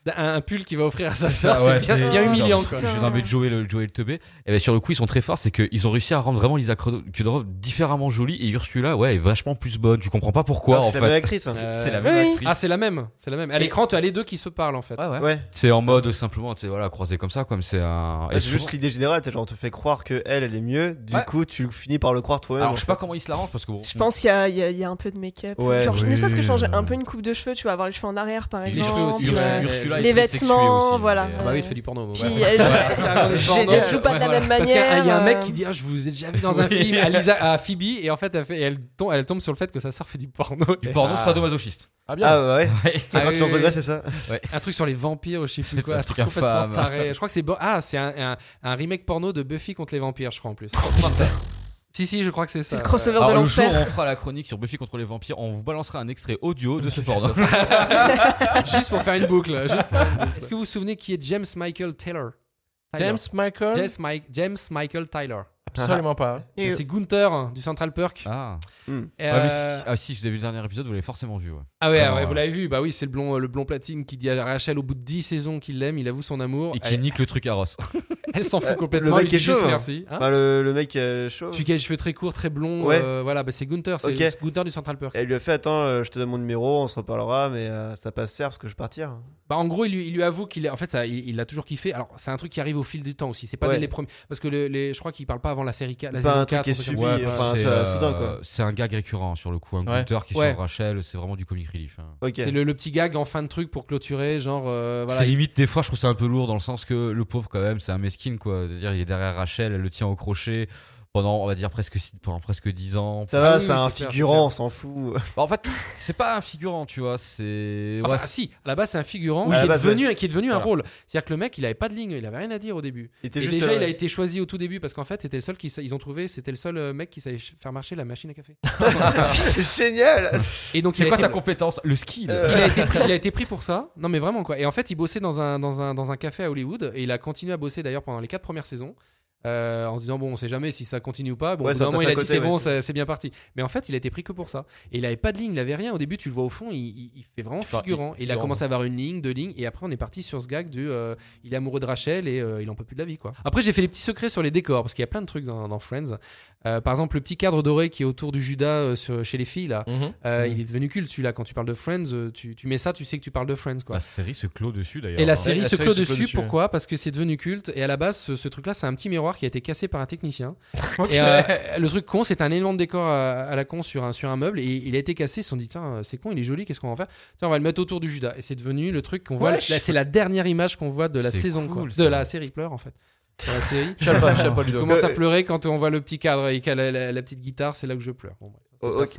d'un- un, pull qu'il va offrir à sa
C'est ça,
sœur
ouais,
c'est bien,
c'est-
bien
c'est
humiliant
genre,
quoi
Je suis dans le Joey le, Joey le euh, teubé. Et ben sur le coup, ils sont très forts, c'est qu'ils ont réussi à rendre vraiment Lisa Cro- Kudrow différemment jolie et Ursula, ouais, est vachement plus bonne. Tu comprends pas pourquoi en
C'est la même
fait.
actrice. hein.
Euh,
C'est la
Oui,
même
oui.
actrice.
ah c'est la même c'est la même à
Et-
l'écran tu as les deux qui se parlent en fait
Ouais, ouais.
Ouais.
C'est en mode euh, simplement, tu sais, voilà, croisé comme ça, comme c'est un.
Ouais,
et
Bah, c'est
souvent-
juste l'idée générale, c'est genre on te fait croire que elle, elle est mieux, du
Ouais.
coup tu finis par le croire toi-même.
Alors, je sais pas comment ils se l'arrangent parce que bon.
Je pense qu'il y a, il y a- il y a un peu de make-up.
Ouais,
Genre,
oui,
ne serait-ce que changer un
euh.
peu une coupe de cheveux, tu vas avoir les cheveux en arrière par
Les
exemple.
cheveux aussi,
Urs-
euh,
ouais.
Ursula est
Les
très sexuée
vêtements,
aussi,
voilà.
mais, euh,
Ah bah oui il fait du porno bon,
Puis
bref.
elle,
Ouais.
elle joue pas de la même
Parce qu'il y
manière.
a il y a un mec
euh.
qui dit ah je vous ai déjà vu dans un
Oui.
film à, Lisa- à Phoebe et en fait elle, fait- et elle tombe, elle tombe sur le fait que sa sœur fait du porno.
Du porno sadomasochiste.
Ah bien.
Ah bah ouais,
Ouais.
c'est
Ah
quand
oui,
tu en
oui,
regret,
oui.
c'est ça
Un truc sur les vampires ou je sais plus
C'est
quoi.
ça,
Un
truc
truc complètement
infâme.
taré. Je crois que c'est Bo- ah c'est un, un- un remake porno de Buffy contre les vampires je crois en plus. si si je crois que c'est
C'est
ça. Ah,
euh, le crossover de
Alors, le jour où
l'enfer.
on fera la chronique sur Buffy contre les vampires, on vous balancera un extrait audio de ce porno.
Juste pour faire une boucle. juste pour faire une boucle. Est-ce que vous vous souvenez qui est James Michael Taylor? Tyler.
James Michael euh,
James, Mike- James Michael Tyler.
Absolument pas.
Et-
C'est Gunther hein, du Central Perk.
Ah. Ouais, mais
Euh,
si- ah, si, vous avez vu le dernier épisode, vous l'avez forcément vu. ouais.
Ah ouais,
Comment,
ouais,
euh,
vous l'avez vu, bah oui, c'est le blond, le blond platine qui dit à Rachel au bout de 10 saisons qu'il l'aime, il avoue son amour.
Et qui
Elle,
nique le truc à Ross.
elle s'en fout
Le
complètement.
mec
elle lui
est
dit
chaud,
juste
hein.
merci. Hein
Enfin, le, le mec euh, chaud.
Celui qui a les cheveux très courts, très blonds,
Ouais.
euh, voilà, bah c'est Gunther, c'est
Ok.
c'est Gunther du Central Perk.
Elle lui a fait Attends, euh, je te donne mon numéro, on se reparlera, mais euh, ça passe faire parce que je vais partir.
Bah en gros, il lui, il lui avoue qu'il est, en fait, ça, il il l'a toujours kiffé. Alors c'est un truc qui arrive au fil du temps aussi, c'est pas
Ouais.
dès les premiers, parce que le- les, je crois qu'il parle pas avant la série 4, la
Pas
saison
un truc
4,
qui est
truc comme
subi,
ça.
euh, enfin,
c'est,
c'est soudain, quoi.
c'est un gag récurrent sur le coup, un
Ouais.
compteur qui
Ouais.
sur Rachel, c'est vraiment du comic relief. hein.
Ok.
C'est le, le petit gag en fin de truc pour clôturer, genre euh, voilà.
c'est limite des fois je trouve ça un peu lourd dans le sens que le pauvre quand même c'est un mesquin quoi, de dire il est derrière Rachel, elle le tient au crochet pendant on va dire presque six- pendant presque 10 ans.
Ça
Ah
va,
oui,
c'est
oui,
un
c'est clair,
figurant,
c'est
on s'en fout.
Bah, en fait c'est pas un figurant tu vois, c'est
Enfin,
ouais,
ah, si, à la base c'est un figurant
Oui,
qui,
à la
est
base,
devenu, qui est devenu un
Voilà.
rôle. C'est-à-dire que le mec, il avait pas de ligne, il avait rien à dire au début.
Il était
Et
juste.
déjà,
euh,
il a été choisi au tout début parce qu'en fait, c'était le seul qui sa- ils ont trouvé, c'était le seul euh, mec qui savait ch- faire marcher la machine à café.
c'est génial
Et donc, il
c'est
a
quoi ta
été-
compétence Le skill
il a, été pris, il a été pris pour ça. Non, mais vraiment quoi. Et en fait, il bossait dans un, dans un, dans un café à Hollywood et il a continué à bosser d'ailleurs pendant les quatre premières saisons. euh, en se disant, bon, on sait jamais si ça continue ou pas. Bon,
Ouais,
au bout
ça
d'un moment,
tâche
il a
à
dit,
côté,
c'est
ouais,
bon,
c'est-
ça- c'est bien parti. Mais en fait, il a été pris que pour ça. Et il avait pas de ligne, il avait rien. Au début, tu le vois au fond, il, il- il fait vraiment
Enfin, il-
figurant. Et il a
figurant.
commencé à avoir une ligne, deux lignes. Et après, on est parti sur ce gag du euh, il est amoureux de Rachel et euh, il en peut plus de la vie, quoi. Après, j'ai fait les petits secrets sur les décors parce qu'il y a plein de trucs dans, dans Friends. Euh, par exemple, le petit cadre doré qui est autour du Judas euh, sur- chez les filles, là. Euh, Il est devenu culte celui-là. Quand tu parles de Friends, euh, tu, tu mets ça, tu sais que tu parles de Friends. Quoi.
La série se clôt dessus d'ailleurs.
et la
hein.
série
la
se
série
clôt
se clôt
dessus.
dessus,
pourquoi Parce que c'est devenu culte. Et à la base, ce, ce truc-là, c'est un petit miroir qui a été cassé par un technicien. Et euh, le truc con, c'est un élément de décor à, à la con sur un, sur un meuble. Et il a été cassé. Ils se sont dit, tiens, c'est con, il est joli, qu'est-ce qu'on va en faire Tiens, on va le mettre autour du Judas. Et c'est devenu le truc qu'on voit.
Wesh.
là, C'est la dernière image qu'on voit de la
C'est
saison,
cool,
quoi.
ça.
de la série Pleur, en fait. sur la série.
Je sais pas, je sais pas,
Je
Ludo.
commence à pleurer quand on voit le petit cadre et qu'elle a la, la petite guitare, c'est là que je pleure. Bon, bref.
Oh, ok.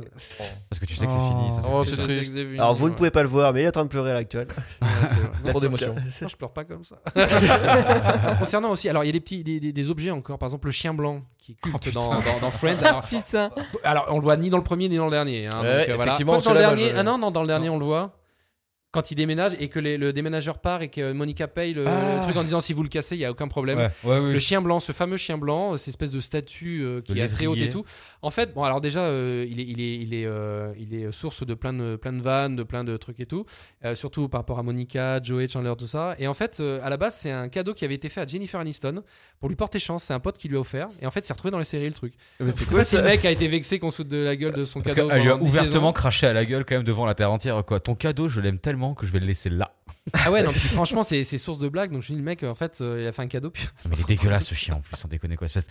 Parce que tu sais que c'est fini. ça, c'est
Oh,
triste.
ce truc.
Alors vous ne pouvez pas le voir, mais il est en train de pleurer à l'actuel.
pas.
Trop d'émotions.
Non, je pleure pas comme ça. Euh, Concernant aussi, alors il y a des petits, des, des- des objets encore. Par exemple, le chien blanc qui est
Oh,
culte dans, dans, dans Friends. Alors,
Ah, Putain.
alors, on le voit ni dans le premier ni dans le dernier. Hein,
Ouais,
donc,
ouais,
voilà.
effectivement,
Quoique dans le
celui-là, moi,
dernier,
je-
ah non, non, dans le dernier, on le voit. Quand il déménage et que les- le déménageur part et que euh, Monica paye le,
Ah.
le truc en disant si vous le cassez, il y a aucun problème.
Ouais, ouais,
Le
oui.
chien blanc, ce fameux chien blanc, euh, cette espèce de statue euh, qui
De
est très haute
lévrier.
et tout. En fait, bon, alors déjà, euh, il est, il est, il est, euh, il est source de plein de, plein de vannes, de plein de trucs et tout. Euh, surtout par rapport à Monica, Joey, Chandler, tout ça. Et en fait, euh, à la base, c'est un cadeau qui avait été fait à Jennifer Aniston pour lui porter chance. C'est un pote qui lui a offert. Et en fait, c'est retrouvé dans les séries le truc.
c'est
Je sais pas si le mec a été vexé qu'on saute de la gueule de son
Parce
cadeau.
qu'elle lui a
pendant dix
ouvertement craché à la gueule quand même devant la terre entière. Quoi. Ton cadeau, je l'aime tellement que je vais le laisser là.
saisons. Ah ouais, non, puis franchement, c'est c'est source de blague. Donc je dis, le mec, en fait, euh, il a fait un cadeau. Puis...
Mais il est dégueulasse ce chien en plus, sans déconner quoi. Espèce...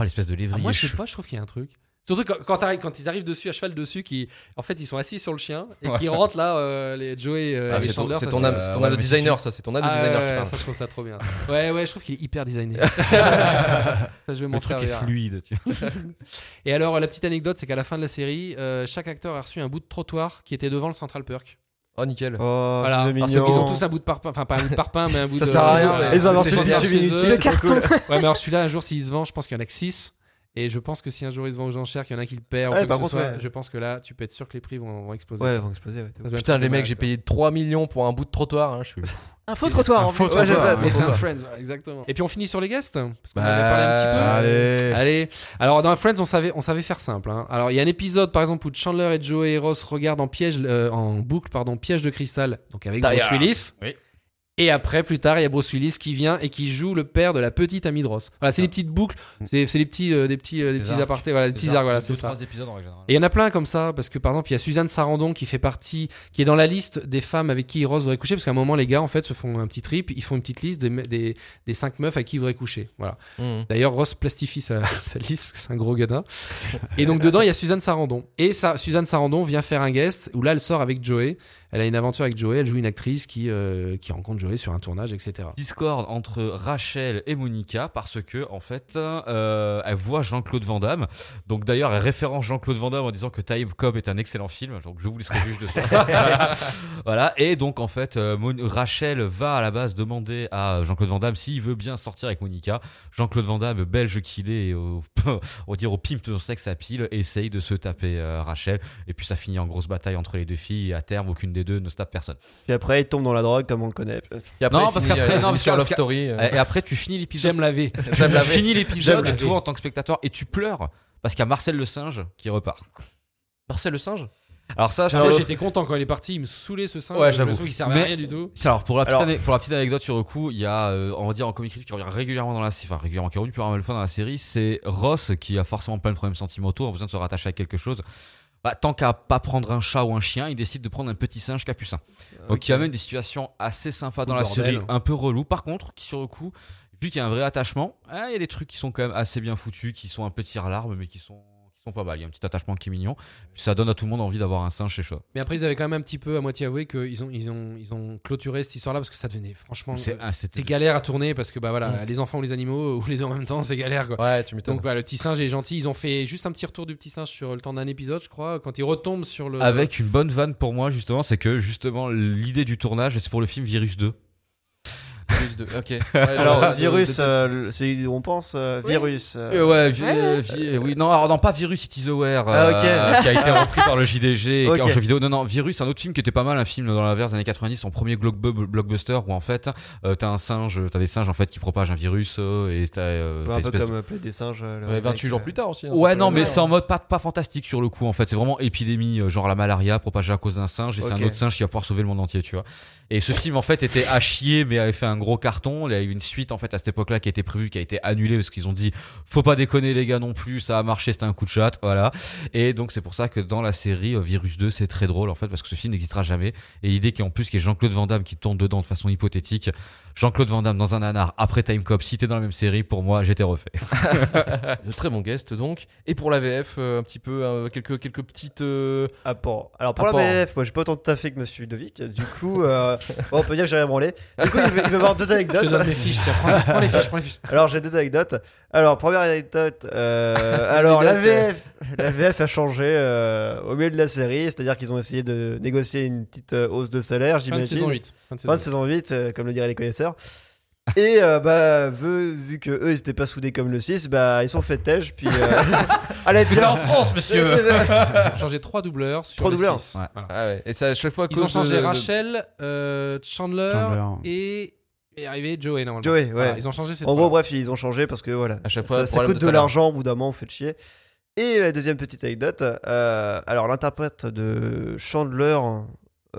Oh, l'espèce de
Ah,
lévrier.
moi, je sais
chou-
pas, je trouve qu'il y a un truc. Surtout quand, quand, t'arrives- quand ils arrivent dessus, à cheval dessus, qui, en fait, ils sont assis sur le chien et qui rentrent là, euh, les Joey euh,
Ah,
et
c'est ton,
Chandler.
c'est
ça,
ton
ça-
âme- c'est ton
ouais,
âme de
mais si
designer, ça, c'est ton âme de
Ah,
designer
ouais,
qui parle.
ça, je trouve ça trop bien. ça. Ouais, ouais, je trouve qu'il est hyper designé. Ça, je vais m'en
Le truc
servir.
est fluide. Tu vois.
Et alors, la petite anecdote, c'est qu'à la fin de la série, euh, chaque acteur a reçu un bout de trottoir qui était devant le Central Park.
Oh, nickel.
Oh,
voilà,
c'est
parce qu'ils
mignon.
ont tous un bout de parpaing, enfin pas un bout de parpaing, mais un bout
Ça
de.
sert à rien,
euh,
mais-
Ils ont inventé
c'est
le
gentil
pitch
chez eux.
inutile,
Le
c'est
carton.
cool.
Ouais, mais alors celui-là, un jour, s'il se vend, je pense qu'il y en a que 6. Et je pense que si un jour il se vend aux enchères, qu'il y en a qui le perd,
Ouais,
ou quoi
par
que ce
contre,
soit,
ouais.
je pense que là, tu peux être sûr que les prix vont, vont exploser.
Ouais, ils vont exploser. Ouais,
Ça doit être
Putain, les
dommage,
mecs, j'ai
quoi.
payé 3 millions pour un bout de trottoir. hein, je suis-
Un faux trottoir en
faux
fait.
Ouais, c'est ça.
Mais
faut-
c'est un
toi.
Friends, voilà, exactement. Et puis on finit sur les guests, parce qu'on
Bah,
avait parlé un petit peu.
Allez.
Allez, alors dans Friends, on savait, on savait faire simple. hein. Alors il y a un épisode par exemple où Chandler et Joey et Ross regardent en piège, euh, en boucle, pardon, piège de cristal, donc avec
Putain,
Bruce
il y a-
Willis.
Oui.
Et après, plus tard, il y a Bruce Willis qui vient et qui joue le père de la petite amie de Ross. Voilà, c'est les petites boucles, c'est c'est les petits, euh, des petits, euh, des
Des
petits
arcs.
apartés, voilà, des petits arcs, voilà, c'est ça.
trois épisodes en règle générale.
Et il y en a plein comme ça, parce que par exemple, il y a Suzanne Sarandon qui fait partie, qui est dans la liste des femmes avec qui Ross voudrait coucher, parce qu'à un moment, les gars, en fait, se font un petit trip, ils font une petite liste des, me- des, des cinq meufs à qui ils voudraient coucher. Voilà.
Mhm.
D'ailleurs, Ross plastifie sa, sa liste, parce que c'est un gros gadin. Et donc, dedans, il y a Suzanne Sarandon. Et ça, Suzanne Sarandon vient faire un guest, où là, elle sort avec Joey. Elle a une aventure avec Joey, elle joue une actrice qui, euh, qui rencontre Joey sur un tournage, etc.
Discord entre Rachel et Monica parce que en fait euh, elle voit Jean-Claude Van Damme donc d'ailleurs elle référence Jean-Claude Van Damme en disant que Time Cop est un excellent film donc je vous laisserai juge de ça voilà. Voilà. et donc en fait euh, Mon- Rachel va à la base demander à Jean-Claude Van Damme s'il veut bien sortir avec Monica Jean-Claude Van Damme belge qu'il est et au, on va dire au pimp de son sexe à pile essaye de se taper euh, Rachel et puis ça finit en grosse bataille entre les deux filles et à terme aucune des deux ne se tape personne
Puis après, il tombe dans la drogue comme on le connaît.
Et après,
Non,
il
parce
finit,
qu'après-
euh,
non,
les
parce
sur
que-
Love
parce que-
Story. euh,
et après tu finis l'épisode
J'aime la V.
J'aime la
tu
V.
finis
J'aime
l'épisode,
la
toi en tant que spectateur, et tu pleures parce qu'il y a Marcel le singe qui repart.
Marcel le singe
Alors ça,
Ça,
c'est.
Ah, J'étais content quand il est parti, il me saoulait ce singe.
Ouais,
je
j'avoue.
trouve qu'il servait à
Mais-
rien du tout.
c'est- Alors pour la, petite
Alors-
ane- pour la petite anecdote sur le coup, il y a euh, on va dire en comic strip qui revient régulièrement dans la série, enfin régulièrement qui est revenu plusieurs fois dans la série, c'est Ross qui a forcément plein de problèmes sentimentaux, a besoin de se rattacher à quelque chose. Bah, tant qu'à pas prendre un chat ou un chien, il décide de prendre un petit singe capucin. Donc il y a même des situations assez sympas dans la
Euh, bordel. hein.
série, un peu relou. Par contre, qui sur le coup, vu qu'il y a un vrai attachement, ah, il y a des trucs qui sont quand même assez bien foutus, qui sont un peu tir à l'arme, mais qui sont, qui sont pas mal. Il y a un petit attachement qui est mignon. Puis ça donne à tout le monde envie d'avoir un singe chez soi.
Mais après, ils avaient quand même un petit peu à moitié avoué qu'ils ont, ils ont, ils ont clôturé cette histoire-là parce que ça devenait franchement.
C'est
euh,
ah, c'était-
C'est galère à tourner parce que bah voilà, les enfants ou les animaux ou les deux en même temps, c'est galère quoi.
Ouais, tu m'étonnes.
Donc bah, le petit singe est gentil. Ils ont fait juste un petit retour du petit singe sur le temps d'un épisode, je crois, quand il retombe sur le.
Avec une bonne vanne pour moi, justement, c'est que justement l'idée du tournage, c'est pour le film Virus 2.
Plus de- Ok. Ouais, je-
Alors,
de- de-
virus,
de-
euh, le- celui où on pense, euh,
Oui.
virus. euh,
Euh, ouais, vi-
Ouais,
euh, vi- euh, oui, non, alors non, pas Virus, It is Aware,
Ah, ok.
euh, qui a été repris par le JDG et qui est en
Ok.
jeu vidéo. Non, non, Virus, un autre film qui était pas mal, un film dans la verse des années 90, son premier glo- bu- blockbuster où en fait, euh, t'as un singe, t'as des singes en fait qui propagent un virus euh, et t'as euh,
un
t'as
peu
espèce de-
comme euh, Plaie des singes. euh, le
Ouais, 28
remake,
jours
euh.
plus tard aussi. hein, ça
Ouais,
peut
non,
aller,
mais
hein.
c'est en mode pas, pas fantastique sur le coup, en fait. C'est vraiment épidémie, euh, genre la malaria propagée à cause d'un singe, et c'est
Ok.
un autre singe qui va pouvoir sauver le monde entier, tu vois. Et ce film, en fait, était à chier, mais avait fait un gros carton. Il y a eu une suite, en fait, à cette époque-là, qui a été prévue, qui a été annulée, parce qu'ils ont dit, faut pas déconner, les gars, non plus, ça a marché, c'était un coup de chat, voilà. Et donc, c'est pour ça que dans la série euh, Virus 2, c'est très drôle, en fait, parce que ce film n'existera jamais. Et l'idée qu'en plus, qu'il y ait Jean-Claude Van Damme qui tourne dedans de façon hypothétique, Jean-Claude Van Damme dans un nanar après Time Cop, cité dans la même série, pour moi, j'étais refait.
De très bon guest donc. Et pour la VF, euh, un petit peu euh, quelques quelques petites. euh,
Apport. Alors Ah, pour
Ah,
Apport.
la BF, moi j'ai pas autant de taffé que Monsieur Ludovic, du coup, euh, bon, on peut dire que j'ai rien branlé. Du coup, il va, il va y avoir deux deux
Je te
anecdotes.
donne mes fiches, tiens, prends, prends les fiches, prends les fiches.
Alors j'ai deux anecdotes. Alors première anecdote. euh, alors la
Anecdote,
VF, la VF a changé euh, au milieu de la série, c'est-à-dire qu'ils ont essayé de négocier une petite euh, hausse de salaire,
Fin de saison
j'imagine.
8. Fin de
Fin de
saison
saison 8, euh, comme le diraient les connaisseurs. Et euh, bah vu, vu que eux ils étaient pas soudés comme le 6, bah ils sont fait tèche puis. Euh... Allez
T'es
tiens.
en France, monsieur.
huit. Changer 3 doubleurs sur
Trois
les
doubleurs.
six.
Ouais.
Voilà.
Ah ouais. Et ça, à chaque fois, à
Ils
cause
ont changé
de- de-
Rachel, euh, Chandler,
Chandler.
et est arrivé Joey normalement.
Joey, ouais.
Voilà, ils ont changé ces
En
trois.
gros, bref, ils ont changé parce que voilà.
À chaque fois,
ça, ça
problème
coûte
de
de,
salaire.
l'argent, au bout d'un moment, vous faites chier. Et euh, deuxième petite anecdote, euh, alors l'interprète de Chandler, euh,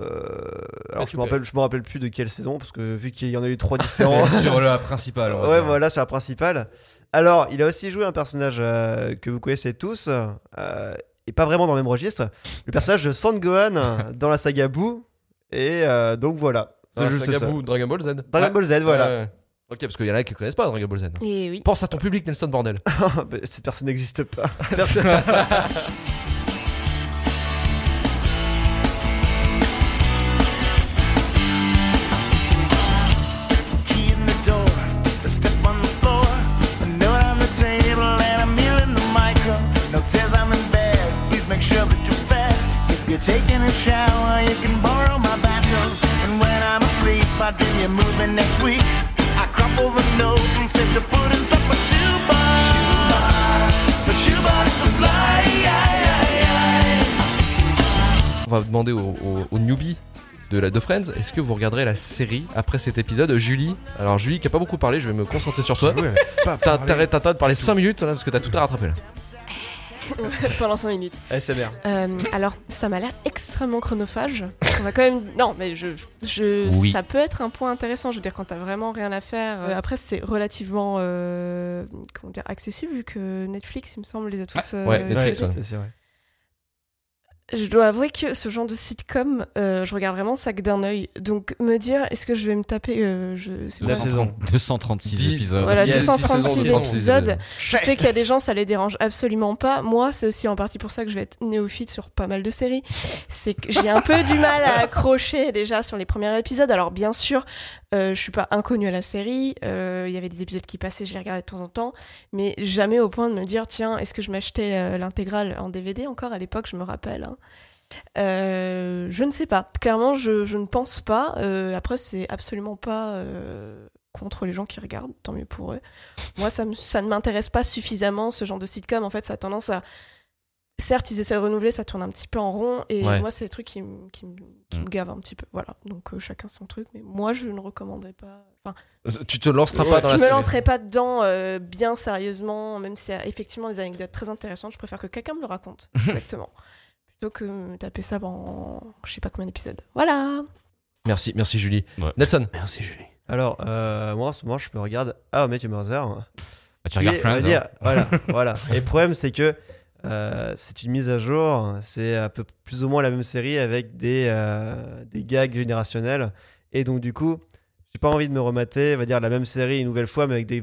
Ah,
alors je me
Petitpé.
rappelle, je me rappelle plus de quelle saison parce que vu qu'il y en a eu trois différents,
Mais Sur la principale. on va
ouais
dire.
voilà c'est la principale. Alors il a aussi joué un personnage euh, que vous connaissez tous euh, et pas vraiment dans le même registre, le personnage de Sangohan dans la saga Boo et euh, donc voilà,
Dans la
c'est juste
saga
ça.
Boo, Dragon Ball Z.
Dragon
Ouais.
Ball Z voilà,
Ouais, ouais. Ok, parce qu'il y en a qui connaissent pas Dragon Ball Z. hein.
Et oui.
Pense à ton public, Nelson Bordel.
Mais cette personne n'existe pas. Personne-
key in the door, a step on the floor, a note on the table, and a meal in the micro. Note says I'm in bed, please make sure that you're fed. If you're taking a shower, you can borrow my bathroom. And when I'm asleep, I dream you're moving next week. I crumple the note and set the puddings up a shoebox. Shoebox, the shoebox supply.
On va demander aux au, au newbie de la de Friends, est-ce que vous regarderez la série après cet épisode Julie, alors Julie qui a pas beaucoup parlé, je vais me concentrer sur toi.
Ouais,
T'as
pas parler.
t'arrêtes- t'as- t'as de parler 5 minutes là parce que t'as tout à rattraper là.
Pendant 5 minutes.
SMR.
Euh, alors, ça m'a l'air extrêmement chronophage. On va quand même. Non, mais je, je-
Oui.
ça peut être un point intéressant. Je veux dire, quand t'as vraiment rien à faire. euh, après, c'est relativement euh, comment dire accessible vu que Netflix, il me semble, les a tous. euh,
Ah, ouais, Netflix,
diffusés.
ouais.
C'est- c'est vrai.
Je dois avouer que ce genre de sitcom, euh, je regarde vraiment ça que d'un œil. Donc, me dire, est-ce que je vais me taper euh, je, c'est
La
vraiment-
saison.
236
Dix.
épisodes.
Voilà,
Yes,
236
saisons,
épisodes.
saisons.
Je sais qu'il y a des gens, ça les dérange absolument pas. Moi, c'est aussi en partie pour ça que je vais être néophyte sur pas mal de séries. C'est que j'ai un peu du mal à accrocher déjà sur les premiers épisodes. Alors, bien sûr, euh, je suis pas inconnue à la série. Euh, Il y avait des épisodes qui passaient, je les regardais de temps en temps. Mais jamais au point de me dire, tiens, est-ce que je m'achetais euh, l'intégrale en DVD encore à l'époque, je me rappelle. hein. Euh, je ne sais pas. Clairement, je, je ne pense pas. Euh, après, c'est absolument pas euh, contre les gens qui regardent, tant mieux pour eux. Moi, ça, me- ça ne m'intéresse pas suffisamment ce genre de sitcom. En fait, ça a tendance à. Certes, ils essaient de renouveler, ça tourne un petit peu en rond. Et
Ouais.
moi, c'est des trucs qui, me- qui, me- qui me gavent un petit peu. Voilà. Donc, euh, chacun son truc. Mais moi, je ne recommanderais pas. Enfin,
Tu te lanceras pas dans la
je me
série.
lancerai pas dedans euh, bien sérieusement, même s'il y a effectivement des anecdotes très intéressantes. Je préfère que quelqu'un me le raconte exactement, plutôt que me taper ça dans je sais pas combien d'épisodes. Voilà.
Merci, merci Julie.
Ouais.
Nelson,
Merci Julie.
Alors, euh, moi en ce moment, je me regarde. Ah, mais tu me hasard.
Bah, tu regardes
Et, on va
Friends.
dire,
hein.
Voilà, voilà. Et le problème, c'est que euh, c'est une mise à jour. C'est un peu plus ou moins la même série avec des, euh, des gags générationnels. Et donc, du coup, j'ai pas envie de me remater, on va dire, la même série une nouvelle fois, mais avec des,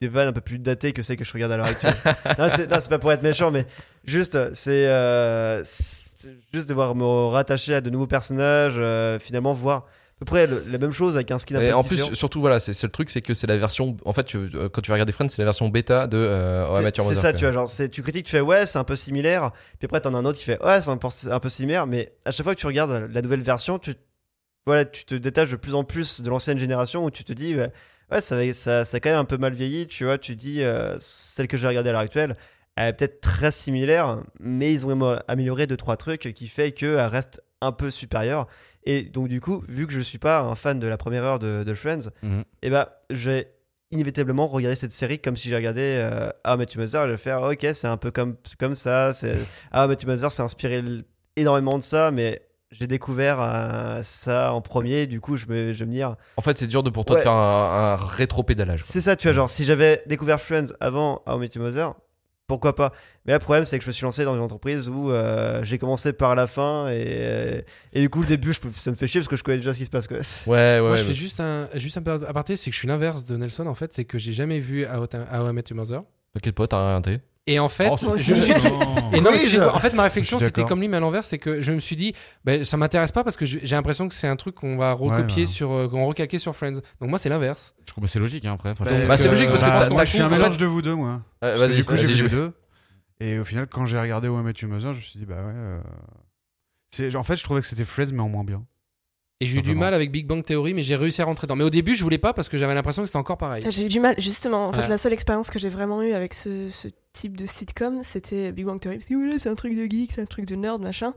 des vannes un peu plus datées que celles que je regarde à l'heure actuelle. non, c'est non, c'est pas pour être méchant, mais juste, c'est. euh, c'est juste devoir me rattacher à de nouveaux personnages, euh, finalement, voir. À peu près le- la même chose avec un skin un
Et
peu
en
différent.
plus, surtout, voilà, c'est c'est le truc, c'est que c'est la version. En fait, tu- euh, quand tu vas regarder Friends, c'est la version bêta de euh, How I Met
C'est
Your
c'est
Mother,
ça,
quoi.
tu vois, genre, c'est- tu critiques, tu fais ouais, c'est un peu similaire, puis après t'en as un autre qui fait ouais, c'est un, peu- un peu similaire, mais à chaque fois que tu regardes la nouvelle version, tu, voilà, tu te détaches de plus en plus de l'ancienne génération où tu te dis ouais, ouais, ça, va- ça, ça a quand même un peu mal vieilli, tu vois, tu dis euh, celle que j'ai regardée à l'heure actuelle, elle est peut-être très similaire, mais ils ont am- amélioré deux trois trucs qui fait qu'elle reste un peu supérieure. Et donc du coup, vu que je suis pas un fan de la première heure de, de Friends,
Mhm.
et bah j'ai inévitablement regarder cette série comme si j'ai regardé euh, Ah mais tu je vais faire ok c'est un peu comme, comme ça, c'est Ah mais tu c'est inspiré l- énormément de ça mais j'ai découvert euh, ça en premier du coup je, me, je vais me dire
En fait, c'est dur de pour toi de
Ouais.
faire un, un rétro-pédalage. quoi.
c'est ça tu vois genre si j'avais découvert Friends avant How I Met Your Mother, pourquoi pas mais là, le problème c'est que je me suis lancé dans une entreprise où euh, j'ai commencé par la fin et, euh, et du coup le début je, peux- ça me fait chier parce que je connais déjà ce qui se passe quoi.
Ouais, ouais,
Moi,
ouais.
je fais
mais-
juste un, juste un aparté, c'est que je suis l'inverse de Nelson en fait, c'est que j'ai jamais vu How I How I Met Your Mother.
T'inquiète pas, t'as rien raté.
Et en fait,
Oh, c'est-
Moi
je me
aussi.
suis dit- Et non, mais tu sais quoi, en fait, ma réflexion,
Je suis
c'était
d'accord.
comme lui, mais à l'envers, c'est que je me suis dit, ben, ça m'intéresse pas parce que je- j'ai l'impression que c'est un truc qu'on va recopier
ouais.
sur, euh, qu'on recalquer sur Friends. Donc moi, c'est l'inverse.
Je trouve que c'est logique, hein, après. franchement.
Bah,
Bah, c'est
euh,
logique parce que
bah,
parce qu'on
t'as- je suis un
retrouve, en
mélange
fait-
de vous deux, moi.
Euh,
Parce que
Vas-y,
du coup, j'ai
vas-y,
vu les
Jimmy.
deux. Et au final, quand j'ai regardé How I Met Your Mother, je me suis dit, bah ouais. euh, c'est- En fait, je trouvais que c'était Friends, mais en moins bien.
Et j'ai eu du
Simplement.
mal avec Big Bang Theory, mais j'ai réussi à rentrer dedans. Mais au début, je voulais pas parce que j'avais l'impression que c'était encore pareil.
J'ai eu du mal, justement. En
Ouais.
fait, la seule expérience que j'ai vraiment eue avec ce, ce type de sitcom, c'était Big Bang Theory. Parce que voilà, c'est un truc de geek, c'est un truc de nerd, machin.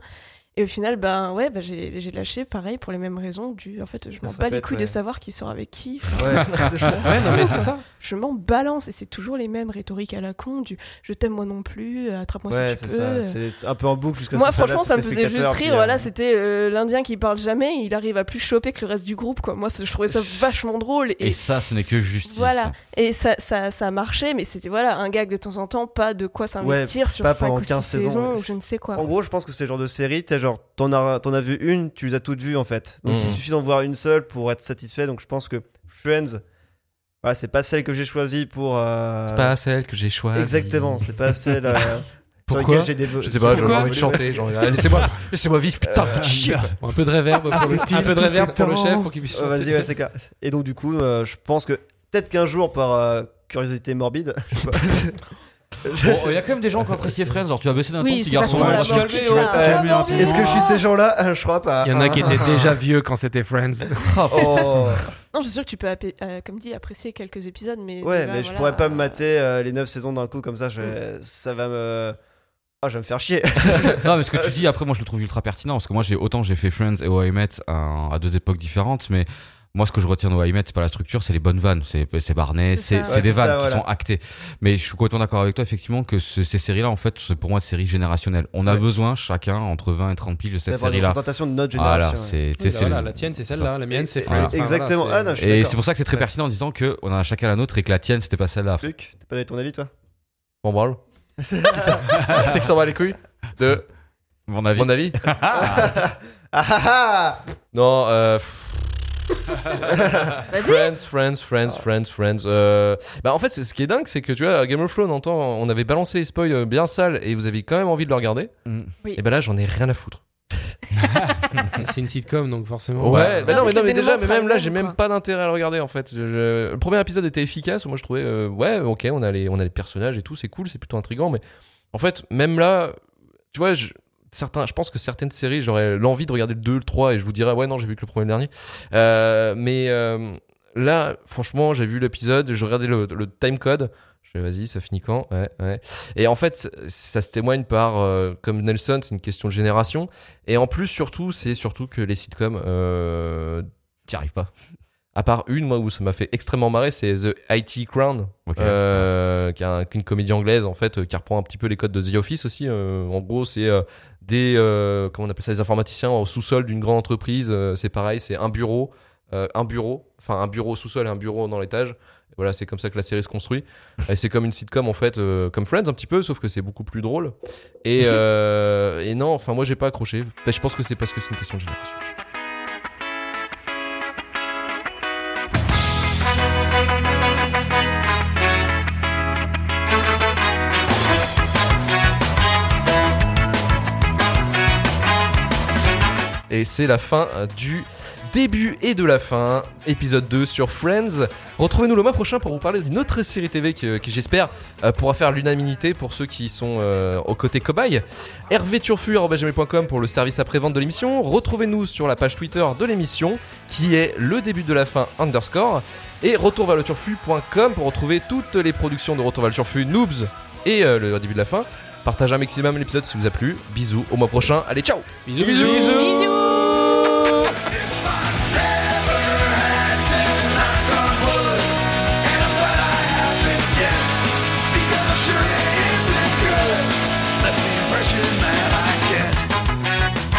Et au final, ben ouais, ben, j'ai j'ai lâché, pareil, pour les mêmes raisons. Du, en fait, je
Ça
m'en
se
bats les
répète,
couilles
ouais.
de savoir qui sort avec qui.
Ouais, c'est ça.
Ouais, non, mais c'est ça.
Je m'en balance et c'est toujours les mêmes rhétoriques à la con du je t'aime moi non plus, attrape-moi
Ouais,
si
c'est
tu
ça.
peux.
C'est un peu en boucle jusqu'à ce
Moi,
que là,
franchement, ça me
c'était
faisait juste
spectateur,
rire.
puis, euh,
Voilà, c'était euh, l'Indien qui parle jamais. Il arrive à plus choper que le reste du groupe, quoi. Moi, ça- je trouvais ça vachement drôle.
Et ça, ce n'est que justice.
Voilà, et ça, ça, ça a marché, mais c'était voilà un gag de temps en temps, pas de quoi s'investir sur
pas
5
pendant
ou 6
15
saisons,
saisons, ouais.
ou je ne sais quoi.
En gros, je pense que c'est le genre de série, t'as genre, t'en as, t'en as vu une, tu les as toutes vues en fait. Donc il
Mhm.
suffit d'en voir une seule pour être satisfait. Donc je pense que Friends, voilà, c'est pas celle que j'ai choisie pour. euh,
C'est pas celle que j'ai choisie.
Exactement, c'est pas celle euh, sur
Pourquoi
laquelle j'ai des.
Je sais pas, j'avais
Pourquoi
envie de chanter. genre, Laissez-moi laissez-moi vivre, putain, faites chier.
Bon, un peu de réverb
Ah,
pour, le,
c'était
un peu de
tout
réverb pour le
étant.
chef pour qu'il puisse.
Euh, Vas-y, ouais, c'est clair. Et donc, du coup, euh, je pense que peut-être qu'un jour, par euh, curiosité morbide, je sais pas.
Il y a quand même des gens qui ont apprécié Friends. Genre, tu vas baisser d'un ton,
oui,
petit
c'est pas
garçon.
pour la
on va se
mort
calmer,
qui
oh.
frappe.
calmer un peu.
Euh, Est-ce que je suis ces gens-là Euh, Je crois pas.
Il y en a qui
Ah,
étaient déjà vieux quand c'était Friends.
ah, oh.
Non, je suis sûr que tu peux, appé- euh, comme dit, apprécier quelques épisodes, mais.
Ouais,
déjà,
mais je
voilà,
pourrais pas me
euh,
mater euh, les 9 saisons d'un coup comme ça. Je... Ça va me. Ah, je vais me faire chier.
hein. Non, mais ce que tu dis, après, moi, je le trouve ultra pertinent. Parce que moi, j'ai autant j'ai fait Friends et How I Met E à, à deux époques différentes. Mais moi, ce que je retiens de How I Met, E c'est pas la structure, c'est les bonnes vannes. C'est c'est Barney,
C'est
c'est
ça.
c'est
Ouais,
des
c'est
vannes
ça,
qui
voilà.
sont actées. Mais je suis complètement d'accord avec toi, effectivement, que ce- ces séries-là, en fait, c'est pour moi des séries générationnelles. On a
Ouais.
besoin, chacun, entre 20 et 30 piges de cette
D'avoir une
série-là. Ah
représentation de notre génération.
Voilà,
ouais.
c'est tu sais,
Oui, bah
c'est-
voilà, la tienne, c'est celle-là. La mienne, c'est Friends. Enfin,
Exactement.
voilà,
ah, non, je suis
Et
d'accord.
c'est pour ça que c'est très
Ouais.
pertinent en disant que on en a chacun la nôtre et que la tienne c'était pas celle-là.
Luc, t'as pas donné ton avis, toi
Bon, bravo. C'est que ça va les couilles de
Mon avis.
mon avis.
Ah ah ah
Non, euh, pff,
Vas-y,
Friends, Friends, Friends, Friends, Friends. euh, Bah en fait, c'est ce qui est dingue, c'est que tu vois, Game of Thrones, on, entend- on avait balancé les spoils euh, bien sales et vous aviez quand même envie de le regarder.
Mm.
Oui.
Et bah là, j'en ai rien à foutre.
C'est une sitcom, donc forcément.
Ouais, bah non, mais,
Avec
non,
le
mais déjà,
dénouement
mais
sera
même
le
là,
même,
j'ai
quoi.
même pas d'intérêt à le regarder en fait. Je- je- Le premier épisode était efficace, moi je trouvais, euh, ouais, ok, on a, les, on a les personnages et tout, c'est cool, c'est plutôt intriguant, mais en fait, même là, tu vois, je, certains, je pense que certaines séries, j'aurais l'envie de regarder le 2, le 3 et je vous dirais, ouais, non, j'ai vu que le premier et le dernier. Euh, mais euh, là, franchement, j'ai vu l'épisode, je regardais le, le time code. Je fais, vas-y, ça finit quand Ouais, ouais. Et en fait, c- ça se témoigne par, euh, comme Nelson, c'est une question de génération. Et en plus, surtout, c'est surtout que les sitcoms, euh,
T'y arrives pas.
à part une, moi, où ça m'a fait extrêmement marrer, c'est The IT Crown,
Ok.
euh, qui est un- qu'une comédie anglaise, en fait, euh, qui reprend un petit peu les codes de The Office aussi. Euh, en gros, c'est euh, des, euh, comment on appelle ça, des informaticiens au sous-sol d'une grande entreprise. Euh, c'est pareil, c'est un bureau, euh, un bureau, enfin, un bureau au sous-sol et un bureau dans l'étage. Voilà, c'est comme ça que la série se construit. Et c'est comme une sitcom, en fait, euh, comme Friends, un petit peu, sauf que c'est beaucoup plus drôle. Et, euh, et non, enfin, moi, j'ai pas accroché. Ben, je pense que c'est parce que c'est une question de génération. Et c'est la fin euh, du début et de la fin, épisode 2 sur Friends. Retrouvez-nous le mois prochain pour vous parler d'une autre série TV qui, qui, j'espère, euh, pourra faire l'unanimité pour ceux qui sont euh, aux côtés cobayes. hervéturfu.com pour le service après-vente de l'émission. Retrouvez-nous sur la page Twitter de l'émission qui est le début de la fin underscore. Et retour vers le turfu.com pour retrouver toutes les productions de Retour vers le turfu, Noobs et euh, le début de la fin. Partagez un maximum l'épisode si vous a plu. Bisous, au mois prochain. Allez, ciao
bisous. bisous.
Because I'm sure it isn't good. That's the impression that I get.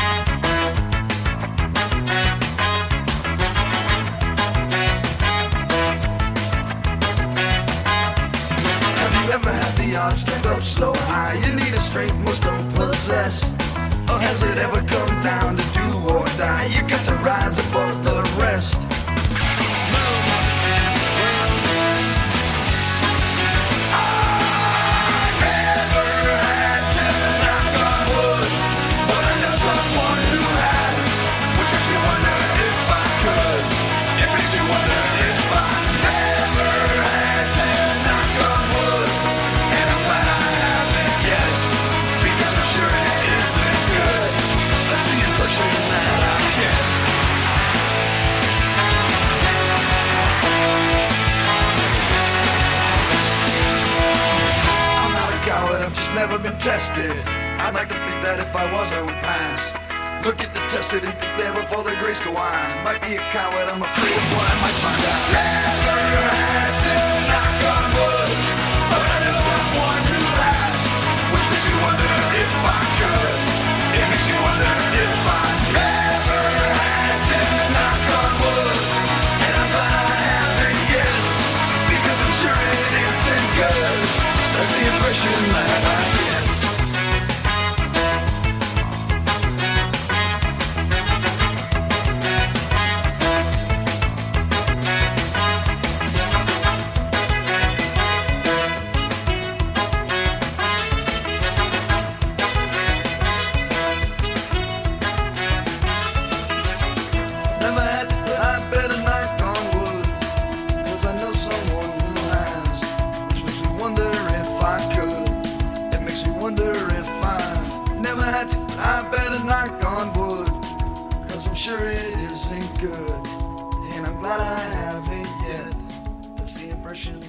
Have you ever had the odds stacked up so high? You need a strength most don't possess. Or has it ever come down to do or die? You got to rise above the rest. I tested. I'd like to think that if I was, I would pass. Look at the tested and compare before the grace go on. Might be a coward, I'm afraid of what I might find out. Never had to knock on wood, but I know someone who has, which makes me wonder if I could. It makes me wonder if I never had to knock on wood, and I'm glad I haven't yet, because I'm sure it isn't good. That's the impression that I get. Never had to put I better knock on wood. Cause I know someone who has. Which makes me wonder if I could. It makes me wonder if I never had to I better knock on wood. Cause I'm sure it isn't good. And I'm glad I haven't yet. That's the impression